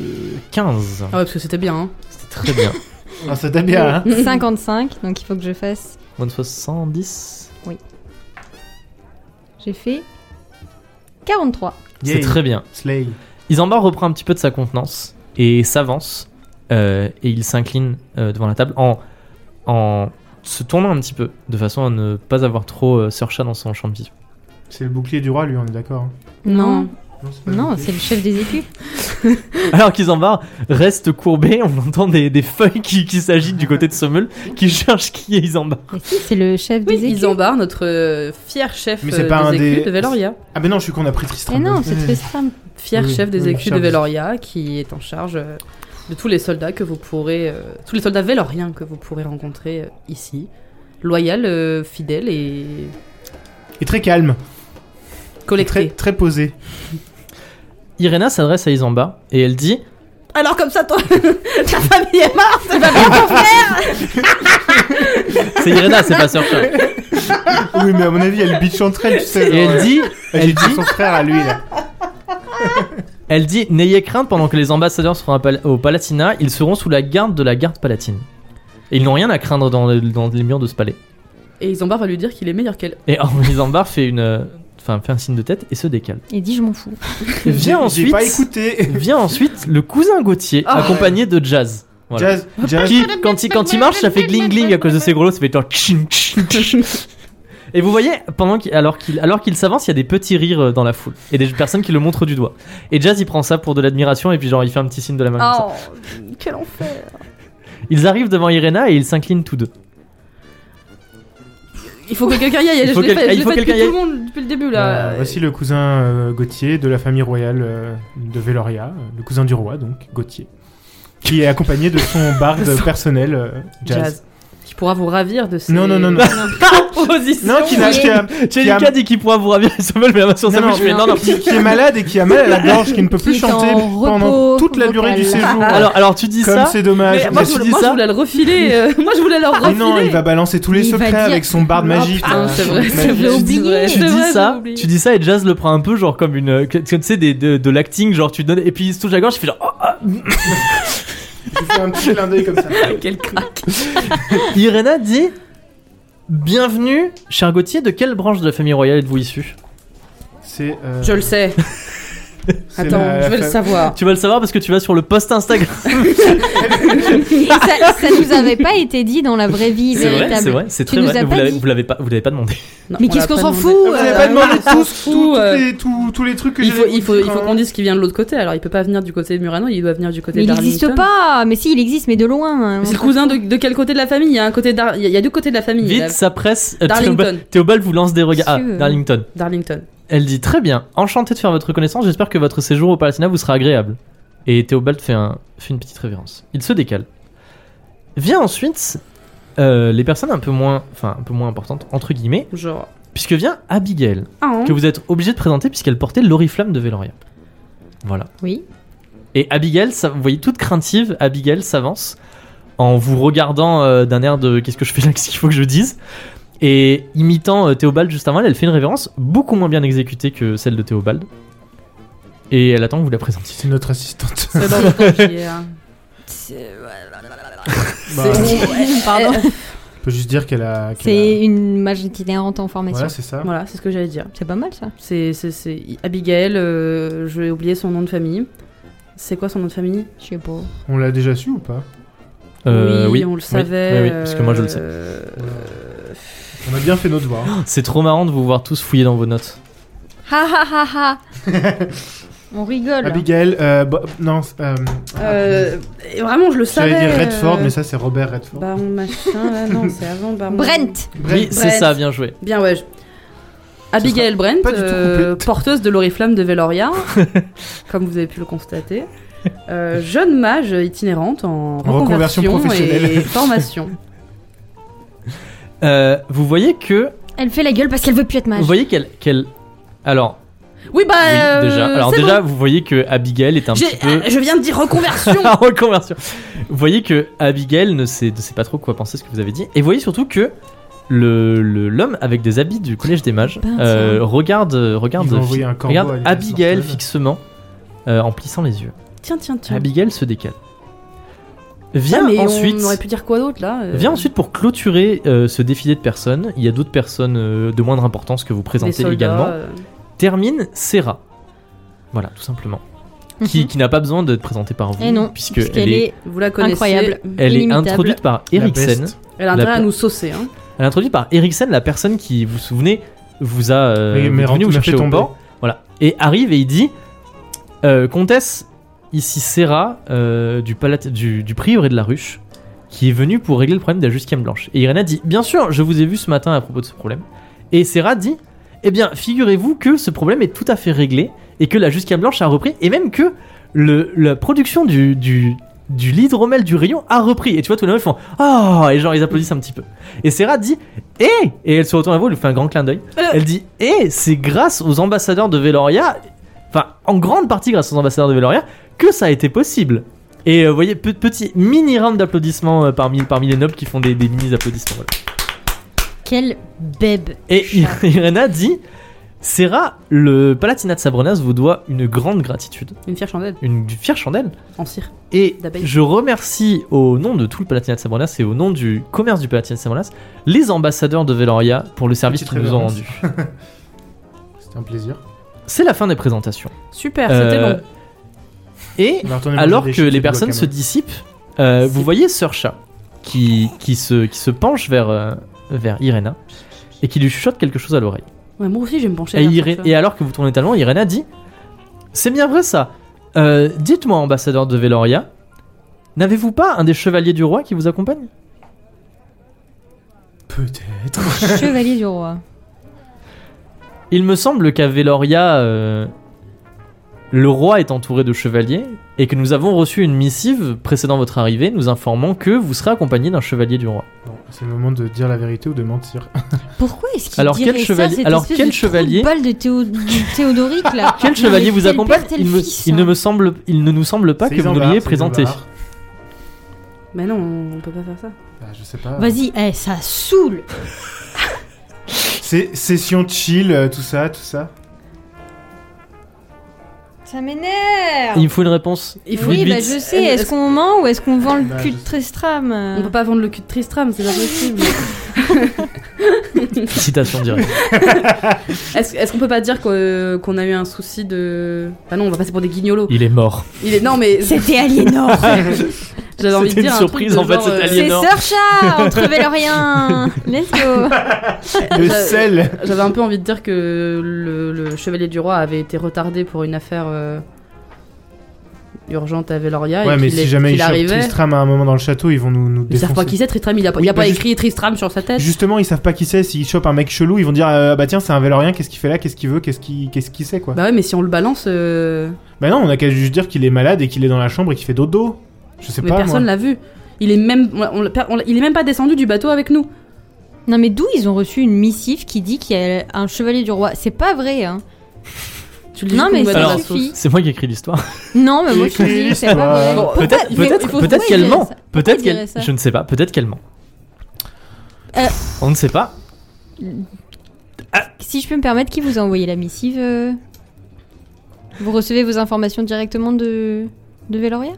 Speaker 1: 15.
Speaker 3: Ah ouais, parce que c'était bien. hein.
Speaker 1: C'était très bien.
Speaker 2: ah, ça t'a bien, hein.
Speaker 4: 55, donc il faut que je fasse.
Speaker 1: Bonne fois 110.
Speaker 4: J'ai fait 43.
Speaker 1: C'est très bien.
Speaker 2: Slay.
Speaker 1: Isambard reprend un petit peu de sa contenance et s'avance euh, et il s'incline euh, devant la table en, en se tournant un petit peu de façon à ne pas avoir trop euh, Sir Chat dans son champ de vision.
Speaker 2: C'est le bouclier du roi, lui, on est d'accord. hein.
Speaker 3: Non.
Speaker 2: pas le
Speaker 4: Non,
Speaker 2: bouclier.
Speaker 4: c'est le chef des écus.
Speaker 1: Alors qu'Isambard reste courbé, on entend des, des feuilles qui, qui s'agitent du côté de Sommel qui cherche qui est Isambard.
Speaker 4: Mais si, c'est le chef
Speaker 3: Oui,
Speaker 4: des écus.
Speaker 3: ils embarquent notre euh, fier chef
Speaker 2: Mais c'est
Speaker 3: euh,
Speaker 2: pas un
Speaker 3: des écus
Speaker 2: des-
Speaker 3: de Veloria.
Speaker 2: Ah, mais non, je suis qu'on a pris Tristram. Hein.
Speaker 4: Mais Eh non, c'est Tristram.
Speaker 3: fier
Speaker 2: Oui,
Speaker 3: chef des
Speaker 2: oui,
Speaker 3: écus
Speaker 2: chef
Speaker 3: de
Speaker 2: des-
Speaker 3: Veloria qui est en charge euh, de tous les soldats que vous pourrez euh, tous les soldats véloriens que vous pourrez rencontrer euh, ici loyal euh, fidèle et
Speaker 2: Et très calme. Et Très,
Speaker 3: collecté
Speaker 2: très posé.
Speaker 1: Irena s'adresse à Isambard et elle dit
Speaker 3: alors comme ça toi ta famille est morte c'est pas bien
Speaker 1: C'est Irena, c'est pas Sir Chat.
Speaker 2: oui, mais à mon avis, elle bitch entre elle, tu sais. euh,
Speaker 1: Et elle dit,
Speaker 2: Elle dit son frère à lui, là.
Speaker 1: elle dit, n'ayez crainte pendant que les ambassadeurs seront à Pal- au Palatinat, ils seront sous la garde de la garde palatine. Et ils n'ont rien à craindre dans, le- dans les murs de ce palais.
Speaker 3: et Isambard va lui dire qu'il est meilleur qu'elle
Speaker 1: Et Isambard fait une, euh, enfin fait un signe de tête et se décale.
Speaker 4: Il dit Je m'en fous.
Speaker 1: Et vient
Speaker 2: J'ai
Speaker 1: ensuite,
Speaker 2: pas écouté.
Speaker 1: vient ensuite le cousin Gauthier
Speaker 3: Ah.
Speaker 1: accompagné de Jazz. Voilà.
Speaker 2: Jazz, Jazz.
Speaker 1: Qui, quand il, quand il marche, ça fait gling gling à cause de ses gros lots, ça fait genre tching, tching, tching. Et vous voyez, pendant qu'il, alors qu'il, alors qu'il s'avance, il y a des petits rires euh, dans la foule. Et des personnes qui le montrent du doigt. Et Jazz, il prend ça pour de l'admiration et puis genre, il fait un petit signe de la main. comme ça.
Speaker 3: oh quel enfer
Speaker 1: Ils arrivent devant Irena et ils s'inclinent tous deux.
Speaker 3: il faut que quelqu'un y aille
Speaker 1: Il
Speaker 3: je
Speaker 1: faut
Speaker 3: l'ai
Speaker 2: ah,
Speaker 1: quel- il
Speaker 3: fait, je l'ai
Speaker 1: faut
Speaker 3: fait depuis
Speaker 1: quelqu'un y
Speaker 3: tout le monde depuis le début là
Speaker 2: Euh, voici le cousin euh, Gauthier de la famille royale euh, de Veloria, euh, le cousin du roi, donc Gauthier, qui est accompagné de son barde personnel, euh,
Speaker 3: jazz.
Speaker 2: Jazz.
Speaker 3: qui pourra vous ravir de ses
Speaker 2: Non, non, non, non.
Speaker 3: propositions
Speaker 2: Non, qui n'a acheté un-
Speaker 1: Jellica dit qu'il pourra vous ravir et Sommel met la main sur sa
Speaker 2: Non,
Speaker 1: bouche. Je fais,
Speaker 4: non.
Speaker 1: non, non.
Speaker 2: qui, qui est malade et qui a mal à la gorge, qui ne peut plus
Speaker 4: Qui est en
Speaker 2: chanter pendant
Speaker 4: repos
Speaker 2: toute la durée du
Speaker 4: vocal.
Speaker 2: séjour.
Speaker 1: Alors, alors tu dis
Speaker 2: comme
Speaker 1: ça.
Speaker 2: c'est dommage.
Speaker 1: mais
Speaker 3: moi,
Speaker 1: Mais
Speaker 3: je,
Speaker 1: tu
Speaker 3: voulais-
Speaker 1: dis
Speaker 3: moi, je
Speaker 1: ça
Speaker 3: voulais le refiler euh, moi je voulais leur
Speaker 2: Mais
Speaker 3: refiler
Speaker 2: Ah, non, il va balancer tous les
Speaker 4: Il va
Speaker 2: secrets
Speaker 4: dire- ah,
Speaker 2: avec son barde magique.
Speaker 3: Ah,
Speaker 2: hein.
Speaker 3: putain, c'est vrai,
Speaker 2: Magique.
Speaker 3: c'est vrai.
Speaker 4: J'ai oublié.
Speaker 1: Tu
Speaker 3: C'est
Speaker 1: dis
Speaker 3: vrai,
Speaker 1: ça,
Speaker 3: j'ai oublié.
Speaker 1: tu dis ça et Jazz le prend un peu genre euh, comme une, que- tu sais des, de, de l'acting genre tu donnes et puis il se touche la gorge, il fait genre oh, ah.
Speaker 2: J'ai fait un petit clin d'œil comme ça.
Speaker 5: Quel crack
Speaker 1: Irena dit Bienvenue, cher Gauthier, de quelle branche de la famille royale êtes-vous issu
Speaker 2: C'est. euh,
Speaker 3: Je le sais.
Speaker 2: c'est
Speaker 3: Attends,
Speaker 2: la- la
Speaker 3: je vais le
Speaker 2: fa-
Speaker 3: savoir.
Speaker 1: Tu vas le savoir parce que tu vas sur le post Instagram.
Speaker 4: Et ça, ça nous avait pas été dit dans la vraie vie
Speaker 1: C'est
Speaker 4: véritable.
Speaker 1: vrai, c'est vrai, c'est
Speaker 4: Tu
Speaker 1: très
Speaker 4: nous
Speaker 1: vrai. mais
Speaker 4: as
Speaker 1: Vous
Speaker 4: pas
Speaker 1: l'avez-
Speaker 4: dit.
Speaker 1: vous l'avez pas, vous l'avez pas demandé.
Speaker 3: Non,
Speaker 4: Mais
Speaker 3: on l'a
Speaker 4: qu'est-ce qu'on
Speaker 3: pas
Speaker 4: s'en
Speaker 3: demandé.
Speaker 4: fout
Speaker 2: Ah, Vous n'avez pas
Speaker 4: euh,
Speaker 2: demandé
Speaker 3: on s'en
Speaker 2: tous,
Speaker 3: fout,
Speaker 2: tous,
Speaker 3: euh.
Speaker 2: tous les, tous, tous les trucs que
Speaker 3: Il faut,
Speaker 2: j'avais
Speaker 3: il faut,
Speaker 2: dit
Speaker 3: il faut
Speaker 2: quand-
Speaker 3: qu'on dise qu'il vient de l'autre côté. Alors, il peut pas venir du côté de Murano, il doit venir du côté
Speaker 4: Mais il
Speaker 3: d'Arlington.
Speaker 4: n'existe pas Mais si, il existe, mais de loin. hein.
Speaker 3: Mais C'est le cousin de, de quel côté de la famille Il y a un côté d'Ar- il y a- il y a deux côtés de la famille. Il y a
Speaker 1: Vite, ça presse. Euh,
Speaker 3: Darlington.
Speaker 1: Théobald- Théobald vous lance des regards. Ah,
Speaker 4: Monsieur, euh.
Speaker 1: Darlington.
Speaker 3: Darlington.
Speaker 1: Elle dit Très bien, enchanté de faire votre connaissance, j'espère que votre séjour au Palatinat vous sera agréable. Et Théobald fait, un, fait une petite révérence. Il se décale. Vient ensuite euh, les personnes un peu moins, enfin un peu moins importantes, entre guillemets,
Speaker 3: Genre.
Speaker 1: puisque vient Abigail,
Speaker 3: Ah, hein.
Speaker 1: que vous êtes obligé de présenter puisqu'elle portait l'oriflamme de Véloria. Voilà.
Speaker 4: Oui.
Speaker 1: Et Abigail, ça, vous voyez, toute craintive, Abigail s'avance en vous regardant euh, d'un air de qu'est-ce que je fais là, qu'est-ce qu'il faut que je dise. Et imitant euh, Théobald juste avant elle, elle fait une révérence beaucoup moins bien exécutée que celle de Théobald. Et elle attend que vous la présentiez.
Speaker 2: C'est notre assistante.
Speaker 3: C'est dans le temps qui est, hein.
Speaker 4: euh,
Speaker 2: Bah,
Speaker 4: Pardon.
Speaker 2: on peut juste dire qu'elle a. qu'elle
Speaker 4: C'est une magie itinérante en
Speaker 2: a-
Speaker 4: formation.
Speaker 2: Voilà, c'est ça.
Speaker 3: Voilà, c'est ce que j'allais dire.
Speaker 4: C'est pas mal ça.
Speaker 3: C'est c'est- c'est Abigail, euh, j'ai oublié son nom de famille. C'est quoi son nom de famille
Speaker 4: Je sais pas.
Speaker 2: On l'a déjà su ou pas
Speaker 1: Euh,
Speaker 3: on le savait.
Speaker 1: oui, oui, parce que moi je le sais.
Speaker 3: euh,
Speaker 2: On a bien fait hein. nos devoirs.
Speaker 1: C'est trop marrant de vous voir tous fouiller dans vos notes.
Speaker 4: Ha ha ha ha On rigole.
Speaker 2: Abigail, euh, bah, non, c'est, euh,
Speaker 3: Oh euh, et vraiment, je le savais.
Speaker 2: j'allais dire Redford,
Speaker 3: euh,
Speaker 2: mais ça c'est Robert Redford.
Speaker 3: Baron machin, là, non, c'est avant Baron.
Speaker 4: Brent
Speaker 2: Bref,
Speaker 1: Oui, c'est
Speaker 3: Bref.
Speaker 1: ça, bien joué.
Speaker 3: Bien, ouais. je- Abigail Brent,
Speaker 2: pas du tout
Speaker 3: euh,
Speaker 2: complète.
Speaker 3: porteuse de l'oriflamme de Veloria, comme vous avez pu le constater. Euh, jeune mage itinérante en
Speaker 2: reconversion
Speaker 3: reconversion, et
Speaker 2: professionnelle.
Speaker 3: formation.
Speaker 1: Euh, vous voyez que.
Speaker 4: Elle fait la gueule parce qu'elle veut plus être mage.
Speaker 1: Vous voyez qu'elle. qu'elle- Alors,
Speaker 3: Oui, bah.
Speaker 1: oui,
Speaker 3: euh,
Speaker 1: déjà. Alors,
Speaker 3: c'est
Speaker 1: déjà, vous voyez que Abigail est un
Speaker 3: bon. J'ai-
Speaker 1: petit peu.
Speaker 3: ah, je viens de dire reconversion.
Speaker 1: La reconversion. Vous voyez que Abigail ne sait, ne sait pas trop quoi penser ce que vous avez dit. Et vous voyez surtout que le le- l'homme avec des habits du collège des mages
Speaker 4: Ben,
Speaker 1: euh,
Speaker 4: tiens.
Speaker 1: regarde euh, regarde
Speaker 2: Ils vont envoyer un corbeau
Speaker 1: regarde
Speaker 2: à Elias
Speaker 1: Abigail
Speaker 2: Norton.
Speaker 1: fixement euh, en plissant les yeux.
Speaker 3: tiens, tiens, tiens.
Speaker 1: Abigail se décale.
Speaker 3: Ah,
Speaker 1: Vient
Speaker 3: mais
Speaker 1: ensuite
Speaker 3: On aurait pu dire quoi d'autre là euh,
Speaker 1: vient ensuite pour clôturer euh, ce défilé de personnes. Il y a d'autres personnes euh, de moindre importance que vous
Speaker 3: les
Speaker 1: présentez
Speaker 3: soldats,
Speaker 1: également.
Speaker 3: euh,
Speaker 1: Termine Serra. Voilà, tout simplement.
Speaker 3: Mhm.
Speaker 1: Qui, qui n'a pas besoin d'être présentée par
Speaker 3: Eh
Speaker 1: vous
Speaker 4: Mhm. Et non,
Speaker 1: puisque
Speaker 4: parce
Speaker 1: elle
Speaker 4: qu'elle
Speaker 1: est
Speaker 4: est...
Speaker 3: Vous la connaissez.
Speaker 4: Incroyable.
Speaker 1: Elle est
Speaker 4: Inimitable.
Speaker 1: introduite par
Speaker 2: La
Speaker 1: Eriksen.
Speaker 2: peste.
Speaker 3: Elle a intérêt
Speaker 1: La-
Speaker 3: à nous saucer. Hein.
Speaker 1: Elle est introduite par Eriksen, la personne qui, vous vous souvenez, vous a euh,
Speaker 2: Oui,
Speaker 1: vous est
Speaker 2: mais
Speaker 1: venue
Speaker 2: Rantou
Speaker 1: vous
Speaker 2: m'a
Speaker 1: chercher
Speaker 2: fait
Speaker 1: au
Speaker 2: tomber.
Speaker 1: port. Voilà. Et arrive et il dit euh, Comtesse, ici Serra, euh, du, palat du, du prieuré de la ruche, qui est venue pour régler le problème de la Jusquième Blanche. Et Irena dit Bien sûr, je vous ai vu ce matin à propos de ce problème. Et Serra dit Eh bien, figurez-vous que ce problème est tout à fait réglé et que la Jusquième Blanche a repris et même que le, la production du. du du l'hydromel du rayon a repris et tu vois tous les gens ils font ah et genre ils applaudissent un petit peu et Serra dit Eh Et elle se retourne à vous, elle lui fait un grand clin d'œil. Elle dit Eh C'est grâce aux ambassadeurs de Veloria, enfin, en grande partie grâce aux ambassadeurs de Veloria, que ça a été possible. Et euh, vous voyez, pe- petit mini round d'applaudissements euh, parmi, parmi les nobles qui font des, des mini applaudissements. voilà.
Speaker 4: Quelle bèbe
Speaker 1: Et Irena dit Serra, le Palatinat de Sabronas vous doit une grande gratitude,
Speaker 3: Une fière chandelle
Speaker 1: une fière chandelle.
Speaker 3: en cire.
Speaker 1: Et
Speaker 3: D'abeilles.
Speaker 1: je remercie au nom de tout le Palatinat de Sabronas et au nom du commerce du Palatinat de Sabronas les ambassadeurs de Veloria pour le service
Speaker 2: Petite
Speaker 1: qu'ils nous ont
Speaker 2: révérence.
Speaker 1: rendu.
Speaker 2: C'était un plaisir.
Speaker 1: C'est la fin des présentations.
Speaker 3: Super, c'était
Speaker 1: Euh,
Speaker 3: long.
Speaker 1: Et
Speaker 2: On va retourner manger
Speaker 1: alors
Speaker 2: des
Speaker 1: que les
Speaker 2: chips
Speaker 1: personnes se
Speaker 2: guacamole.
Speaker 1: dissipent, euh, vous voyez Sir Chat qui, qui, se, qui se penche vers, euh, vers Irena et qui lui chuchote quelque chose à l'oreille.
Speaker 3: Ouais, moi aussi, je vais me pencher.
Speaker 1: Et,
Speaker 3: vers
Speaker 1: Iré-
Speaker 3: ça.
Speaker 1: et alors que vous tournez tellement, Irena dit C'est bien vrai ça. Euh, Dites-moi, ambassadeur de Veloria, n'avez-vous pas un des chevaliers du roi qui vous accompagne
Speaker 2: Peut-être.
Speaker 4: Chevalier du roi.
Speaker 1: Il me semble qu'à Veloria, euh, le roi est entouré de chevaliers et que nous avons reçu une missive précédant votre arrivée nous informant que vous serez accompagné d'un chevalier du roi.
Speaker 4: Ah,
Speaker 2: Bon, c'est le moment de dire la vérité ou de mentir.
Speaker 4: Pourquoi est-ce qu'il
Speaker 1: Alors, quel
Speaker 4: dirait ça,
Speaker 1: chevalier-
Speaker 4: cette
Speaker 1: alors,
Speaker 4: espèce
Speaker 1: quel
Speaker 4: de trou de
Speaker 1: chevalier-
Speaker 4: balle de Théo- de Théodoric là
Speaker 1: Quel
Speaker 4: Non,
Speaker 1: chevalier
Speaker 4: mais
Speaker 1: vous
Speaker 4: tel
Speaker 1: accompagne
Speaker 4: père, tel
Speaker 1: il, me-
Speaker 4: fils,
Speaker 1: il ne
Speaker 4: hein.
Speaker 1: me semble, il ne nous semble pas
Speaker 2: C'est
Speaker 1: que vous
Speaker 2: Isambard,
Speaker 1: l'ayez
Speaker 2: c'est
Speaker 1: présenté.
Speaker 2: Isambard.
Speaker 3: Mais non, on peut pas faire ça.
Speaker 2: Bah, je sais pas.
Speaker 4: Vas-y, eh, ça saoule
Speaker 2: C'est session chill, euh, tout ça, tout ça.
Speaker 4: Ça m'énerve
Speaker 1: Il me faut une réponse.
Speaker 3: Il faut
Speaker 4: Ah. Oui,
Speaker 1: une
Speaker 4: bah
Speaker 1: bite.
Speaker 4: je sais, est-ce
Speaker 3: Est-ce-
Speaker 4: qu'on ment ou est-ce qu'on vend
Speaker 2: Bah,
Speaker 4: le cul
Speaker 2: je-
Speaker 4: de Tristram euh
Speaker 3: On peut pas vendre le cul de Tristram, c'est pas possible.
Speaker 1: Citation directe.
Speaker 3: Est-ce est-ce qu'on peut pas dire qu'on qu'on a eu un souci de. Bah non, on va passer pour des guignolos.
Speaker 1: Il est mort.
Speaker 3: Il est... Non, mais
Speaker 4: C'était Aliénor
Speaker 3: j'avais envie de
Speaker 1: C'était
Speaker 3: dire.
Speaker 1: une
Speaker 3: un truc
Speaker 1: surprise,
Speaker 3: de
Speaker 1: en fait,
Speaker 3: genre,
Speaker 1: c'est
Speaker 3: euh,
Speaker 1: Alien.
Speaker 4: C'est
Speaker 1: Aliénor.
Speaker 4: Sœur Chat entre Vélorien Let's go
Speaker 2: Le
Speaker 3: J'avais-
Speaker 2: sel
Speaker 3: J'avais un peu envie de dire que le, le chevalier du roi avait été retardé pour une affaire euh, urgente à Veloria.
Speaker 2: Ouais,
Speaker 3: et
Speaker 2: mais
Speaker 3: qu'il est-
Speaker 2: si jamais
Speaker 3: qu'il
Speaker 2: ils cherchent
Speaker 3: arrivait.
Speaker 2: Tristram à un moment dans le château, ils vont nous, nous
Speaker 3: Ils savent pas qui
Speaker 2: défoncer.
Speaker 3: c'est Tristram, il a, pas-
Speaker 2: Oui,
Speaker 3: il a
Speaker 2: bah,
Speaker 3: pas
Speaker 2: juste-
Speaker 3: écrit Tristram sur sa tête.
Speaker 2: Justement, ils savent pas qui c'est. S'ils chopent un mec chelou, ils vont dire euh, Bah tiens, c'est un Vélorien, qu'est-ce qu'il fait là Qu'est-ce qu'il veut Qu'est-ce qu'il qu'est-ce qu'il sait quoi
Speaker 3: Bah ouais, mais si on le balance, euh,
Speaker 2: Bah non, on a qu'à juste dire qu'il est malade et qu'il est dans la chambre et qu'il fait dodo. Je sais
Speaker 3: mais
Speaker 2: pas.
Speaker 3: personne
Speaker 2: moi.
Speaker 3: l'a vu. Il est même, on l'a- on l'a- on l'a- il est même pas descendu du bateau avec nous.
Speaker 4: Non mais d'où ils ont reçu une missive qui dit qu'il y a un chevalier du roi C'est pas vrai, hein
Speaker 3: Tu le dis
Speaker 4: Non,
Speaker 3: juste
Speaker 4: mais
Speaker 3: qu'on nous
Speaker 4: ça
Speaker 3: met dans la
Speaker 4: suffit.
Speaker 3: sauce.
Speaker 1: C'est moi qui ai écrit l'histoire.
Speaker 4: Non, mais moi je te
Speaker 2: Écris
Speaker 4: dis, c'est pas vrai
Speaker 2: l'histoire.
Speaker 3: Bon,
Speaker 1: Peut-être,
Speaker 4: il faut-
Speaker 1: peut-être,
Speaker 4: il faut-
Speaker 1: peut-être
Speaker 4: pourquoi il
Speaker 1: qu'elle
Speaker 4: dirait
Speaker 1: ment.
Speaker 4: ça Pourquoi
Speaker 1: Peut-être
Speaker 4: il
Speaker 1: qu'elle.
Speaker 4: dirait ça
Speaker 1: Je ne sais pas. Peut-être qu'elle ment.
Speaker 4: Euh.
Speaker 1: On ne sait pas.
Speaker 4: Si je peux me permettre, qui vous a envoyé la missive euh Vous recevez vos informations directement de, de Véloria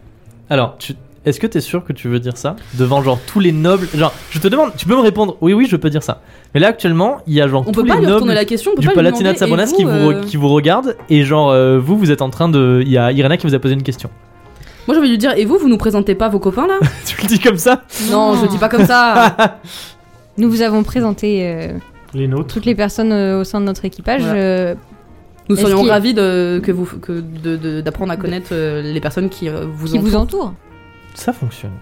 Speaker 1: Alors, tu- est-ce que t'es sûr que tu veux dire ça devant genre tous les nobles Genre, je te demande, tu peux me répondre Oui, oui, je peux dire ça. Mais là actuellement, il y a genre
Speaker 3: On
Speaker 1: tous
Speaker 3: peut
Speaker 1: les
Speaker 3: pas lui
Speaker 1: nobles
Speaker 3: retourner la question. On peut
Speaker 1: du
Speaker 3: pas
Speaker 1: Palatinat
Speaker 3: lui
Speaker 1: de Sabonas qui, vous,
Speaker 3: demander, et
Speaker 1: re-
Speaker 3: vous, euh,
Speaker 1: qui vous regarde et genre euh, vous vous êtes en train de il y a Irena qui vous a posé une question.
Speaker 3: euh, Moi j'ai envie de lui dire, et vous, vous nous présentez pas vos copains là
Speaker 1: tu le dis comme ça
Speaker 3: Non, je dis pas comme ça.
Speaker 4: Nous vous avons présenté euh,
Speaker 2: Les nôtres.
Speaker 4: toutes les personnes euh, au sein de notre équipage.
Speaker 3: Voilà.
Speaker 4: euh,
Speaker 3: Nous
Speaker 4: Est-ce
Speaker 3: serions
Speaker 4: qu'il-
Speaker 3: ravis de, que vous, que de- de- d'apprendre à connaître euh, les personnes qui euh, vous
Speaker 4: qui vous
Speaker 3: entourent.
Speaker 4: entourent.
Speaker 1: Ça fonctionne.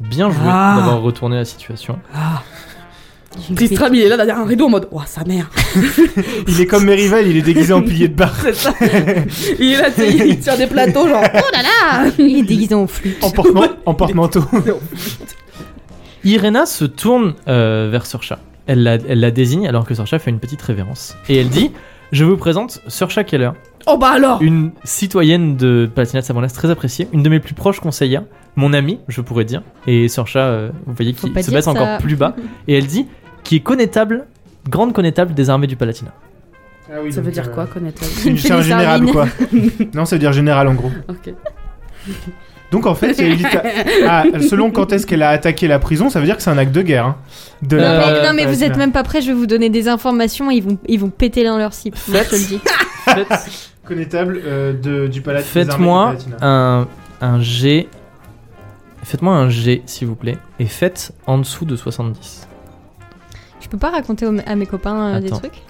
Speaker 1: Bien joué
Speaker 3: Ah.
Speaker 1: d'avoir retourné la situation.
Speaker 3: Tristram, il est là derrière un rideau en mode, ouah, sa mère.
Speaker 2: Il est comme Merival, il est déguisé en pilier de bar,
Speaker 3: C'est ça. il est là, tu sais, il tire des plateaux, genre, oh là là.
Speaker 4: Il est déguisé en flûte.
Speaker 2: en porte- en porte-manteau.
Speaker 1: Irena se tourne euh, vers Sorcha. Elle la, elle la désigne alors que Sorcha fait une petite révérence et elle dit "Je vous présente Sorcha Keller,
Speaker 3: Oh bah alors.
Speaker 1: une citoyenne de Palatinat de Sabonas très appréciée, une de mes plus proches conseillères, mon amie, je pourrais dire." Et Sorcha, euh, vous voyez
Speaker 4: Faut
Speaker 1: qui
Speaker 4: pas
Speaker 1: se
Speaker 4: dire
Speaker 1: baisse
Speaker 4: ça.
Speaker 1: encore plus bas et elle dit "qui est connétable, grande connétable des armées du Palatinat."
Speaker 3: Ça veut
Speaker 2: euh,
Speaker 3: dire quoi, connaître la-
Speaker 2: C'est une
Speaker 4: Il fait
Speaker 2: charge
Speaker 4: des
Speaker 2: générale ou
Speaker 4: sardines.
Speaker 2: quoi Non, ça veut dire général en gros.
Speaker 3: Ok.
Speaker 2: Donc en fait, elle dit- ah, selon quand est-ce qu'elle a attaqué la prison, ça veut dire que c'est un acte de guerre. hein, de la
Speaker 1: Euh,
Speaker 2: part de
Speaker 4: non mais vous
Speaker 2: Palestine.
Speaker 4: êtes même pas prêts, je vais vous donner des informations, ils vont, ils vont péter dans leur cible. Moi, je te le dis.
Speaker 1: Faites-
Speaker 2: Connétable euh, de- du palais.
Speaker 1: Faites-moi un, un G. Faites-moi un G, s'il vous plaît. Et faites en dessous de 70.
Speaker 4: Je peux pas raconter au- à mes copains euh, des
Speaker 1: Attends.
Speaker 4: trucs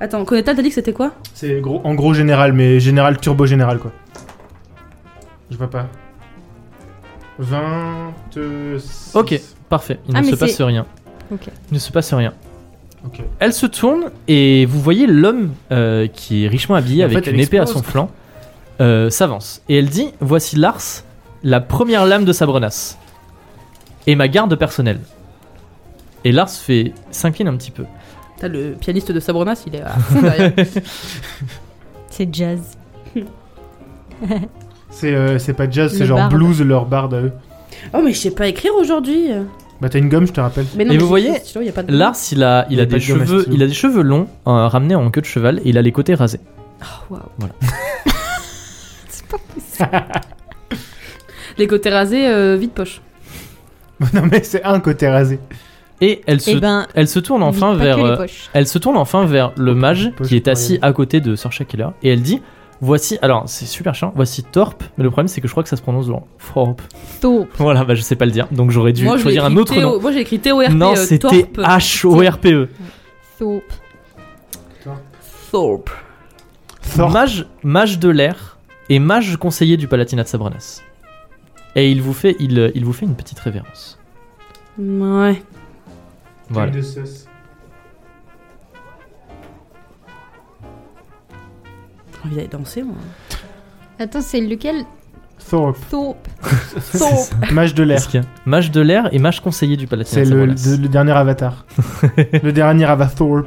Speaker 3: Attends, Coneta, t'as dit que c'était quoi
Speaker 2: C'est gros, en gros général, mais général turbo général quoi. Je vois pas. 20.
Speaker 1: Ok, parfait. Il
Speaker 4: Ah,
Speaker 1: ne
Speaker 4: mais
Speaker 1: se
Speaker 4: c'est-
Speaker 1: passe rien.
Speaker 4: Ok.
Speaker 1: Il ne se passe rien.
Speaker 2: Ok.
Speaker 1: Elle se tourne et vous voyez l'homme euh, qui est richement habillé
Speaker 2: En
Speaker 1: avec
Speaker 2: fait, elle
Speaker 1: une épée à son
Speaker 2: explose.
Speaker 1: flanc euh, s'avance. Et elle dit Voici Lars, la première lame de Sabrenas. Et ma garde personnelle. Et Lars fait s'incline un petit peu.
Speaker 4: Mhm.
Speaker 3: T'as le pianiste de Sabrenas, il est à fond derrière.
Speaker 4: C'est jazz.
Speaker 2: C'est euh, c'est pas jazz,
Speaker 4: Le
Speaker 2: c'est genre
Speaker 4: barde.
Speaker 2: blues, leur barde à eux.
Speaker 3: Oh, mais je sais pas écrire aujourd'hui.
Speaker 2: Bah t'as une gomme, je te rappelle.
Speaker 3: Mais non,
Speaker 1: Et
Speaker 3: mais
Speaker 1: vous
Speaker 3: j'ai-
Speaker 1: voyez,
Speaker 3: stylo, y a pas de-
Speaker 1: Lars, il a, il
Speaker 2: Il
Speaker 1: a
Speaker 2: est pas
Speaker 1: des
Speaker 2: de gomme à
Speaker 1: cheveux,
Speaker 2: stylo.
Speaker 1: il a des cheveux longs euh, ramenés en queue de cheval et il a les côtés rasés.
Speaker 3: Les côtés rasés, euh, vide poche.
Speaker 2: non mais c'est un côté rasé.
Speaker 1: Et elle se,
Speaker 4: Et ben,
Speaker 1: elle se tourne enfin
Speaker 4: vite, pas
Speaker 1: vers,
Speaker 4: que les
Speaker 1: euh,
Speaker 4: poches.
Speaker 1: elle se tourne enfin vers le mage
Speaker 2: Poche
Speaker 1: qui est assis
Speaker 2: moyenne.
Speaker 1: à côté de Sorcha Keller et elle dit, voici, alors c'est super chiant, voici Torp, mais le problème c'est que je crois que ça se prononce genre Torp.
Speaker 4: Taupe.
Speaker 1: Voilà, bah je sais pas le dire, donc j'aurais dû
Speaker 3: Moi, je l'ai
Speaker 1: choisir un
Speaker 3: écrit
Speaker 1: autre
Speaker 3: Théo-
Speaker 1: nom.
Speaker 3: Moi, j'ai écrit T-O-R-P.
Speaker 1: Non,
Speaker 3: euh,
Speaker 1: c'était
Speaker 3: Torp.
Speaker 1: H O R P E.
Speaker 4: Taupe.
Speaker 3: Thorpe.
Speaker 2: Thor-
Speaker 1: Mage, mage de l'air et mage conseiller du Palatinat de Sabranas. Et il vous fait, il, il vous fait une petite révérence.
Speaker 3: Ouais.
Speaker 1: Voilà.
Speaker 3: J'ai envie d'aller danser, moi.
Speaker 4: Attends, c'est lequel
Speaker 2: Thorpe.
Speaker 4: Taupe.
Speaker 3: Thorpe.
Speaker 2: Mage de l'air.
Speaker 1: Qu'est-ce qu'il y a Mage de l'air et mage conseiller du Palatinat
Speaker 2: C'est
Speaker 1: de
Speaker 2: le,
Speaker 1: Sabranas.
Speaker 2: le- le dernier avatar. le dernier avatar.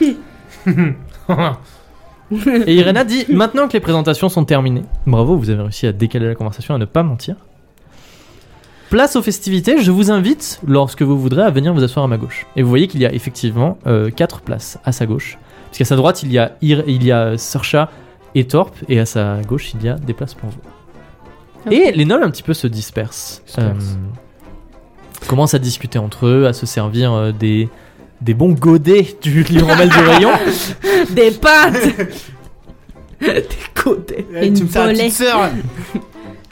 Speaker 1: Et Irena dit maintenant que les présentations sont terminées, bravo, vous avez réussi à décaler la conversation à ne pas mentir. Place aux festivités, je vous invite, lorsque vous voudrez, à venir vous asseoir à ma gauche. Et vous voyez qu'il y euh, a effectivement 4 places à sa gauche. Parce qu'à sa droite, il y a, Ir- il y a Sorcha, et Torp, et à sa gauche, il y a Déplace pour vous.
Speaker 3: Ok.
Speaker 1: Et les nobles un petit peu se dispersent.
Speaker 2: Dispersent.
Speaker 1: Euh, commencent à discuter entre eux, à se servir euh, des, des bons godets du livre-mail du rayon.
Speaker 3: Des pâtes
Speaker 5: T'es côté.
Speaker 2: Eh,
Speaker 4: Une
Speaker 2: tu me sers la
Speaker 4: volée.
Speaker 2: petite sœur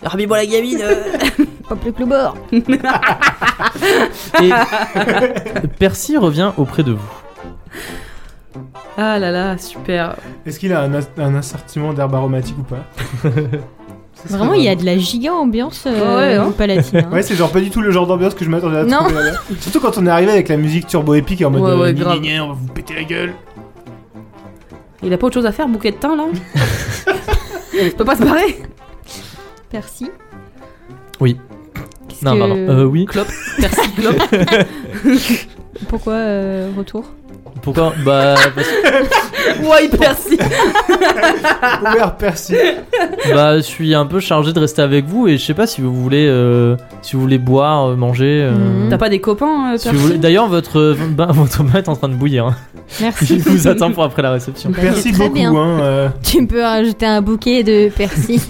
Speaker 5: Remets-moi la gamine. euh.
Speaker 4: Hop le clou bord.
Speaker 1: Et Percy revient auprès de vous.
Speaker 3: Ah là là, super.
Speaker 2: Est-ce qu'il a un, as- un assortiment d'herbes aromatiques ou pas Ça serait
Speaker 4: Vraiment, il y a de la giga ambiance euh,
Speaker 3: Ouais, hein.
Speaker 4: au Palatine. hein.
Speaker 2: Ouais, c'est genre pas du tout le genre d'ambiance que je m'attendais à
Speaker 4: Non.
Speaker 2: trouver là-bas. Surtout quand on est arrivé avec la musique turbo épique en mode
Speaker 3: Ouais,
Speaker 2: euh,
Speaker 3: ouais,
Speaker 2: gna,
Speaker 3: grave.
Speaker 2: gna, gna, on va vous péter la gueule.
Speaker 3: Il a pas autre chose à faire, bouquet de thym là Il peut pas se barrer
Speaker 4: Percy.
Speaker 3: Qu'est-ce
Speaker 1: Non,
Speaker 3: que-
Speaker 1: pardon. Euh, oui.
Speaker 3: Merci, Glop.
Speaker 4: Pourquoi euh, retour
Speaker 1: Pourquoi Bah, parce-
Speaker 3: Ouais, merci.
Speaker 2: Ouvert Percy.
Speaker 1: bah, je suis un peu chargé de rester avec vous et je sais pas si vous voulez, euh, si vous voulez boire, euh, manger. euh,
Speaker 4: Mhm.
Speaker 3: T'as pas des copains, euh,
Speaker 1: si
Speaker 3: Percy
Speaker 1: vous voulez- D'ailleurs, votre euh, bain, votre bain est en train de bouillir. hein.
Speaker 4: Merci.
Speaker 1: Il vous attend pour après la réception.
Speaker 4: Bah,
Speaker 2: Percy
Speaker 4: c'est très
Speaker 2: beaucoup,
Speaker 4: bien.
Speaker 2: hein. euh,
Speaker 4: Tu peux rajouter un bouquet de Percy.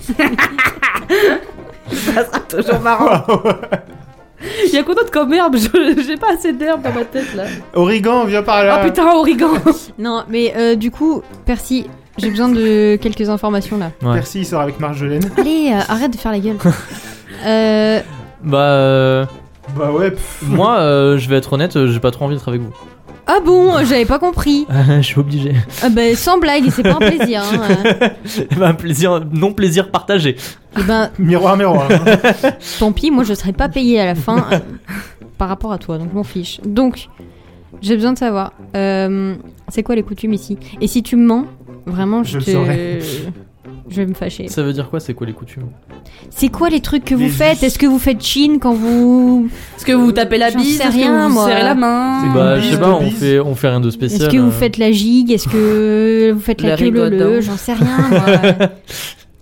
Speaker 3: Ça sera toujours marrant. Il y a combien de comme herbe Je- J'ai pas assez d'herbe dans ma tête là.
Speaker 5: Euh.
Speaker 2: Origan, viens par là.
Speaker 3: Oh putain, origan
Speaker 4: non, mais euh, du coup, Percy, j'ai besoin de quelques informations là.
Speaker 1: Ouais.
Speaker 2: Percy, il sort avec Marjolaine.
Speaker 4: Allez, euh, arrête de faire la gueule. Euh,
Speaker 1: Bah, euh,
Speaker 2: Bah ouais, pff,
Speaker 1: moi, euh, je vais être honnête, euh, j'ai pas trop envie d'être avec vous.
Speaker 4: ah bon, euh, j'avais pas compris.
Speaker 1: je suis obligé.
Speaker 4: Ah bah, sans blague, c'est pas un plaisir. hein, euh.
Speaker 1: bah, plaisir, non plaisir partagé.
Speaker 4: Eh ben,
Speaker 2: miroir, miroir. hein.
Speaker 4: tant pis, moi je serais pas payé à la fin euh, par rapport à toi, donc je m'en fiche. Donc, j'ai besoin de savoir, euh, c'est quoi les coutumes ici Et si tu me mens, vraiment,
Speaker 2: Je
Speaker 4: je,
Speaker 2: le
Speaker 4: te...
Speaker 2: saurai.
Speaker 4: Je vais me fâcher.
Speaker 1: Ça veut dire quoi C'est quoi les coutumes
Speaker 4: C'est quoi les trucs que
Speaker 2: Les
Speaker 4: vous faites
Speaker 2: us.
Speaker 4: Est-ce que vous faites chine quand vous
Speaker 3: Est-ce que vous tapez la
Speaker 4: J'en
Speaker 3: bise
Speaker 4: sais
Speaker 3: Est-ce
Speaker 4: rien,
Speaker 3: que vous
Speaker 4: moi.
Speaker 3: serrez la main
Speaker 2: C'est
Speaker 1: Bah, je
Speaker 2: Bise
Speaker 1: sais
Speaker 2: de
Speaker 1: pas, on
Speaker 2: bise.
Speaker 1: fait, on fait rien de spécial.
Speaker 4: Ah, Est-ce que
Speaker 1: euh.
Speaker 4: vous faites la gigue Est-ce que vous faites
Speaker 3: Le
Speaker 4: la queue leu
Speaker 3: rigodon.
Speaker 4: leu J'en sais rien. Moi.
Speaker 3: C'est à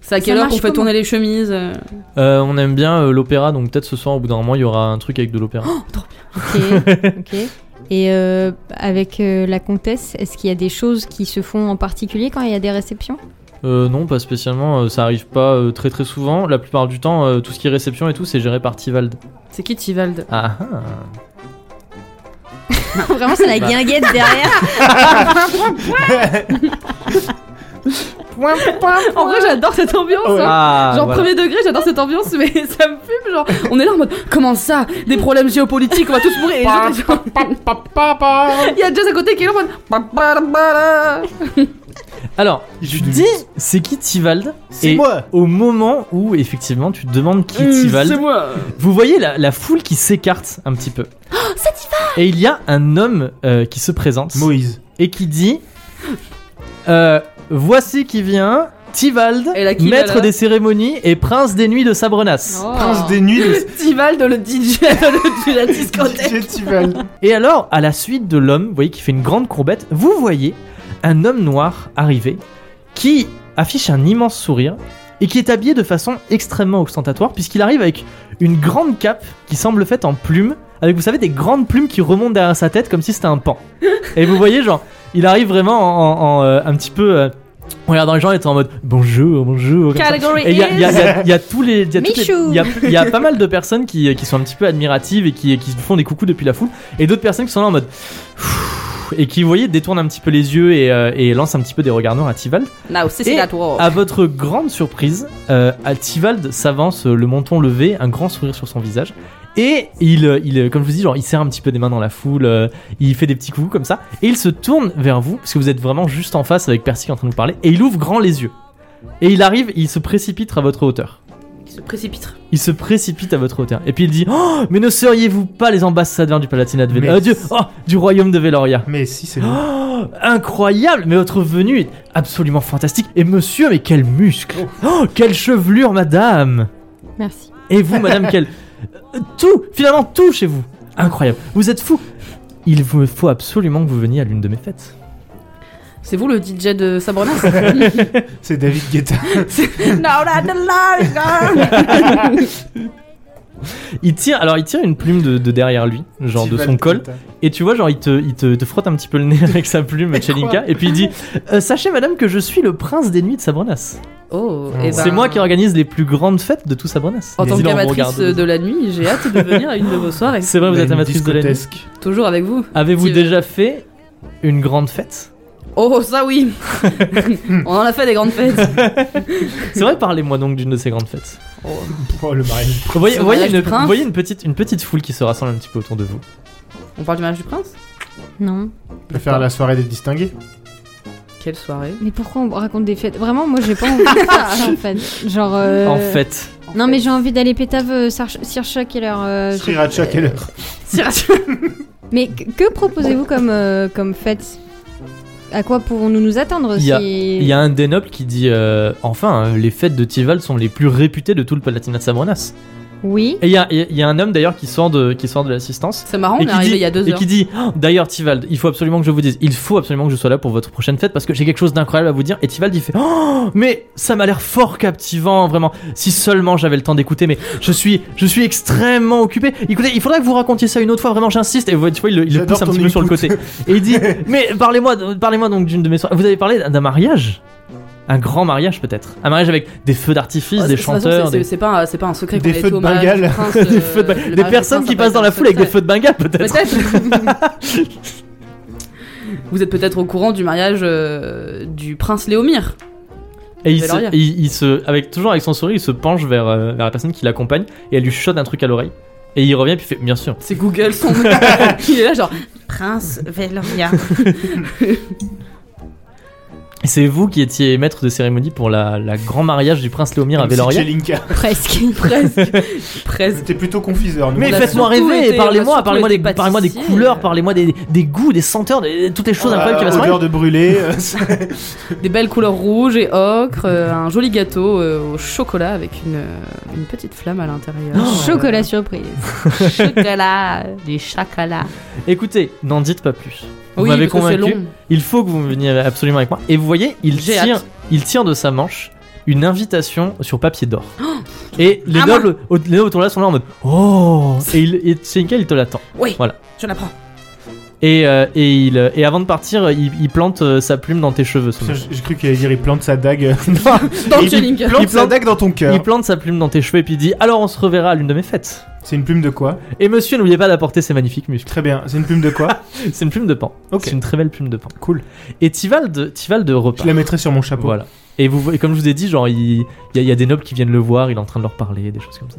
Speaker 4: Ça
Speaker 3: quelle heure
Speaker 4: marche
Speaker 3: qu'on fait
Speaker 4: comment
Speaker 3: tourner les chemises euh
Speaker 1: Euh, on aime bien euh, l'opéra, donc peut-être ce soir, au bout d'un moment, il y aura un truc avec de l'opéra.
Speaker 4: ok, ok. Et euh, avec euh, la comtesse, est-ce qu'il y a des choses qui se font en particulier quand il y a des réceptions
Speaker 1: Euh, non, pas spécialement, euh, ça arrive pas euh, très très souvent. La plupart du temps, euh, tout ce qui est réception et tout, c'est géré par Tivald.
Speaker 3: C'est qui Tivald
Speaker 1: Ah
Speaker 4: Vraiment, c'est la
Speaker 1: Bah.
Speaker 4: guinguette derrière.
Speaker 3: En vrai, j'adore cette ambiance.
Speaker 2: Oh,
Speaker 3: hein.
Speaker 1: ah
Speaker 3: genre
Speaker 1: voilà.
Speaker 3: premier degré, j'adore cette ambiance, mais ça me fume. Genre, on est là en mode comment ça Des problèmes géopolitiques, on va tous mourir. Et les gens, ils sont- Il y a Jazz à côté qui est là en mode. pa, pa, pa, la.
Speaker 1: Alors,
Speaker 2: Je
Speaker 1: dis c'est qui Tivald
Speaker 2: C'est
Speaker 1: Et
Speaker 2: moi.
Speaker 1: Au moment où effectivement tu te demandes qui est Tivald,
Speaker 3: C'est moi.
Speaker 1: vous voyez la, la foule qui s'écarte un petit peu. Et il y a un homme euh, qui se présente
Speaker 2: Moïse.
Speaker 1: et qui dit euh, Voici qui vient, Tivald,
Speaker 3: Et la qui, là,
Speaker 1: maître
Speaker 3: là
Speaker 1: des cérémonies et prince des nuits de Sabrenas.
Speaker 2: Prince
Speaker 3: oh.
Speaker 2: des nuits. le
Speaker 3: Tivald, le DJ de la discothèque.
Speaker 2: DJ Tival.
Speaker 1: Et alors, à la suite de l'homme, vous voyez qui fait une grande courbette, vous voyez un homme noir arriver qui affiche un immense sourire et qui est habillé de façon extrêmement ostentatoire puisqu'il arrive avec une grande cape qui semble faite en plumes, avec vous savez des grandes plumes qui remontent derrière sa tête comme si c'était un pan. Et vous voyez genre, il arrive vraiment en, en, euh, un petit peu euh, en regardant les gens et étant en mode bonjour, bonjour. comme ça.
Speaker 3: Category
Speaker 1: Et il y a, il y a- il y a- il y a tous les. Il y, a toutes les-
Speaker 4: Michou.
Speaker 1: il y a- il y a pas mal de personnes qui, qui sont un petit peu admiratives et qui, qui se font des coucous depuis la foule. Et d'autres personnes qui sont là en mode. Pfff Et qui, vous voyez, détournent un petit peu les yeux et, euh, et lancent un petit peu des regards noirs à Tivald.
Speaker 3: Now, c'est
Speaker 1: Et-
Speaker 3: that war.
Speaker 1: À votre grande surprise, euh, à Tivald s'avance euh, le menton levé, un grand sourire sur son visage. Et il, euh, il, euh, comme je vous dis, genre, il serre un petit peu des mains dans la foule, euh, il fait des petits coucous comme ça, et il se tourne vers vous, parce que vous êtes vraiment juste en face avec Percy qui est en train de vous parler, et il ouvre grand les yeux. Et il arrive, il se précipite à votre hauteur.
Speaker 3: Il se précipite.
Speaker 1: Il se précipite à votre hauteur. Et puis il dit Oh, mais ne seriez-vous pas les ambassadeurs du Palatinat de
Speaker 2: Mais-
Speaker 1: Veloria Dieu oh, Du royaume de Veloria
Speaker 2: Mais si, c'est nous.
Speaker 1: Oh, incroyable Mais votre venue est absolument fantastique. Et monsieur, mais quel muscle Oh, quelle chevelure, madame
Speaker 4: Merci.
Speaker 1: Et vous, madame, quel... Euh, Tout Finalement, tout chez vous Incroyable Vous êtes fou Il vous faut absolument que vous veniez à l'une de mes fêtes.
Speaker 3: C'est vous le DJ de Sabrenas
Speaker 2: C'est David Guetta.
Speaker 3: Now that the light
Speaker 1: Il tire, alors il tire une plume de, de derrière lui, genre de son col, et tu vois, genre il te, il te, te frotte un petit peu le nez avec sa plume, Chelinka, et puis il dit Euh, Sachez, madame, que je suis le prince des nuits de Sabrenas.
Speaker 2: Oh.
Speaker 3: Oh, et
Speaker 1: Ah, C'est moi qui organise les plus grandes fêtes de tout Sabrenas.
Speaker 3: En
Speaker 1: Et
Speaker 3: tant
Speaker 1: il en
Speaker 3: qu'amatrice
Speaker 1: regarde.
Speaker 3: de la nuit, j'ai hâte de venir à une de vos soirées.
Speaker 1: C'est vrai, vous êtes amatrice de la nuit.
Speaker 3: Toujours avec vous.
Speaker 1: Avez-vous
Speaker 3: Tu-
Speaker 1: déjà fait une grande fête
Speaker 3: Oh, ça oui On en a fait des grandes fêtes.
Speaker 1: C'est vrai, parlez-moi donc d'une de ces grandes fêtes.
Speaker 3: Oh.
Speaker 2: Oh, le mariage.
Speaker 1: Vous voyez,
Speaker 3: Ce
Speaker 1: vous voyez
Speaker 3: mariage
Speaker 1: une,
Speaker 3: du prince.
Speaker 1: vous voyez une petite, une petite foule qui se rassemble un petit peu autour de vous.
Speaker 3: On parle du mariage du prince
Speaker 4: Non.
Speaker 2: Je vais faire la soirée des distingués.
Speaker 3: Quelle soirée
Speaker 4: Mais pourquoi on raconte des fêtes Vraiment, moi j'ai pas envie de ça, en fait. Genre. euh,
Speaker 1: En fait,
Speaker 4: Non, mais j'ai envie d'aller pétave euh, Sar- Sir Shock et leur. euh, je-
Speaker 2: Sriracha, quelle heure
Speaker 4: Mais que- que proposez-vous comme, euh, comme fête À quoi pouvons-nous nous attendre
Speaker 1: Il y a-
Speaker 4: si...
Speaker 1: il y a un des nobles qui dit euh, Enfin, euh, les fêtes de Tival sont les plus réputées de tout le Palatinat de Sabrenas.
Speaker 4: Oui.
Speaker 1: Et il y a, il y a un homme d'ailleurs qui sort de, qui sort de l'assistance.
Speaker 3: C'est
Speaker 1: et
Speaker 3: marrant, Ah, on est
Speaker 1: qui
Speaker 3: arrivé
Speaker 1: dit-
Speaker 3: il y a deux
Speaker 1: et
Speaker 3: heures.
Speaker 1: qui dit Oh, d'ailleurs Tivald il faut absolument que je vous dise il faut absolument que je sois là pour votre prochaine fête parce que j'ai quelque chose d'incroyable à vous dire et Tivald il fait oh, mais ça m'a l'air fort captivant vraiment si seulement j'avais le temps d'écouter mais je suis je suis extrêmement occupé écoutez il faudrait que vous racontiez ça une autre fois vraiment j'insiste et vous voyez, tu vois il, le- il le
Speaker 2: J'adore
Speaker 1: pousse un
Speaker 2: ton
Speaker 1: petit peu sur le côté
Speaker 2: input.
Speaker 1: et il dit mais parlez-moi de- parlez-moi donc d'une de mes soirées vous avez parlé d'un mariage un grand mariage peut-être un mariage avec des feux d'artifice
Speaker 3: Oh,
Speaker 1: des
Speaker 3: de toute façon,
Speaker 1: chanteurs
Speaker 3: c'est-
Speaker 1: des,
Speaker 3: C'est pas, un- c'est pas un secret
Speaker 2: des
Speaker 3: qu'on a
Speaker 2: feux
Speaker 3: été
Speaker 2: de
Speaker 3: au mariage
Speaker 2: Bengale.
Speaker 3: du prince, euh,
Speaker 1: des feux de-
Speaker 3: le
Speaker 1: des
Speaker 3: mariage du
Speaker 1: personnes
Speaker 3: prince,
Speaker 1: qui passent
Speaker 3: ça peut
Speaker 1: dans
Speaker 3: être
Speaker 1: la
Speaker 3: un
Speaker 1: foule avec des
Speaker 3: secret.
Speaker 1: feux de Bengale peut-être
Speaker 3: Peut-être. Vous êtes peut-être au courant du mariage euh, du prince Léomir.
Speaker 1: Et il
Speaker 3: Valoria.
Speaker 1: se, il, il se, avec toujours avec son sourire, il se penche vers, euh, vers la personne qui l'accompagne et elle lui chote un truc à l'oreille. Et il revient puis il fait bien sûr.
Speaker 3: C'est Google son Il est là genre prince Veloria.
Speaker 1: Et C'est vous qui étiez maître de cérémonie pour la, la grand mariage du prince Léomir à
Speaker 2: Comme si
Speaker 1: Veloria.
Speaker 2: Tchelinka.
Speaker 4: Presque.
Speaker 3: presque presque.
Speaker 2: T'es plutôt confiseur. nous.
Speaker 1: Mais
Speaker 3: On a
Speaker 1: faites-moi
Speaker 3: surtout
Speaker 1: rêver,
Speaker 3: été- on a
Speaker 1: parlez-moi,
Speaker 3: surtout
Speaker 1: parlez-moi des,
Speaker 3: été
Speaker 1: parlez des
Speaker 3: pâtissiers.
Speaker 1: couleurs, parlez-moi des, des goûts, des senteurs, des, toutes les choses incroyables qui
Speaker 2: Euh,
Speaker 1: va se
Speaker 2: odeur de brûlé. euh,
Speaker 3: Des belles couleurs rouges et ocre, euh, un joli gâteau euh, au chocolat avec une, euh, une petite flamme à l'intérieur.
Speaker 1: Oh.
Speaker 4: Oh. Chocolat surprise.
Speaker 3: chocolat, des chocolats.
Speaker 1: Écoutez, n'en dites pas plus. Vous
Speaker 3: oui,
Speaker 1: m'avez
Speaker 3: parce que c'est
Speaker 1: convaincu.
Speaker 3: long.
Speaker 1: Il faut que vous veniez absolument avec moi. Et vous voyez, il
Speaker 3: J'ai
Speaker 1: tire,
Speaker 3: hâte.
Speaker 1: il tire de sa manche une invitation sur papier d'or.
Speaker 3: Oh
Speaker 1: et les
Speaker 5: à
Speaker 3: Ah,
Speaker 1: nobles, au- les nobles autour de là sont là en mode Oh Et, il, et Tchenka, il te l'attend.
Speaker 5: Oui,
Speaker 1: Voilà.
Speaker 5: je l'apprends.
Speaker 1: Et, euh, et, il, euh, et avant de partir, il, il plante euh, sa plume dans tes cheveux. ce
Speaker 2: Putain,
Speaker 1: mec.
Speaker 2: J'ai j'ai cru qu'il allait dire il plante sa dague. euh,
Speaker 3: Dans
Speaker 2: Il
Speaker 3: Tchelinka.
Speaker 2: plante
Speaker 1: Il
Speaker 2: sa
Speaker 1: plante-
Speaker 2: dague dans ton
Speaker 1: Il
Speaker 2: cœur.
Speaker 1: plante sa plume dans tes cheveux et puis il dit Alors on se reverra à l'une de mes fêtes.
Speaker 2: C'est une plume de quoi
Speaker 1: Et monsieur, n'oubliez pas d'apporter ses magnifiques muscles.
Speaker 2: Très bien. C'est une plume de quoi
Speaker 1: C'est une plume de pan.
Speaker 2: Ok.
Speaker 1: C'est une très belle plume de pan.
Speaker 2: Cool.
Speaker 1: Et Tivald, Tivald
Speaker 2: Je
Speaker 1: repart.
Speaker 2: la mettrai sur mon chapeau.
Speaker 1: Voilà. Et, vous, et comme je vous ai dit, genre, il il y, a- il y a des nobles qui viennent le voir, il est en train de leur parler, des choses comme ça.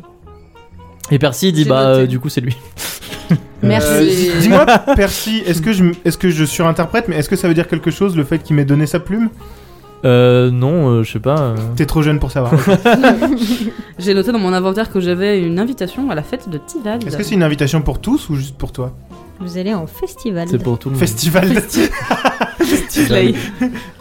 Speaker 1: Et Percy il dit
Speaker 3: J'ai
Speaker 1: bah
Speaker 3: noté.
Speaker 1: euh, du coup c'est lui.
Speaker 2: Euh,
Speaker 3: Merci.
Speaker 2: dis- Dis-moi, Percy, est-ce que je, m- est-ce que je surinterprète, mais est-ce que ça veut dire quelque chose le fait qu'il m'ait donné sa plume
Speaker 1: Euh non, euh, je sais pas. euh.
Speaker 2: T'es trop jeune pour savoir.
Speaker 3: J'ai noté dans mon inventaire que j'avais une invitation à la fête de Tivald.
Speaker 2: Est-ce que c'est une invitation pour tous ou juste pour toi
Speaker 4: Vous allez en festival.
Speaker 1: C'est pour tout le monde.
Speaker 2: Festival de...
Speaker 3: Tivald.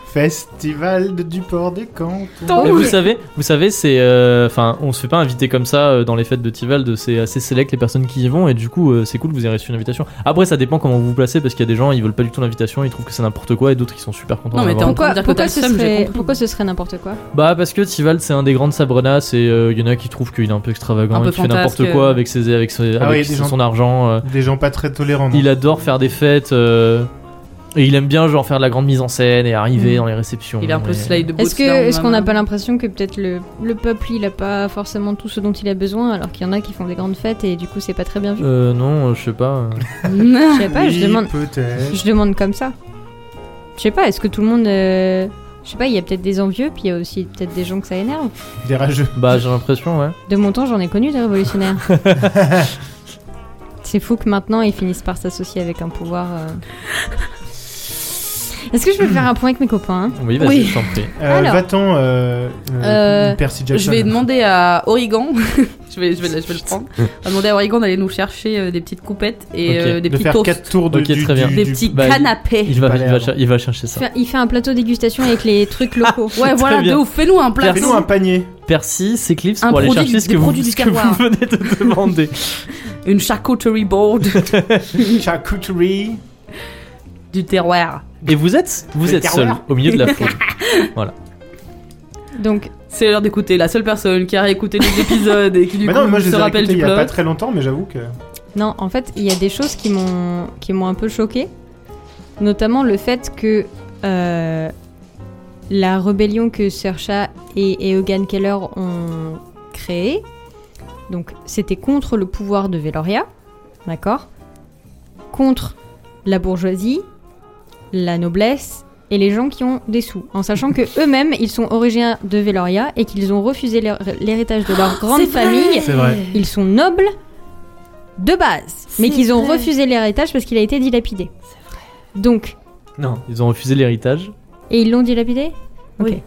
Speaker 2: Festival de- du port des cantons.
Speaker 4: Oh,
Speaker 3: Tant-
Speaker 1: Et vous
Speaker 3: Oh, Oui.
Speaker 1: savez, vous savez, c'est euh, enfin, on se fait pas inviter comme ça euh, dans les fêtes de Tivald. C'est assez select les personnes qui y vont et du coup euh, c'est cool, vous avez reçu une invitation. Après ça dépend comment vous vous placez parce qu'il y a des gens ils veulent pas du tout l'invitation, ils trouvent que c'est n'importe quoi et d'autres qui sont super contents.
Speaker 3: Non,
Speaker 1: de
Speaker 3: mais
Speaker 1: l'avoir.
Speaker 3: t'es en-
Speaker 4: Pourquoi,
Speaker 3: dire que
Speaker 4: pourquoi,
Speaker 3: t'as le
Speaker 4: ce
Speaker 3: seum, j'ai
Speaker 4: serait,
Speaker 3: compris.
Speaker 4: pourquoi ce serait n'importe quoi
Speaker 1: Bah parce que Tivald c'est un des grands de Sabrenas et il y en a qui trouvent qu'il est un peu extravagant,
Speaker 3: Un peu
Speaker 1: il fait n'importe
Speaker 3: fantasque. euh.
Speaker 1: quoi avec ses avec, ses-
Speaker 2: Ah
Speaker 1: avec
Speaker 2: oui, des
Speaker 1: son
Speaker 2: gens-
Speaker 1: argent. euh.
Speaker 2: Des gens pas très tolérants. non
Speaker 1: Il adore faire des fêtes euh, et il aime bien genre faire de la grande mise en scène et arriver
Speaker 4: Mhm.
Speaker 1: dans les réceptions.
Speaker 3: Mm. Il est un peu
Speaker 1: et-
Speaker 3: slide
Speaker 4: Est-ce que est-ce qu'on n'a pas l'impression que peut-être le, le peuple il a pas forcément tout ce dont il a besoin alors qu'il y en a qui font des grandes fêtes et du coup c'est pas très bien vu.
Speaker 1: Euh, non, euh, je sais pas. euh.
Speaker 4: Je sais pas,
Speaker 2: Oui,
Speaker 4: je demande
Speaker 2: peut-être.
Speaker 4: je demande comme ça. Je sais pas, est-ce que tout le monde euh, je sais pas, il y a peut-être des envieux puis il y a aussi peut-être des gens que ça énerve.
Speaker 2: Des rageux.
Speaker 1: Bah j'ai l'impression, ouais.
Speaker 4: De mon temps, j'en ai connu des révolutionnaires. c'est fou que maintenant ils finissent par s'associer avec un pouvoir euh. Est-ce que je peux faire un point avec mes copains hein
Speaker 1: Oui, vas-y,
Speaker 3: Oui.
Speaker 1: je t'en prie.
Speaker 2: Euh,
Speaker 4: Alors.
Speaker 2: Va-t'en, euh, euh,
Speaker 4: Euh,
Speaker 2: Percy Jackson.
Speaker 3: Je vais demander à Origan, je, vais, je, vais, je vais le prendre, on va demander à Origan d'aller nous chercher euh, des petites coupettes et
Speaker 1: Ok.
Speaker 3: euh, des
Speaker 2: de
Speaker 3: petits
Speaker 2: faire
Speaker 3: toasts,
Speaker 2: 4 tours de
Speaker 1: Ok,
Speaker 2: du-
Speaker 1: très bien.
Speaker 2: du-
Speaker 3: des
Speaker 2: du-
Speaker 3: petits
Speaker 1: bah,
Speaker 3: canapés.
Speaker 1: Il va,
Speaker 2: Pas
Speaker 1: il,
Speaker 2: l'air,
Speaker 1: va,
Speaker 2: non.
Speaker 1: cher- il va chercher ça.
Speaker 4: Faire- hein Il fait un plateau dégustation avec les trucs locaux.
Speaker 3: Ouais, voilà,
Speaker 1: bien.
Speaker 3: de ouf, fais-nous un plat.
Speaker 2: Fais-nous un panier.
Speaker 1: Percy s'éclipse
Speaker 3: Un
Speaker 1: pour aller
Speaker 3: produit
Speaker 1: chercher
Speaker 3: du-
Speaker 1: ce
Speaker 3: des
Speaker 1: que, vous,
Speaker 3: produits du
Speaker 1: ce que vous
Speaker 3: terroir.
Speaker 1: venez de demander.
Speaker 3: Une charcuterie board
Speaker 2: Charcuterie.
Speaker 3: du terroir.
Speaker 1: Et vous êtes, vous
Speaker 2: Le
Speaker 1: êtes seul
Speaker 2: terroir.
Speaker 1: au milieu de la foule.
Speaker 4: Donc,
Speaker 3: C'est l'heure d'écouter la seule personne qui a réécouté les épisodes et qui du
Speaker 2: Bah
Speaker 3: coup
Speaker 2: non, moi je
Speaker 3: se
Speaker 2: les ai
Speaker 3: rappelle
Speaker 2: écoutés
Speaker 3: du
Speaker 2: il y
Speaker 3: plot.
Speaker 2: a pas très longtemps, mais j'avoue que.
Speaker 4: non, en fait, il y a des choses qui m'ont qui m'ont un peu choqué, notamment le fait que euh, la rébellion que Sersha et Eogan Keller ont créée, donc c'était contre le pouvoir de Veloria, d'accord, contre la bourgeoisie, la noblesse et les gens qui ont des sous, en sachant que eux-mêmes ils sont originaires de Veloria et qu'ils ont refusé l'hé- l'héritage de leur grande
Speaker 3: Oh, C'est vrai
Speaker 4: famille
Speaker 1: C'est vrai.
Speaker 4: ils sont nobles de base,
Speaker 3: C'est
Speaker 4: mais qu'ils ont
Speaker 3: vrai.
Speaker 4: refusé l'héritage parce qu'il a été dilapidé.
Speaker 3: C'est
Speaker 4: Donc,
Speaker 1: Non, ils ont refusé l'héritage.
Speaker 4: et ils l'ont dilapidé Ok.
Speaker 3: Oui.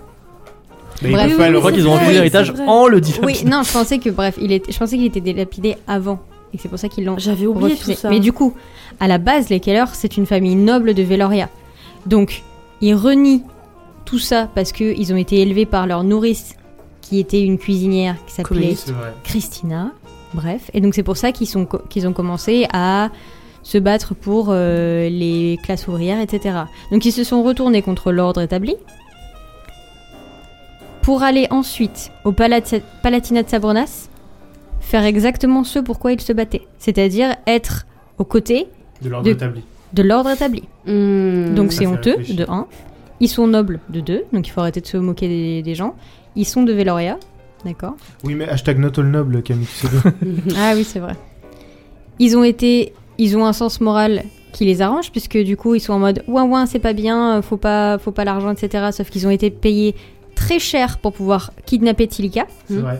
Speaker 2: Mais ils
Speaker 4: Bref.
Speaker 2: peuvent
Speaker 4: Oui,
Speaker 2: pas
Speaker 4: oui,
Speaker 2: le
Speaker 1: Je crois
Speaker 3: c'est
Speaker 1: qu'ils ont
Speaker 3: vrai,
Speaker 1: refusé
Speaker 3: c'est
Speaker 1: l'héritage
Speaker 3: vrai.
Speaker 1: en le dilapidant.
Speaker 4: Oui, non, je pensais que bref, il était, je pensais qu'il était dilapidé avant et que c'est pour ça qu'ils l'ont
Speaker 3: J'avais oublié tout
Speaker 4: refusé.
Speaker 3: ça.
Speaker 4: Mais du coup, à la base, les Keller, c'est une famille noble de Veloria. Donc, ils renient tout ça parce que ils ont été élevés par leur nourrice qui était une cuisinière qui s'appelait
Speaker 2: C'est vrai.
Speaker 4: Christina. Bref, et donc c'est pour ça qu'ils sont co- qu'ils ont commencé à se battre pour euh, les classes ouvrières, etc. Donc ils se sont retournés contre l'ordre établi pour aller ensuite au Palat- Palatinat de Sabronas faire exactement ce pourquoi ils se battaient, c'est-à-dire être aux côtés
Speaker 2: De l'ordre
Speaker 4: De-
Speaker 2: établi.
Speaker 4: de l'ordre établi.
Speaker 3: Hmm.
Speaker 4: Donc
Speaker 2: Ça
Speaker 4: c'est
Speaker 2: fait
Speaker 4: honteux,
Speaker 2: réfléchir.
Speaker 4: de 1. Ils sont nobles, de 2. Donc il faut arrêter de se moquer des, des gens. Ils sont de Veloria, d'accord
Speaker 2: Oui, mais hashtag not all noble, Camille, tu sais bien.
Speaker 4: Ah oui, c'est vrai. Ils ont été, ils ont un sens moral qui les arrange puisque du coup ils sont en mode ouin ouin c'est pas bien, euh, faut pas, faut pas l'argent, etc. Sauf qu'ils ont été payés très cher pour pouvoir kidnapper Tilika.
Speaker 2: C'est vrai.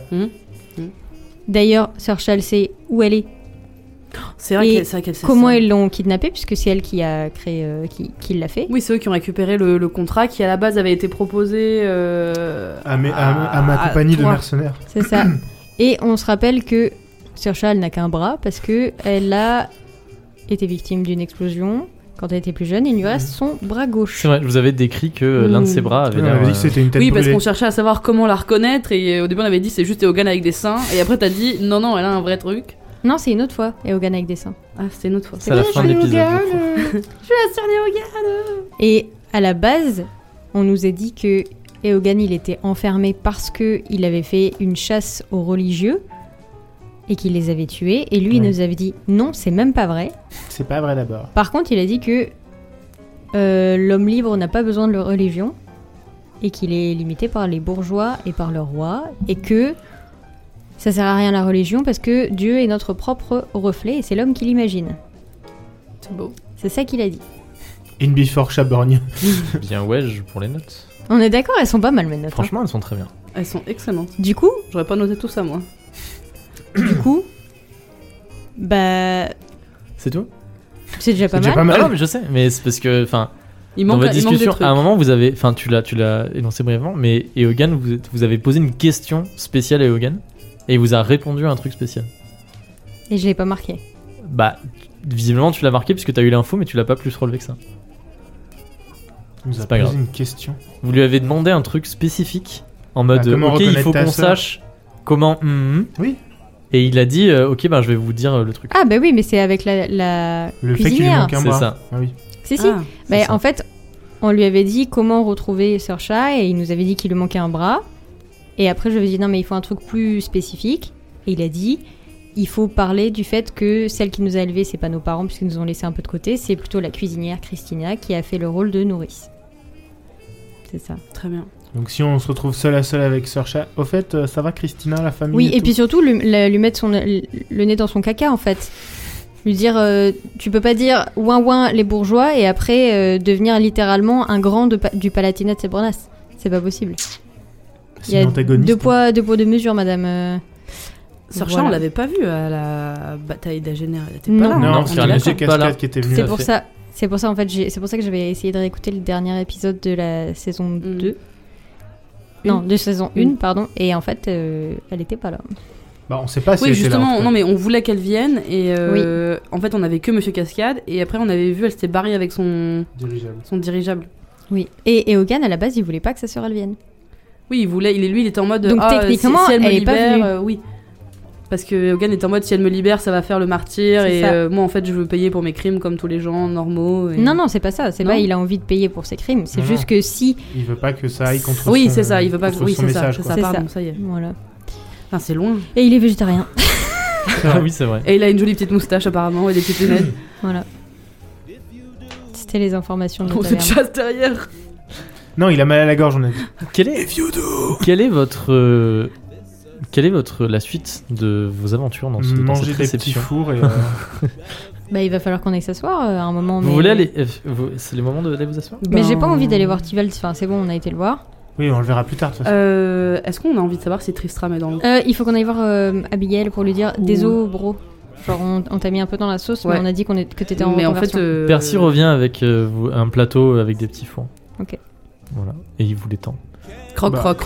Speaker 4: D'ailleurs, Sir Charles sait où elle est,
Speaker 3: C'est vrai
Speaker 4: Et
Speaker 3: qu'elle- c'est vrai qu'elle sait
Speaker 4: comment
Speaker 3: ça.
Speaker 4: ils l'ont kidnappée puisque c'est elle qui a créé, euh, qui, qui l'a fait.
Speaker 3: Oui, c'est eux qui ont récupéré le, le contrat qui à la base avait été proposé euh,
Speaker 2: À, mes- à- à ma
Speaker 3: à
Speaker 2: compagnie de
Speaker 3: toi.
Speaker 2: mercenaires.
Speaker 4: C'est ça. Et on se rappelle que Sir Charles n'a qu'un bras parce que elle a été victime d'une explosion quand elle était plus jeune. Il lui
Speaker 3: Mmh.
Speaker 4: reste son bras gauche.
Speaker 1: C'est vrai, je vous avais décrit que euh, l'un de ses
Speaker 3: Mm.
Speaker 1: bras avait
Speaker 2: On
Speaker 1: l'air.
Speaker 2: avait dit
Speaker 1: euh,
Speaker 2: que c'était une tête
Speaker 3: Oui, parce
Speaker 2: brûlée.
Speaker 3: qu'on cherchait à savoir comment la reconnaître et euh, au début on avait dit c'est juste Eogan avec des seins et après t'as dit non non elle a un vrai truc.
Speaker 4: Non, c'est une autre fois. Et Hogan avec des seins.
Speaker 3: Ah c'était une autre fois.
Speaker 1: C'est à la fin de l'épisode. je crois.
Speaker 4: Et à la base, on nous a dit que Eogan il était enfermé parce que il avait fait une chasse aux religieux et qu'il les avait tués. Et lui, il
Speaker 2: Oui.
Speaker 4: nous avait dit non, c'est même pas vrai.
Speaker 2: C'est pas vrai d'abord.
Speaker 4: Par contre, il a dit que euh, l'homme libre n'a pas besoin de leur religion et qu'il est limité par les bourgeois et par le roi et que ça sert à rien la religion parce que Dieu est notre propre reflet et c'est l'homme qui l'imagine.
Speaker 3: C'est beau.
Speaker 4: C'est ça qu'il a dit.
Speaker 2: In before Chaborgne.
Speaker 1: euh, Bien wedge pour les notes.
Speaker 4: On est d'accord, elles sont pas mal mes notes, hein.
Speaker 1: Franchement, elles sont très bien.
Speaker 3: Elles sont excellentes.
Speaker 4: Du coup,
Speaker 3: J'aurais pas noté tout ça moi.
Speaker 4: du coup, bah,
Speaker 1: C'est tout
Speaker 4: c'est déjà pas
Speaker 2: déjà
Speaker 4: mal.
Speaker 2: pas
Speaker 1: Ah
Speaker 2: mal.
Speaker 1: non, mais je sais, mais c'est parce que, enfin,
Speaker 3: Il
Speaker 1: dans
Speaker 3: manque,
Speaker 1: votre
Speaker 3: il manque des
Speaker 1: discussion,
Speaker 3: trucs.
Speaker 1: à un moment, vous avez, enfin, tu l'as, tu l'as énoncé brièvement, mais Eogan, vous, êtes- vous avez posé une question spéciale à Eogan et il vous a répondu à un truc spécial.
Speaker 4: Et je l'ai pas marqué.
Speaker 1: Bah, visiblement, tu l'as marqué puisque t'as eu l'info, mais tu l'as pas plus relevé que ça.
Speaker 2: Il nous a
Speaker 1: C'est pas
Speaker 2: posé
Speaker 1: grave.
Speaker 2: une question.
Speaker 1: Vous lui avez demandé un truc spécifique en
Speaker 2: Ah,
Speaker 1: mode,
Speaker 2: comment
Speaker 1: ok, il
Speaker 2: reconnaître
Speaker 1: faut
Speaker 2: ta
Speaker 1: qu'on
Speaker 2: sœur
Speaker 1: sache comment. hum, hum.
Speaker 2: Oui.
Speaker 1: Et il a dit, euh, ok, ben je vais vous dire euh, le truc.
Speaker 4: Ah bah oui, mais c'est avec la, la
Speaker 2: Le fait qu'il lui
Speaker 4: cuisinière.
Speaker 2: manque un
Speaker 1: C'est
Speaker 2: bras.
Speaker 1: ça.
Speaker 2: Ah oui.
Speaker 4: Si si.
Speaker 3: Ah,
Speaker 1: C'est
Speaker 4: Mais
Speaker 1: ça.
Speaker 4: en fait, on lui avait dit comment retrouver Sersha et il nous avait dit qu'il lui manquait un bras. Et après, je lui ai dit non, mais il faut un truc plus spécifique. Et il a dit il faut parler du fait que celle qui nous a élevés, c'est pas nos parents, puisqu'ils nous ont laissé un peu de côté, c'est plutôt la cuisinière Christina qui a fait le rôle de nourrice. C'est ça.
Speaker 3: très bien.
Speaker 2: Donc si on se retrouve seul à seul avec Sir Chat, au fait, euh, ça va Christina, la famille
Speaker 4: Oui, et
Speaker 2: tout
Speaker 4: puis surtout, lui, la- lui mettre son, le le nez dans son caca, en fait. Lui dire, euh, tu peux pas dire ouin ouin les bourgeois et après euh, devenir littéralement un grand de pa- du Palatinat de Sebranas. C'est pas possible.
Speaker 2: C'est une antagoniste. hein.
Speaker 4: deux poids, deux poids, deux mesures, madame. euh.
Speaker 3: Sir
Speaker 4: Voilà.
Speaker 3: Charles, on l'avait pas vu à la bataille d'Agener. Elle était
Speaker 4: Non.
Speaker 3: pas là.
Speaker 2: Non,
Speaker 3: hein,
Speaker 1: Non,
Speaker 3: on
Speaker 2: c'est
Speaker 3: est
Speaker 1: Charles,
Speaker 2: la
Speaker 1: elle était
Speaker 3: d'accord.
Speaker 2: Monsieur
Speaker 1: pas là.
Speaker 2: Cascade qui était venu.
Speaker 4: C'est
Speaker 1: à
Speaker 4: pour
Speaker 1: fait.
Speaker 4: ça. C'est pour ça en fait, j'ai- c'est pour ça que j'avais essayé de réécouter le dernier épisode de la saison
Speaker 3: Mm.
Speaker 4: 2.
Speaker 3: Une.
Speaker 4: Non, de saison
Speaker 3: Une.
Speaker 4: 1, pardon. Et en fait, euh, elle était pas là.
Speaker 2: Bah, on sait pas si
Speaker 3: Oui,
Speaker 2: elle était là, en
Speaker 3: justement,
Speaker 2: tout cas.
Speaker 3: non mais on voulait qu'elle vienne et euh, en fait on avait que Monsieur Cascade et après on avait vu elle s'était barrée avec son,
Speaker 2: Dirigeable.
Speaker 3: son dirigeable.
Speaker 4: Oui. Et, et Hogan, à la base, il voulait pas que sa sœur elle vienne.
Speaker 3: Oui, il voulait, il, lui il était en mode
Speaker 4: Donc,
Speaker 3: ah,
Speaker 4: techniquement,
Speaker 3: si, si elle, me
Speaker 4: elle est pas
Speaker 3: libère,
Speaker 4: venue.
Speaker 3: euh, oui. Parce que Hogan est en mode si elle me libère, ça va faire le martyr.
Speaker 4: C'est
Speaker 3: Et
Speaker 4: ça.
Speaker 3: euh, moi, en fait, je veux payer pour mes crimes comme tous les gens normaux. et-
Speaker 4: Non, non, c'est pas ça. C'est
Speaker 3: Non.
Speaker 4: pas il a envie de payer pour ses crimes. C'est
Speaker 2: Non,
Speaker 4: juste
Speaker 2: non.
Speaker 4: que si.
Speaker 2: Il veut pas que ça aille contre
Speaker 3: Oui,
Speaker 2: son-
Speaker 3: c'est ça. Il veut pas.
Speaker 2: contre
Speaker 3: Oui,
Speaker 2: son
Speaker 3: c'est ça.
Speaker 2: message,
Speaker 3: C'est
Speaker 2: quoi.
Speaker 3: ça.
Speaker 4: quoi.
Speaker 3: Ah, Pardon,
Speaker 4: C'est
Speaker 3: ça y est.
Speaker 4: Voilà.
Speaker 3: Enfin, c'est loin.
Speaker 4: Et il est végétarien.
Speaker 1: Ah oui, c'est vrai.
Speaker 3: Et il a une jolie petite moustache apparemment et des petites lunettes.
Speaker 4: Voilà. C'était les informations de la
Speaker 3: Pour cette
Speaker 4: taverne.
Speaker 3: chasse derrière.
Speaker 2: Non, il a mal à la gorge, on a dit.
Speaker 1: Quel est, quel est votre. euh, Quelle est votre, la suite de vos aventures dans, ce, dans
Speaker 2: Manger
Speaker 1: cette
Speaker 2: des petits
Speaker 1: réception
Speaker 2: fours et. euh,
Speaker 4: Bah, il va falloir qu'on aille s'asseoir euh, à un moment.
Speaker 1: Vous
Speaker 4: mais-
Speaker 1: voulez aller. euh, vous- C'est le moment de- d'aller vous asseoir
Speaker 3: Ben,
Speaker 4: Mais j'ai pas envie d'aller voir Tival. Enfin, c'est bon, on a été le voir.
Speaker 2: Oui, on le verra plus tard. de toute façon.
Speaker 3: Euh, Est-ce qu'on a envie de savoir si Tristram est dans le.
Speaker 4: Euh, il faut qu'on aille voir euh, Abigail pour lui dire Désolé, bro. Genre, on, on t'a mis un peu dans la sauce,
Speaker 3: Ouais.
Speaker 4: mais on a dit qu'on est, que t'étais en
Speaker 3: Mais en fait.
Speaker 4: reconversion.
Speaker 3: euh,
Speaker 1: Percy revient avec euh, vous- un plateau avec des petits fours.
Speaker 4: Ok.
Speaker 1: Voilà. Et il vous les tend.
Speaker 3: Croc,
Speaker 2: Bah.
Speaker 3: croc.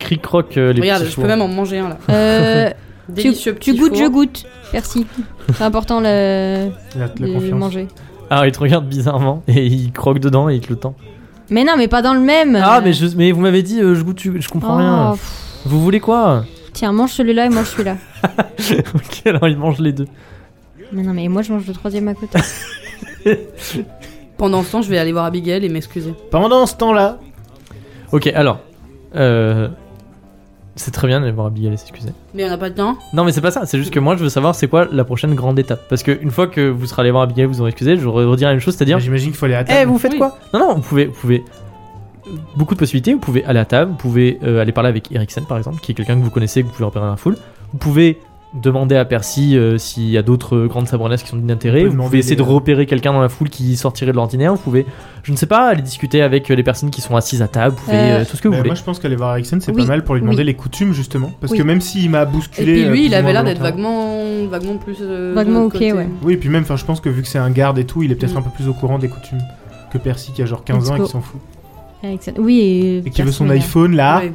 Speaker 1: Cric croc euh, les
Speaker 3: Regarde,
Speaker 1: petits
Speaker 3: je
Speaker 1: fours.
Speaker 3: peux même en manger un là.
Speaker 4: Euh, tu,
Speaker 3: Délicieux
Speaker 4: tu
Speaker 3: petit
Speaker 4: goûtes,
Speaker 3: four.
Speaker 4: je goûte. Merci. C'est important le,
Speaker 3: Euh,
Speaker 2: la, la
Speaker 4: le
Speaker 2: confiance.
Speaker 4: manger.
Speaker 1: Ah, il te regarde bizarrement et il croque dedans et il te le tend.
Speaker 4: Mais non, mais pas dans le même.
Speaker 1: Ah, mais, je, mais vous m'avez dit, euh, je goûte, je comprends
Speaker 4: Euh. Oh,
Speaker 1: rien.
Speaker 4: pff,
Speaker 1: Vous voulez quoi
Speaker 4: Tiens, mange celui-là et mange celui-là.
Speaker 1: Ok, alors il mange les deux.
Speaker 4: Mais non, mais moi je mange le troisième à côté.
Speaker 3: Pendant ce temps, je vais aller voir Abigail et m'excuser.
Speaker 2: Pendant ce temps-là,
Speaker 1: Ok, alors. euh, c'est très bien d'aller voir Abigail et s'excuser.
Speaker 3: Mais on n'a pas de temps.
Speaker 1: Non, mais c'est pas ça, c'est juste que moi je veux savoir c'est quoi la prochaine grande étape. Parce que une fois que vous serez allé voir Abigail, vous aurez excusé, je vous redirai la même chose, c'est-à-dire.
Speaker 2: j'imagine qu'il faut aller à
Speaker 1: Eh,
Speaker 2: table.
Speaker 1: vous faites
Speaker 3: Oui.
Speaker 1: quoi Non, non, vous pouvez, vous pouvez. Beaucoup de possibilités. Vous pouvez aller à table, vous pouvez euh, aller parler avec Eriksen, par exemple, qui est quelqu'un que vous connaissez, que vous pouvez repérer dans la foule. Vous pouvez demander à Percy euh, s'il y a d'autres euh, grandes sabrenesses qui sont d'intérêt.
Speaker 2: On peut
Speaker 1: Vous
Speaker 2: demander
Speaker 1: pouvez essayer de
Speaker 2: des-
Speaker 1: repérer quelqu'un dans la foule qui sortirait de l'ordinaire. Vous pouvez, je ne sais pas, aller discuter avec euh, les personnes qui sont assises à table. Vous pouvez
Speaker 4: Euh,
Speaker 1: euh, tout ce que vous
Speaker 2: Bah,
Speaker 1: voulez.
Speaker 2: moi, je pense qu'aller voir Ericsson, c'est
Speaker 4: Oui,
Speaker 2: pas mal pour lui demander
Speaker 4: oui.
Speaker 2: les coutumes, justement. Parce
Speaker 4: Oui.
Speaker 2: que même s'il m'a
Speaker 3: Et
Speaker 2: bousculé.
Speaker 3: puis
Speaker 2: euh,
Speaker 3: lui,
Speaker 2: plus
Speaker 3: il
Speaker 2: ou
Speaker 3: avait
Speaker 2: moins
Speaker 3: l'air d'être
Speaker 2: volontairement.
Speaker 3: vaguement, vaguement plus. euh, de
Speaker 4: Vaguement
Speaker 3: notre
Speaker 4: ok,
Speaker 3: côté.
Speaker 4: ouais.
Speaker 2: Oui, et puis même, enfin, je pense que vu que c'est un garde et tout, il est peut-être
Speaker 3: Mm.
Speaker 2: un peu plus au courant des coutumes que Percy qui a genre 15 ans et
Speaker 4: Let's
Speaker 2: qui s'en fout.
Speaker 4: Ericsson. Oui, et. euh,
Speaker 2: Et qui veut son
Speaker 4: personne,
Speaker 2: iPhone là.
Speaker 3: Ouais.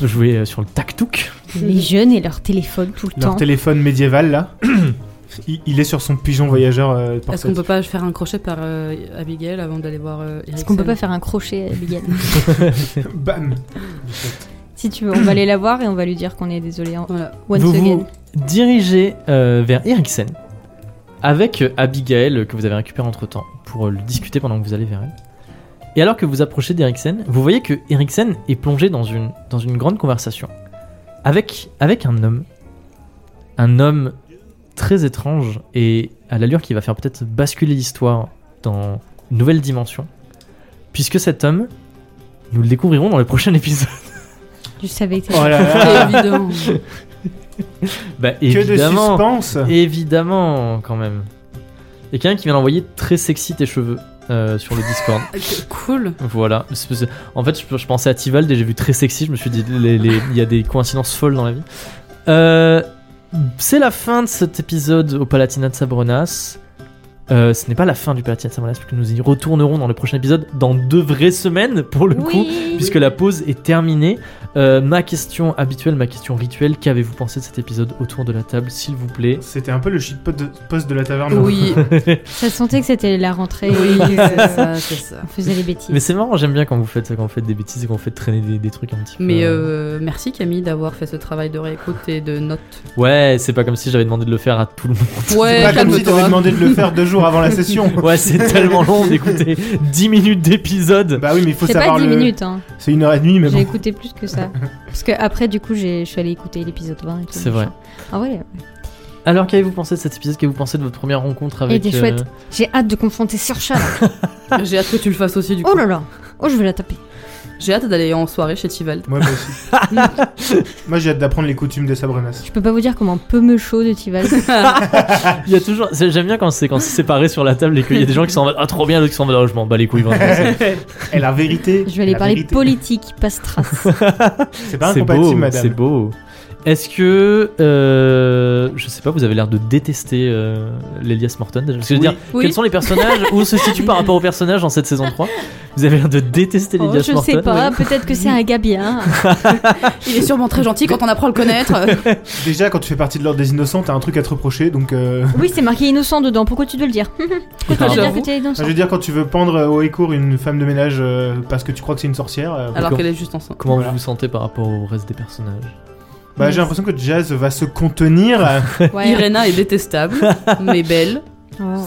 Speaker 1: Je jouais euh, sur le tac-touc.
Speaker 4: euh, Les jeunes et leur téléphone tout le
Speaker 2: Leur
Speaker 4: temps.
Speaker 2: téléphone médiéval là. il, il est sur son pigeon voyageur euh,
Speaker 3: Est-ce qu'on
Speaker 2: portatif.
Speaker 3: peut pas faire un crochet par euh, Abigail avant d'aller voir euh,
Speaker 4: Est-ce qu'on peut pas
Speaker 3: Erickson
Speaker 4: faire un crochet euh, à Abigail
Speaker 2: Bam
Speaker 4: Si tu veux, on va aller la voir et on va lui dire qu'on est désolé. hein.
Speaker 3: Voilà.
Speaker 4: Once
Speaker 1: vous
Speaker 4: again.
Speaker 1: vous dirigez euh, vers Eriksen avec euh, Abigail euh, que vous avez récupéré entre temps pour euh, le discuter pendant que vous allez vers elle. Et alors que vous approchez d'Eriksen, vous voyez que Eriksen est plongé dans une, dans une grande conversation avec, avec un homme. Un homme très étrange et à l'allure qui va faire peut-être basculer l'histoire dans une nouvelle dimension. Puisque cet homme, nous le découvrirons dans le prochain épisode.
Speaker 4: Je savais que
Speaker 2: Oh là là
Speaker 3: C'est évident.
Speaker 1: Bah,
Speaker 2: Que de
Speaker 1: évidemment.
Speaker 2: suspense
Speaker 1: Évidemment, quand même. Et quelqu'un qui vient d'envoyer très sexy tes cheveux euh, sur le Discord.
Speaker 3: cool.
Speaker 1: voilà. C'est- c'est- En fait, je, je pensais à Tivald et j'ai vu très sexy. Je me suis dit, les- les- il y a des coïncidences folles dans la vie. Euh, c'est la fin de cet épisode au Palatinat de Sabronas. Euh, ce n'est pas la fin du Palatinat de Sabronas, puisque nous y retournerons dans le prochain épisode dans deux vraies semaines, pour le coup puisque la pause est terminée. Euh, ma question habituelle, ma question rituelle, qu'avez-vous pensé de cet épisode autour de la table, s'il vous plaît
Speaker 2: C'était un peu le shit de, post de la taverne.
Speaker 3: Oui,
Speaker 4: Ça sentait que c'était la rentrée.
Speaker 3: oui,
Speaker 4: et que,
Speaker 3: c'est
Speaker 4: euh,
Speaker 3: ça, c'est ça.
Speaker 4: On faisait les bêtises.
Speaker 1: Mais c'est marrant, j'aime bien quand vous faites ça, quand vous faites des bêtises et quand vous faites traîner des, des trucs un petit peu.
Speaker 3: Mais euh, merci Camille d'avoir fait ce travail de réécoute et de notes.
Speaker 1: euh. Ouais, c'est pas comme si j'avais demandé de le faire à tout le monde.
Speaker 2: C'est
Speaker 3: Ouais,
Speaker 2: pas comme si t'avais
Speaker 3: calme-toi.
Speaker 2: demandé de le faire deux jours avant la session.
Speaker 1: Ouais, c'est tellement long d'écouter 10 minutes d'épisode.
Speaker 2: Bah oui, mais il faut
Speaker 4: C'est
Speaker 2: savoir
Speaker 4: pas 10
Speaker 2: le.
Speaker 4: minutes, hein.
Speaker 2: C'est une heure et demie, mais
Speaker 4: J'ai
Speaker 2: bon.
Speaker 4: écouté plus que ça. Parce que après, du coup, j'ai- je suis allée écouter l'épisode 20 et tout.
Speaker 1: C'est
Speaker 4: machin.
Speaker 1: vrai.
Speaker 4: Ah ouais.
Speaker 1: Alors, qu'avez-vous pensé de cet épisode Qu'avez-vous pensé de votre première rencontre
Speaker 4: Elle
Speaker 1: avec. euh,
Speaker 4: était chouette. J'ai hâte de confronter Surcha. là.
Speaker 3: J'ai hâte que tu le fasses aussi du coup.
Speaker 4: Oh là là. Oh, je vais la taper.
Speaker 3: J'ai hâte d'aller en soirée chez Tivald.
Speaker 2: Moi, moi aussi. moi, j'ai hâte d'apprendre les coutumes des Sabrenas.
Speaker 4: Je peux pas vous dire comment peu me chaud de Tival.
Speaker 1: Il y a toujours. c'est- J'aime bien quand c'est quand c'est séparé sur la table et qu'il y a des gens qui sont en mode Ah, trop bien, d'autres qui sont en mode Ah, je m'en bats les couilles. vraiment.
Speaker 2: Et la vérité.
Speaker 4: Je vais aller
Speaker 2: la
Speaker 4: parler
Speaker 2: vérité.
Speaker 4: politique, pas strass.
Speaker 2: C'est pas
Speaker 1: C'est beau,
Speaker 2: incompatible, madame.
Speaker 1: c'est beau. Est-ce que, euh, je sais pas, vous avez l'air de détester euh, l'Elias Morton déjà Parce que je veux
Speaker 2: Oui.
Speaker 1: dire,
Speaker 3: Oui.
Speaker 1: quels sont les personnages Où se situe par rapport aux personnages dans cette saison 3 Vous avez l'air de détester
Speaker 4: Oh,
Speaker 1: l'Elias
Speaker 4: je
Speaker 1: Morton
Speaker 4: sais pas, peut-être que c'est un hein. gars bien.
Speaker 3: Il est sûrement très gentil quand on apprend à le connaître. euh,
Speaker 2: Déjà, quand tu fais partie de l'ordre des innocents, t'as un truc à te reprocher, donc. euh,
Speaker 4: Oui, c'est marqué innocent dedans, pourquoi tu dois le dire
Speaker 1: Et
Speaker 4: Pourquoi tu
Speaker 1: pardon.
Speaker 4: dois dire que tu es innocent
Speaker 2: Je veux dire, quand tu veux pendre euh, au écourt une femme de ménage euh, parce que tu crois que c'est une sorcière, euh,
Speaker 3: Alors
Speaker 1: D'accord.
Speaker 3: qu'elle est juste enceinte.
Speaker 1: Comment
Speaker 2: Voilà.
Speaker 1: vous vous sentez par rapport au reste des personnages
Speaker 2: Bah, j'ai l'impression que Jazz va se contenir. euh,
Speaker 4: Ouais.
Speaker 3: Irena est détestable, mais belle,
Speaker 4: Oh.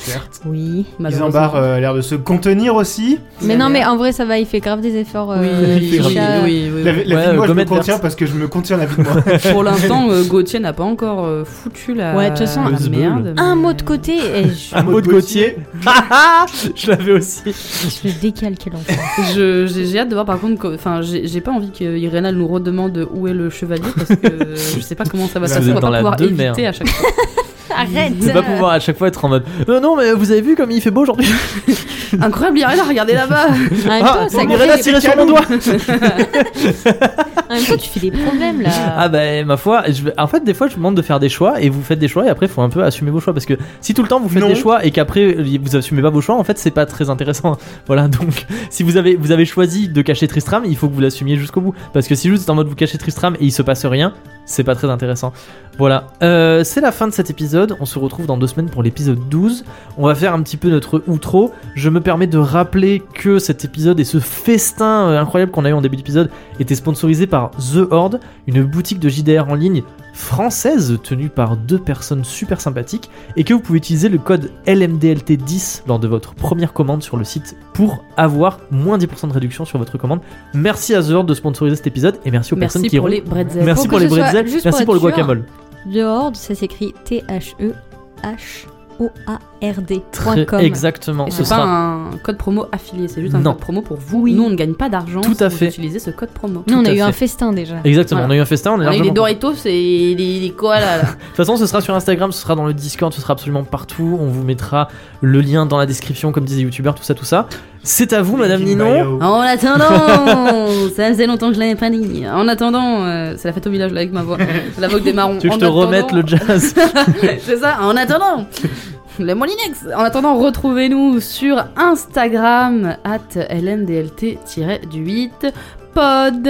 Speaker 2: Certes.
Speaker 4: Oui.
Speaker 3: malheureusement.
Speaker 2: Isambard euh, a l'air de se contenir aussi.
Speaker 4: Mais non, mais en vrai, ça va, il fait grave des efforts.
Speaker 3: Oui,
Speaker 4: euh,
Speaker 2: il fait grave
Speaker 4: Chicha.
Speaker 3: oui, oui,
Speaker 2: La, la
Speaker 3: oui.
Speaker 2: vie de
Speaker 1: Ouais,
Speaker 2: moi, je me
Speaker 1: Gomet
Speaker 2: contiens
Speaker 1: Verse.
Speaker 2: parce que je me contiens la vie de moi.
Speaker 3: Pour l'instant, euh, Gauthier n'a pas encore euh, foutu la,
Speaker 4: Ouais, de toute façon,
Speaker 3: la
Speaker 1: Buzz
Speaker 3: merde.
Speaker 4: Un
Speaker 3: mais-
Speaker 4: mot de côté et je,
Speaker 1: Un mot de Gauthier. Je l'avais aussi.
Speaker 4: je le décale, quel enfant.
Speaker 3: Je- J'ai j'ai hâte de voir par contre, que- enfin, j'ai j'ai pas envie que Irena nous redemande où est le chevalier parce que je sais pas comment ça va se
Speaker 2: Vous êtes
Speaker 3: passer.
Speaker 1: dans
Speaker 3: On va pas
Speaker 1: la
Speaker 3: pouvoir
Speaker 1: demeure.
Speaker 3: éviter à chaque fois.
Speaker 4: Arrête
Speaker 1: Je vais pas pouvoir à chaque fois être en mode. euh, Non, non, mais vous avez vu comme il fait beau aujourd'hui. Ah,
Speaker 3: Incroyable, Irena, regardez là-bas.
Speaker 4: En même temps, ça
Speaker 1: Irena
Speaker 4: crée des-
Speaker 1: tirait sur mon doigt.
Speaker 4: en même temps, tu fais des problèmes là.
Speaker 1: Ah bah ma foi, je vais- en fait des fois je vous demande de faire des choix et vous faites des choix et après faut un peu assumer vos choix parce que si tout le temps vous faites
Speaker 2: Non.
Speaker 1: des choix et qu'après euh, vous assumez pas vos choix en fait c'est pas très intéressant. Voilà donc si vous avez vous avez choisi de cacher Tristram il faut que vous l'assumiez jusqu'au bout parce que si juste en mode vous cachez Tristram et il se passe rien c'est pas très intéressant. Voilà Euh, c'est la fin de cet épisode on se retrouve dans deux semaines pour l'épisode 12 on va faire un petit peu notre outro je me permets de rappeler que cet épisode et ce festin euh, incroyable qu'on a eu en début d'épisode était sponsorisé par The Horde une boutique de JDR en ligne française tenue par deux personnes super sympathiques et que vous pouvez utiliser le code LMDLT10 lors de votre première commande sur le site pour avoir moins 10% de réduction sur votre commande. Merci à The Horde de sponsoriser cet épisode et merci aux
Speaker 3: Merci
Speaker 1: personnes qui
Speaker 3: pour
Speaker 1: iront-
Speaker 3: les bretzels.
Speaker 1: Merci
Speaker 4: Pour
Speaker 1: pour
Speaker 4: que
Speaker 1: les
Speaker 4: ce soit-
Speaker 1: bretzels,
Speaker 4: juste
Speaker 1: merci
Speaker 4: pour
Speaker 1: pour
Speaker 4: être
Speaker 1: le
Speaker 4: sûr.
Speaker 1: guacamole.
Speaker 4: The Horde, ça s'écrit E T-H-E-H-O-A-R-D.
Speaker 1: Très-
Speaker 4: .com.
Speaker 1: exactement,
Speaker 3: Et
Speaker 1: ce
Speaker 3: C'est pas
Speaker 1: sera
Speaker 3: un code promo affilié, c'est juste un
Speaker 1: Non.
Speaker 3: code promo pour vous.
Speaker 4: Oui.
Speaker 3: Nous, on ne gagne pas d'argent
Speaker 1: Tout à
Speaker 3: si
Speaker 1: fait.
Speaker 3: vous utilisez ce code promo.
Speaker 4: Nous, on
Speaker 1: tout
Speaker 4: a
Speaker 1: à
Speaker 4: eu un
Speaker 1: fait.
Speaker 4: festin déjà.
Speaker 1: Exactement,
Speaker 3: Voilà.
Speaker 1: on a eu un festin, on est
Speaker 3: On a eu
Speaker 1: largement
Speaker 3: des
Speaker 1: content.
Speaker 3: Doritos et des, des koalas là.
Speaker 1: De toute façon, ce sera sur Instagram, ce sera dans le Discord, ce sera absolument partout. On vous mettra le lien dans la description, comme disait YouTubeur, tout ça, tout ça. C'est à vous, Madame Ninon.
Speaker 3: En attendant, ça faisait longtemps que je l'avais pas dit. En attendant, euh, c'est la fête au village là, avec ma voix, la voix des marrons.
Speaker 1: Tu veux que
Speaker 3: En
Speaker 1: je te
Speaker 3: attendant-
Speaker 1: remette le jazz
Speaker 3: c'est ça, en attendant Le Molinex En attendant, retrouvez-nous sur Instagram, at lmdlt-du8 pod,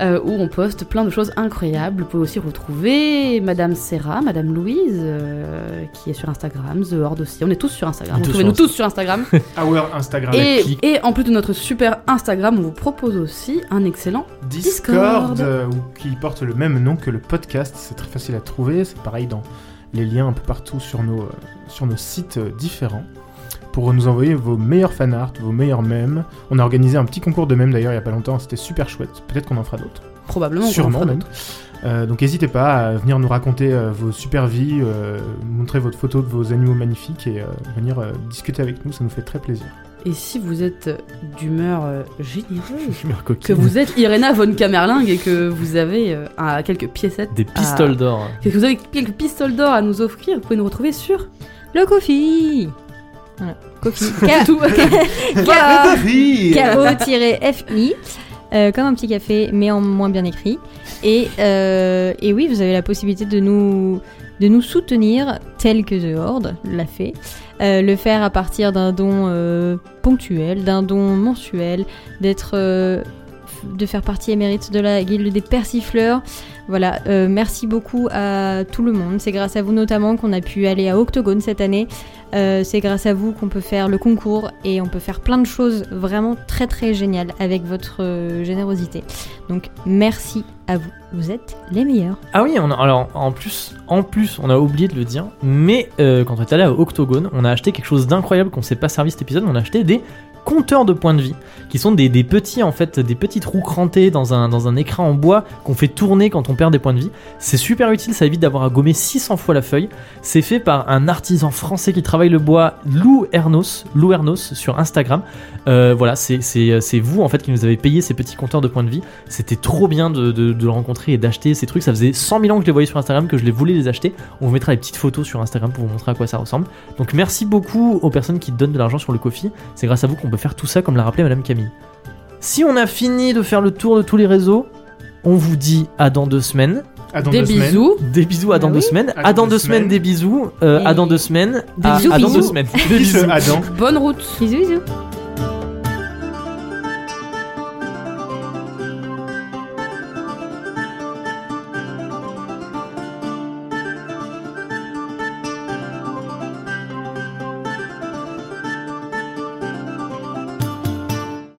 Speaker 3: euh, où on poste plein de choses incroyables. Vous pouvez aussi retrouver Madame Serra, Madame Louise, euh, qui est sur Instagram, The Horde aussi. On est tous sur Instagram.
Speaker 1: On est tous
Speaker 3: Retrouvez-nous
Speaker 1: sur
Speaker 3: tous sur Instagram.
Speaker 2: Our Instagram.
Speaker 3: et,
Speaker 1: clique.
Speaker 3: et en plus de notre super Instagram, on vous propose aussi un excellent
Speaker 2: Discord,
Speaker 3: Discord.
Speaker 2: euh, ou- qui porte le même nom que le podcast. C'est très facile à trouver. C'est pareil dans les liens un peu partout sur nos, euh, sur nos sites euh, différents. Pour nous envoyer vos meilleurs fanarts, vos meilleurs mèmes. On a organisé un petit concours de mèmes d'ailleurs il y a pas longtemps. C'était super chouette. Peut-être qu'on en fera d'autres.
Speaker 3: probablement. qu'on en
Speaker 2: Sûrement
Speaker 3: fera
Speaker 2: même. Euh, donc n'hésitez pas à venir nous raconter euh, vos super vies, euh, montrer votre photo de vos animaux magnifiques et euh, venir euh, discuter avec nous, ça nous fait très plaisir.
Speaker 3: Et si vous êtes d'humeur euh, généreuse, que
Speaker 1: que
Speaker 3: vous êtes Irena von Kamerling et que vous avez euh, à quelques piécettes,
Speaker 1: Des pistoles
Speaker 3: Ah.
Speaker 1: d'or.
Speaker 3: que vous avez quelques pistoles d'or à nous offrir, vous pouvez nous retrouver sur
Speaker 4: Le Kofi Voilà. Kofi.
Speaker 3: C'est tout.
Speaker 4: K- K-O-F-I. euh, comme un petit café, mais en moins bien écrit. Et, euh, et oui, vous avez la possibilité de nous, de nous soutenir, tel que The Horde l'a fait. Euh, le faire à partir d'un don euh, ponctuel, d'un don mensuel, d'être, euh, f- de faire partie émérite de la guilde des persifleurs. Voilà, euh, merci beaucoup à tout le monde. C'est grâce à vous notamment qu'on a pu aller à Octogone cette année. Euh, c'est grâce à vous qu'on peut faire le concours et on peut faire plein de choses vraiment très très géniales avec votre euh, générosité. Donc merci à vous. Vous êtes les meilleurs.
Speaker 1: Ah oui, on a- alors en plus, en plus, on a oublié de le dire, mais euh, quand on est allé à Octogone, on a acheté quelque chose d'incroyable qu'on s'est pas servi cet épisode, on a acheté des compteurs de points de vie qui sont des, des petits en fait des petits trous crantés dans un, dans un écran en bois qu'on fait tourner quand on perd des points de vie c'est super utile ça évite d'avoir à gommer 600 fois la feuille c'est fait par un artisan français qui travaille le bois Lou Ernos Lou Ernos sur Instagram Euh, voilà c'est- c'est c'est vous en fait qui nous avez payé ces petits compteurs de points de vie c'était trop bien de, de- de le rencontrer et d'acheter ces trucs. Ça faisait 100 000 ans que je les voyais sur Instagram, que je les voulais les acheter. On vous mettra les petites photos sur Instagram pour vous montrer à quoi ça ressemble. Donc merci beaucoup aux personnes qui donnent de l'argent sur le Kofi. C'est grâce à vous qu'on peut faire tout ça, comme l'a rappelé Madame Camille. Si on a fini de faire le tour de tous les réseaux, on vous dit à dans deux semaines.
Speaker 2: À dans
Speaker 3: Des
Speaker 2: deux semaines.
Speaker 3: bisous.
Speaker 1: Des bisous à
Speaker 4: Bah
Speaker 1: dans deux
Speaker 4: oui.
Speaker 1: semaines.
Speaker 2: À
Speaker 1: À dans deux semaines, des bisous. Euh,
Speaker 4: Et-
Speaker 1: À dans deux semaines.
Speaker 3: Des
Speaker 1: à,
Speaker 3: bisous,
Speaker 1: à dans deux
Speaker 3: bisous.
Speaker 1: semaines.
Speaker 2: Bis, euh, Adam.
Speaker 3: Bonne route.
Speaker 4: Bisous bisous.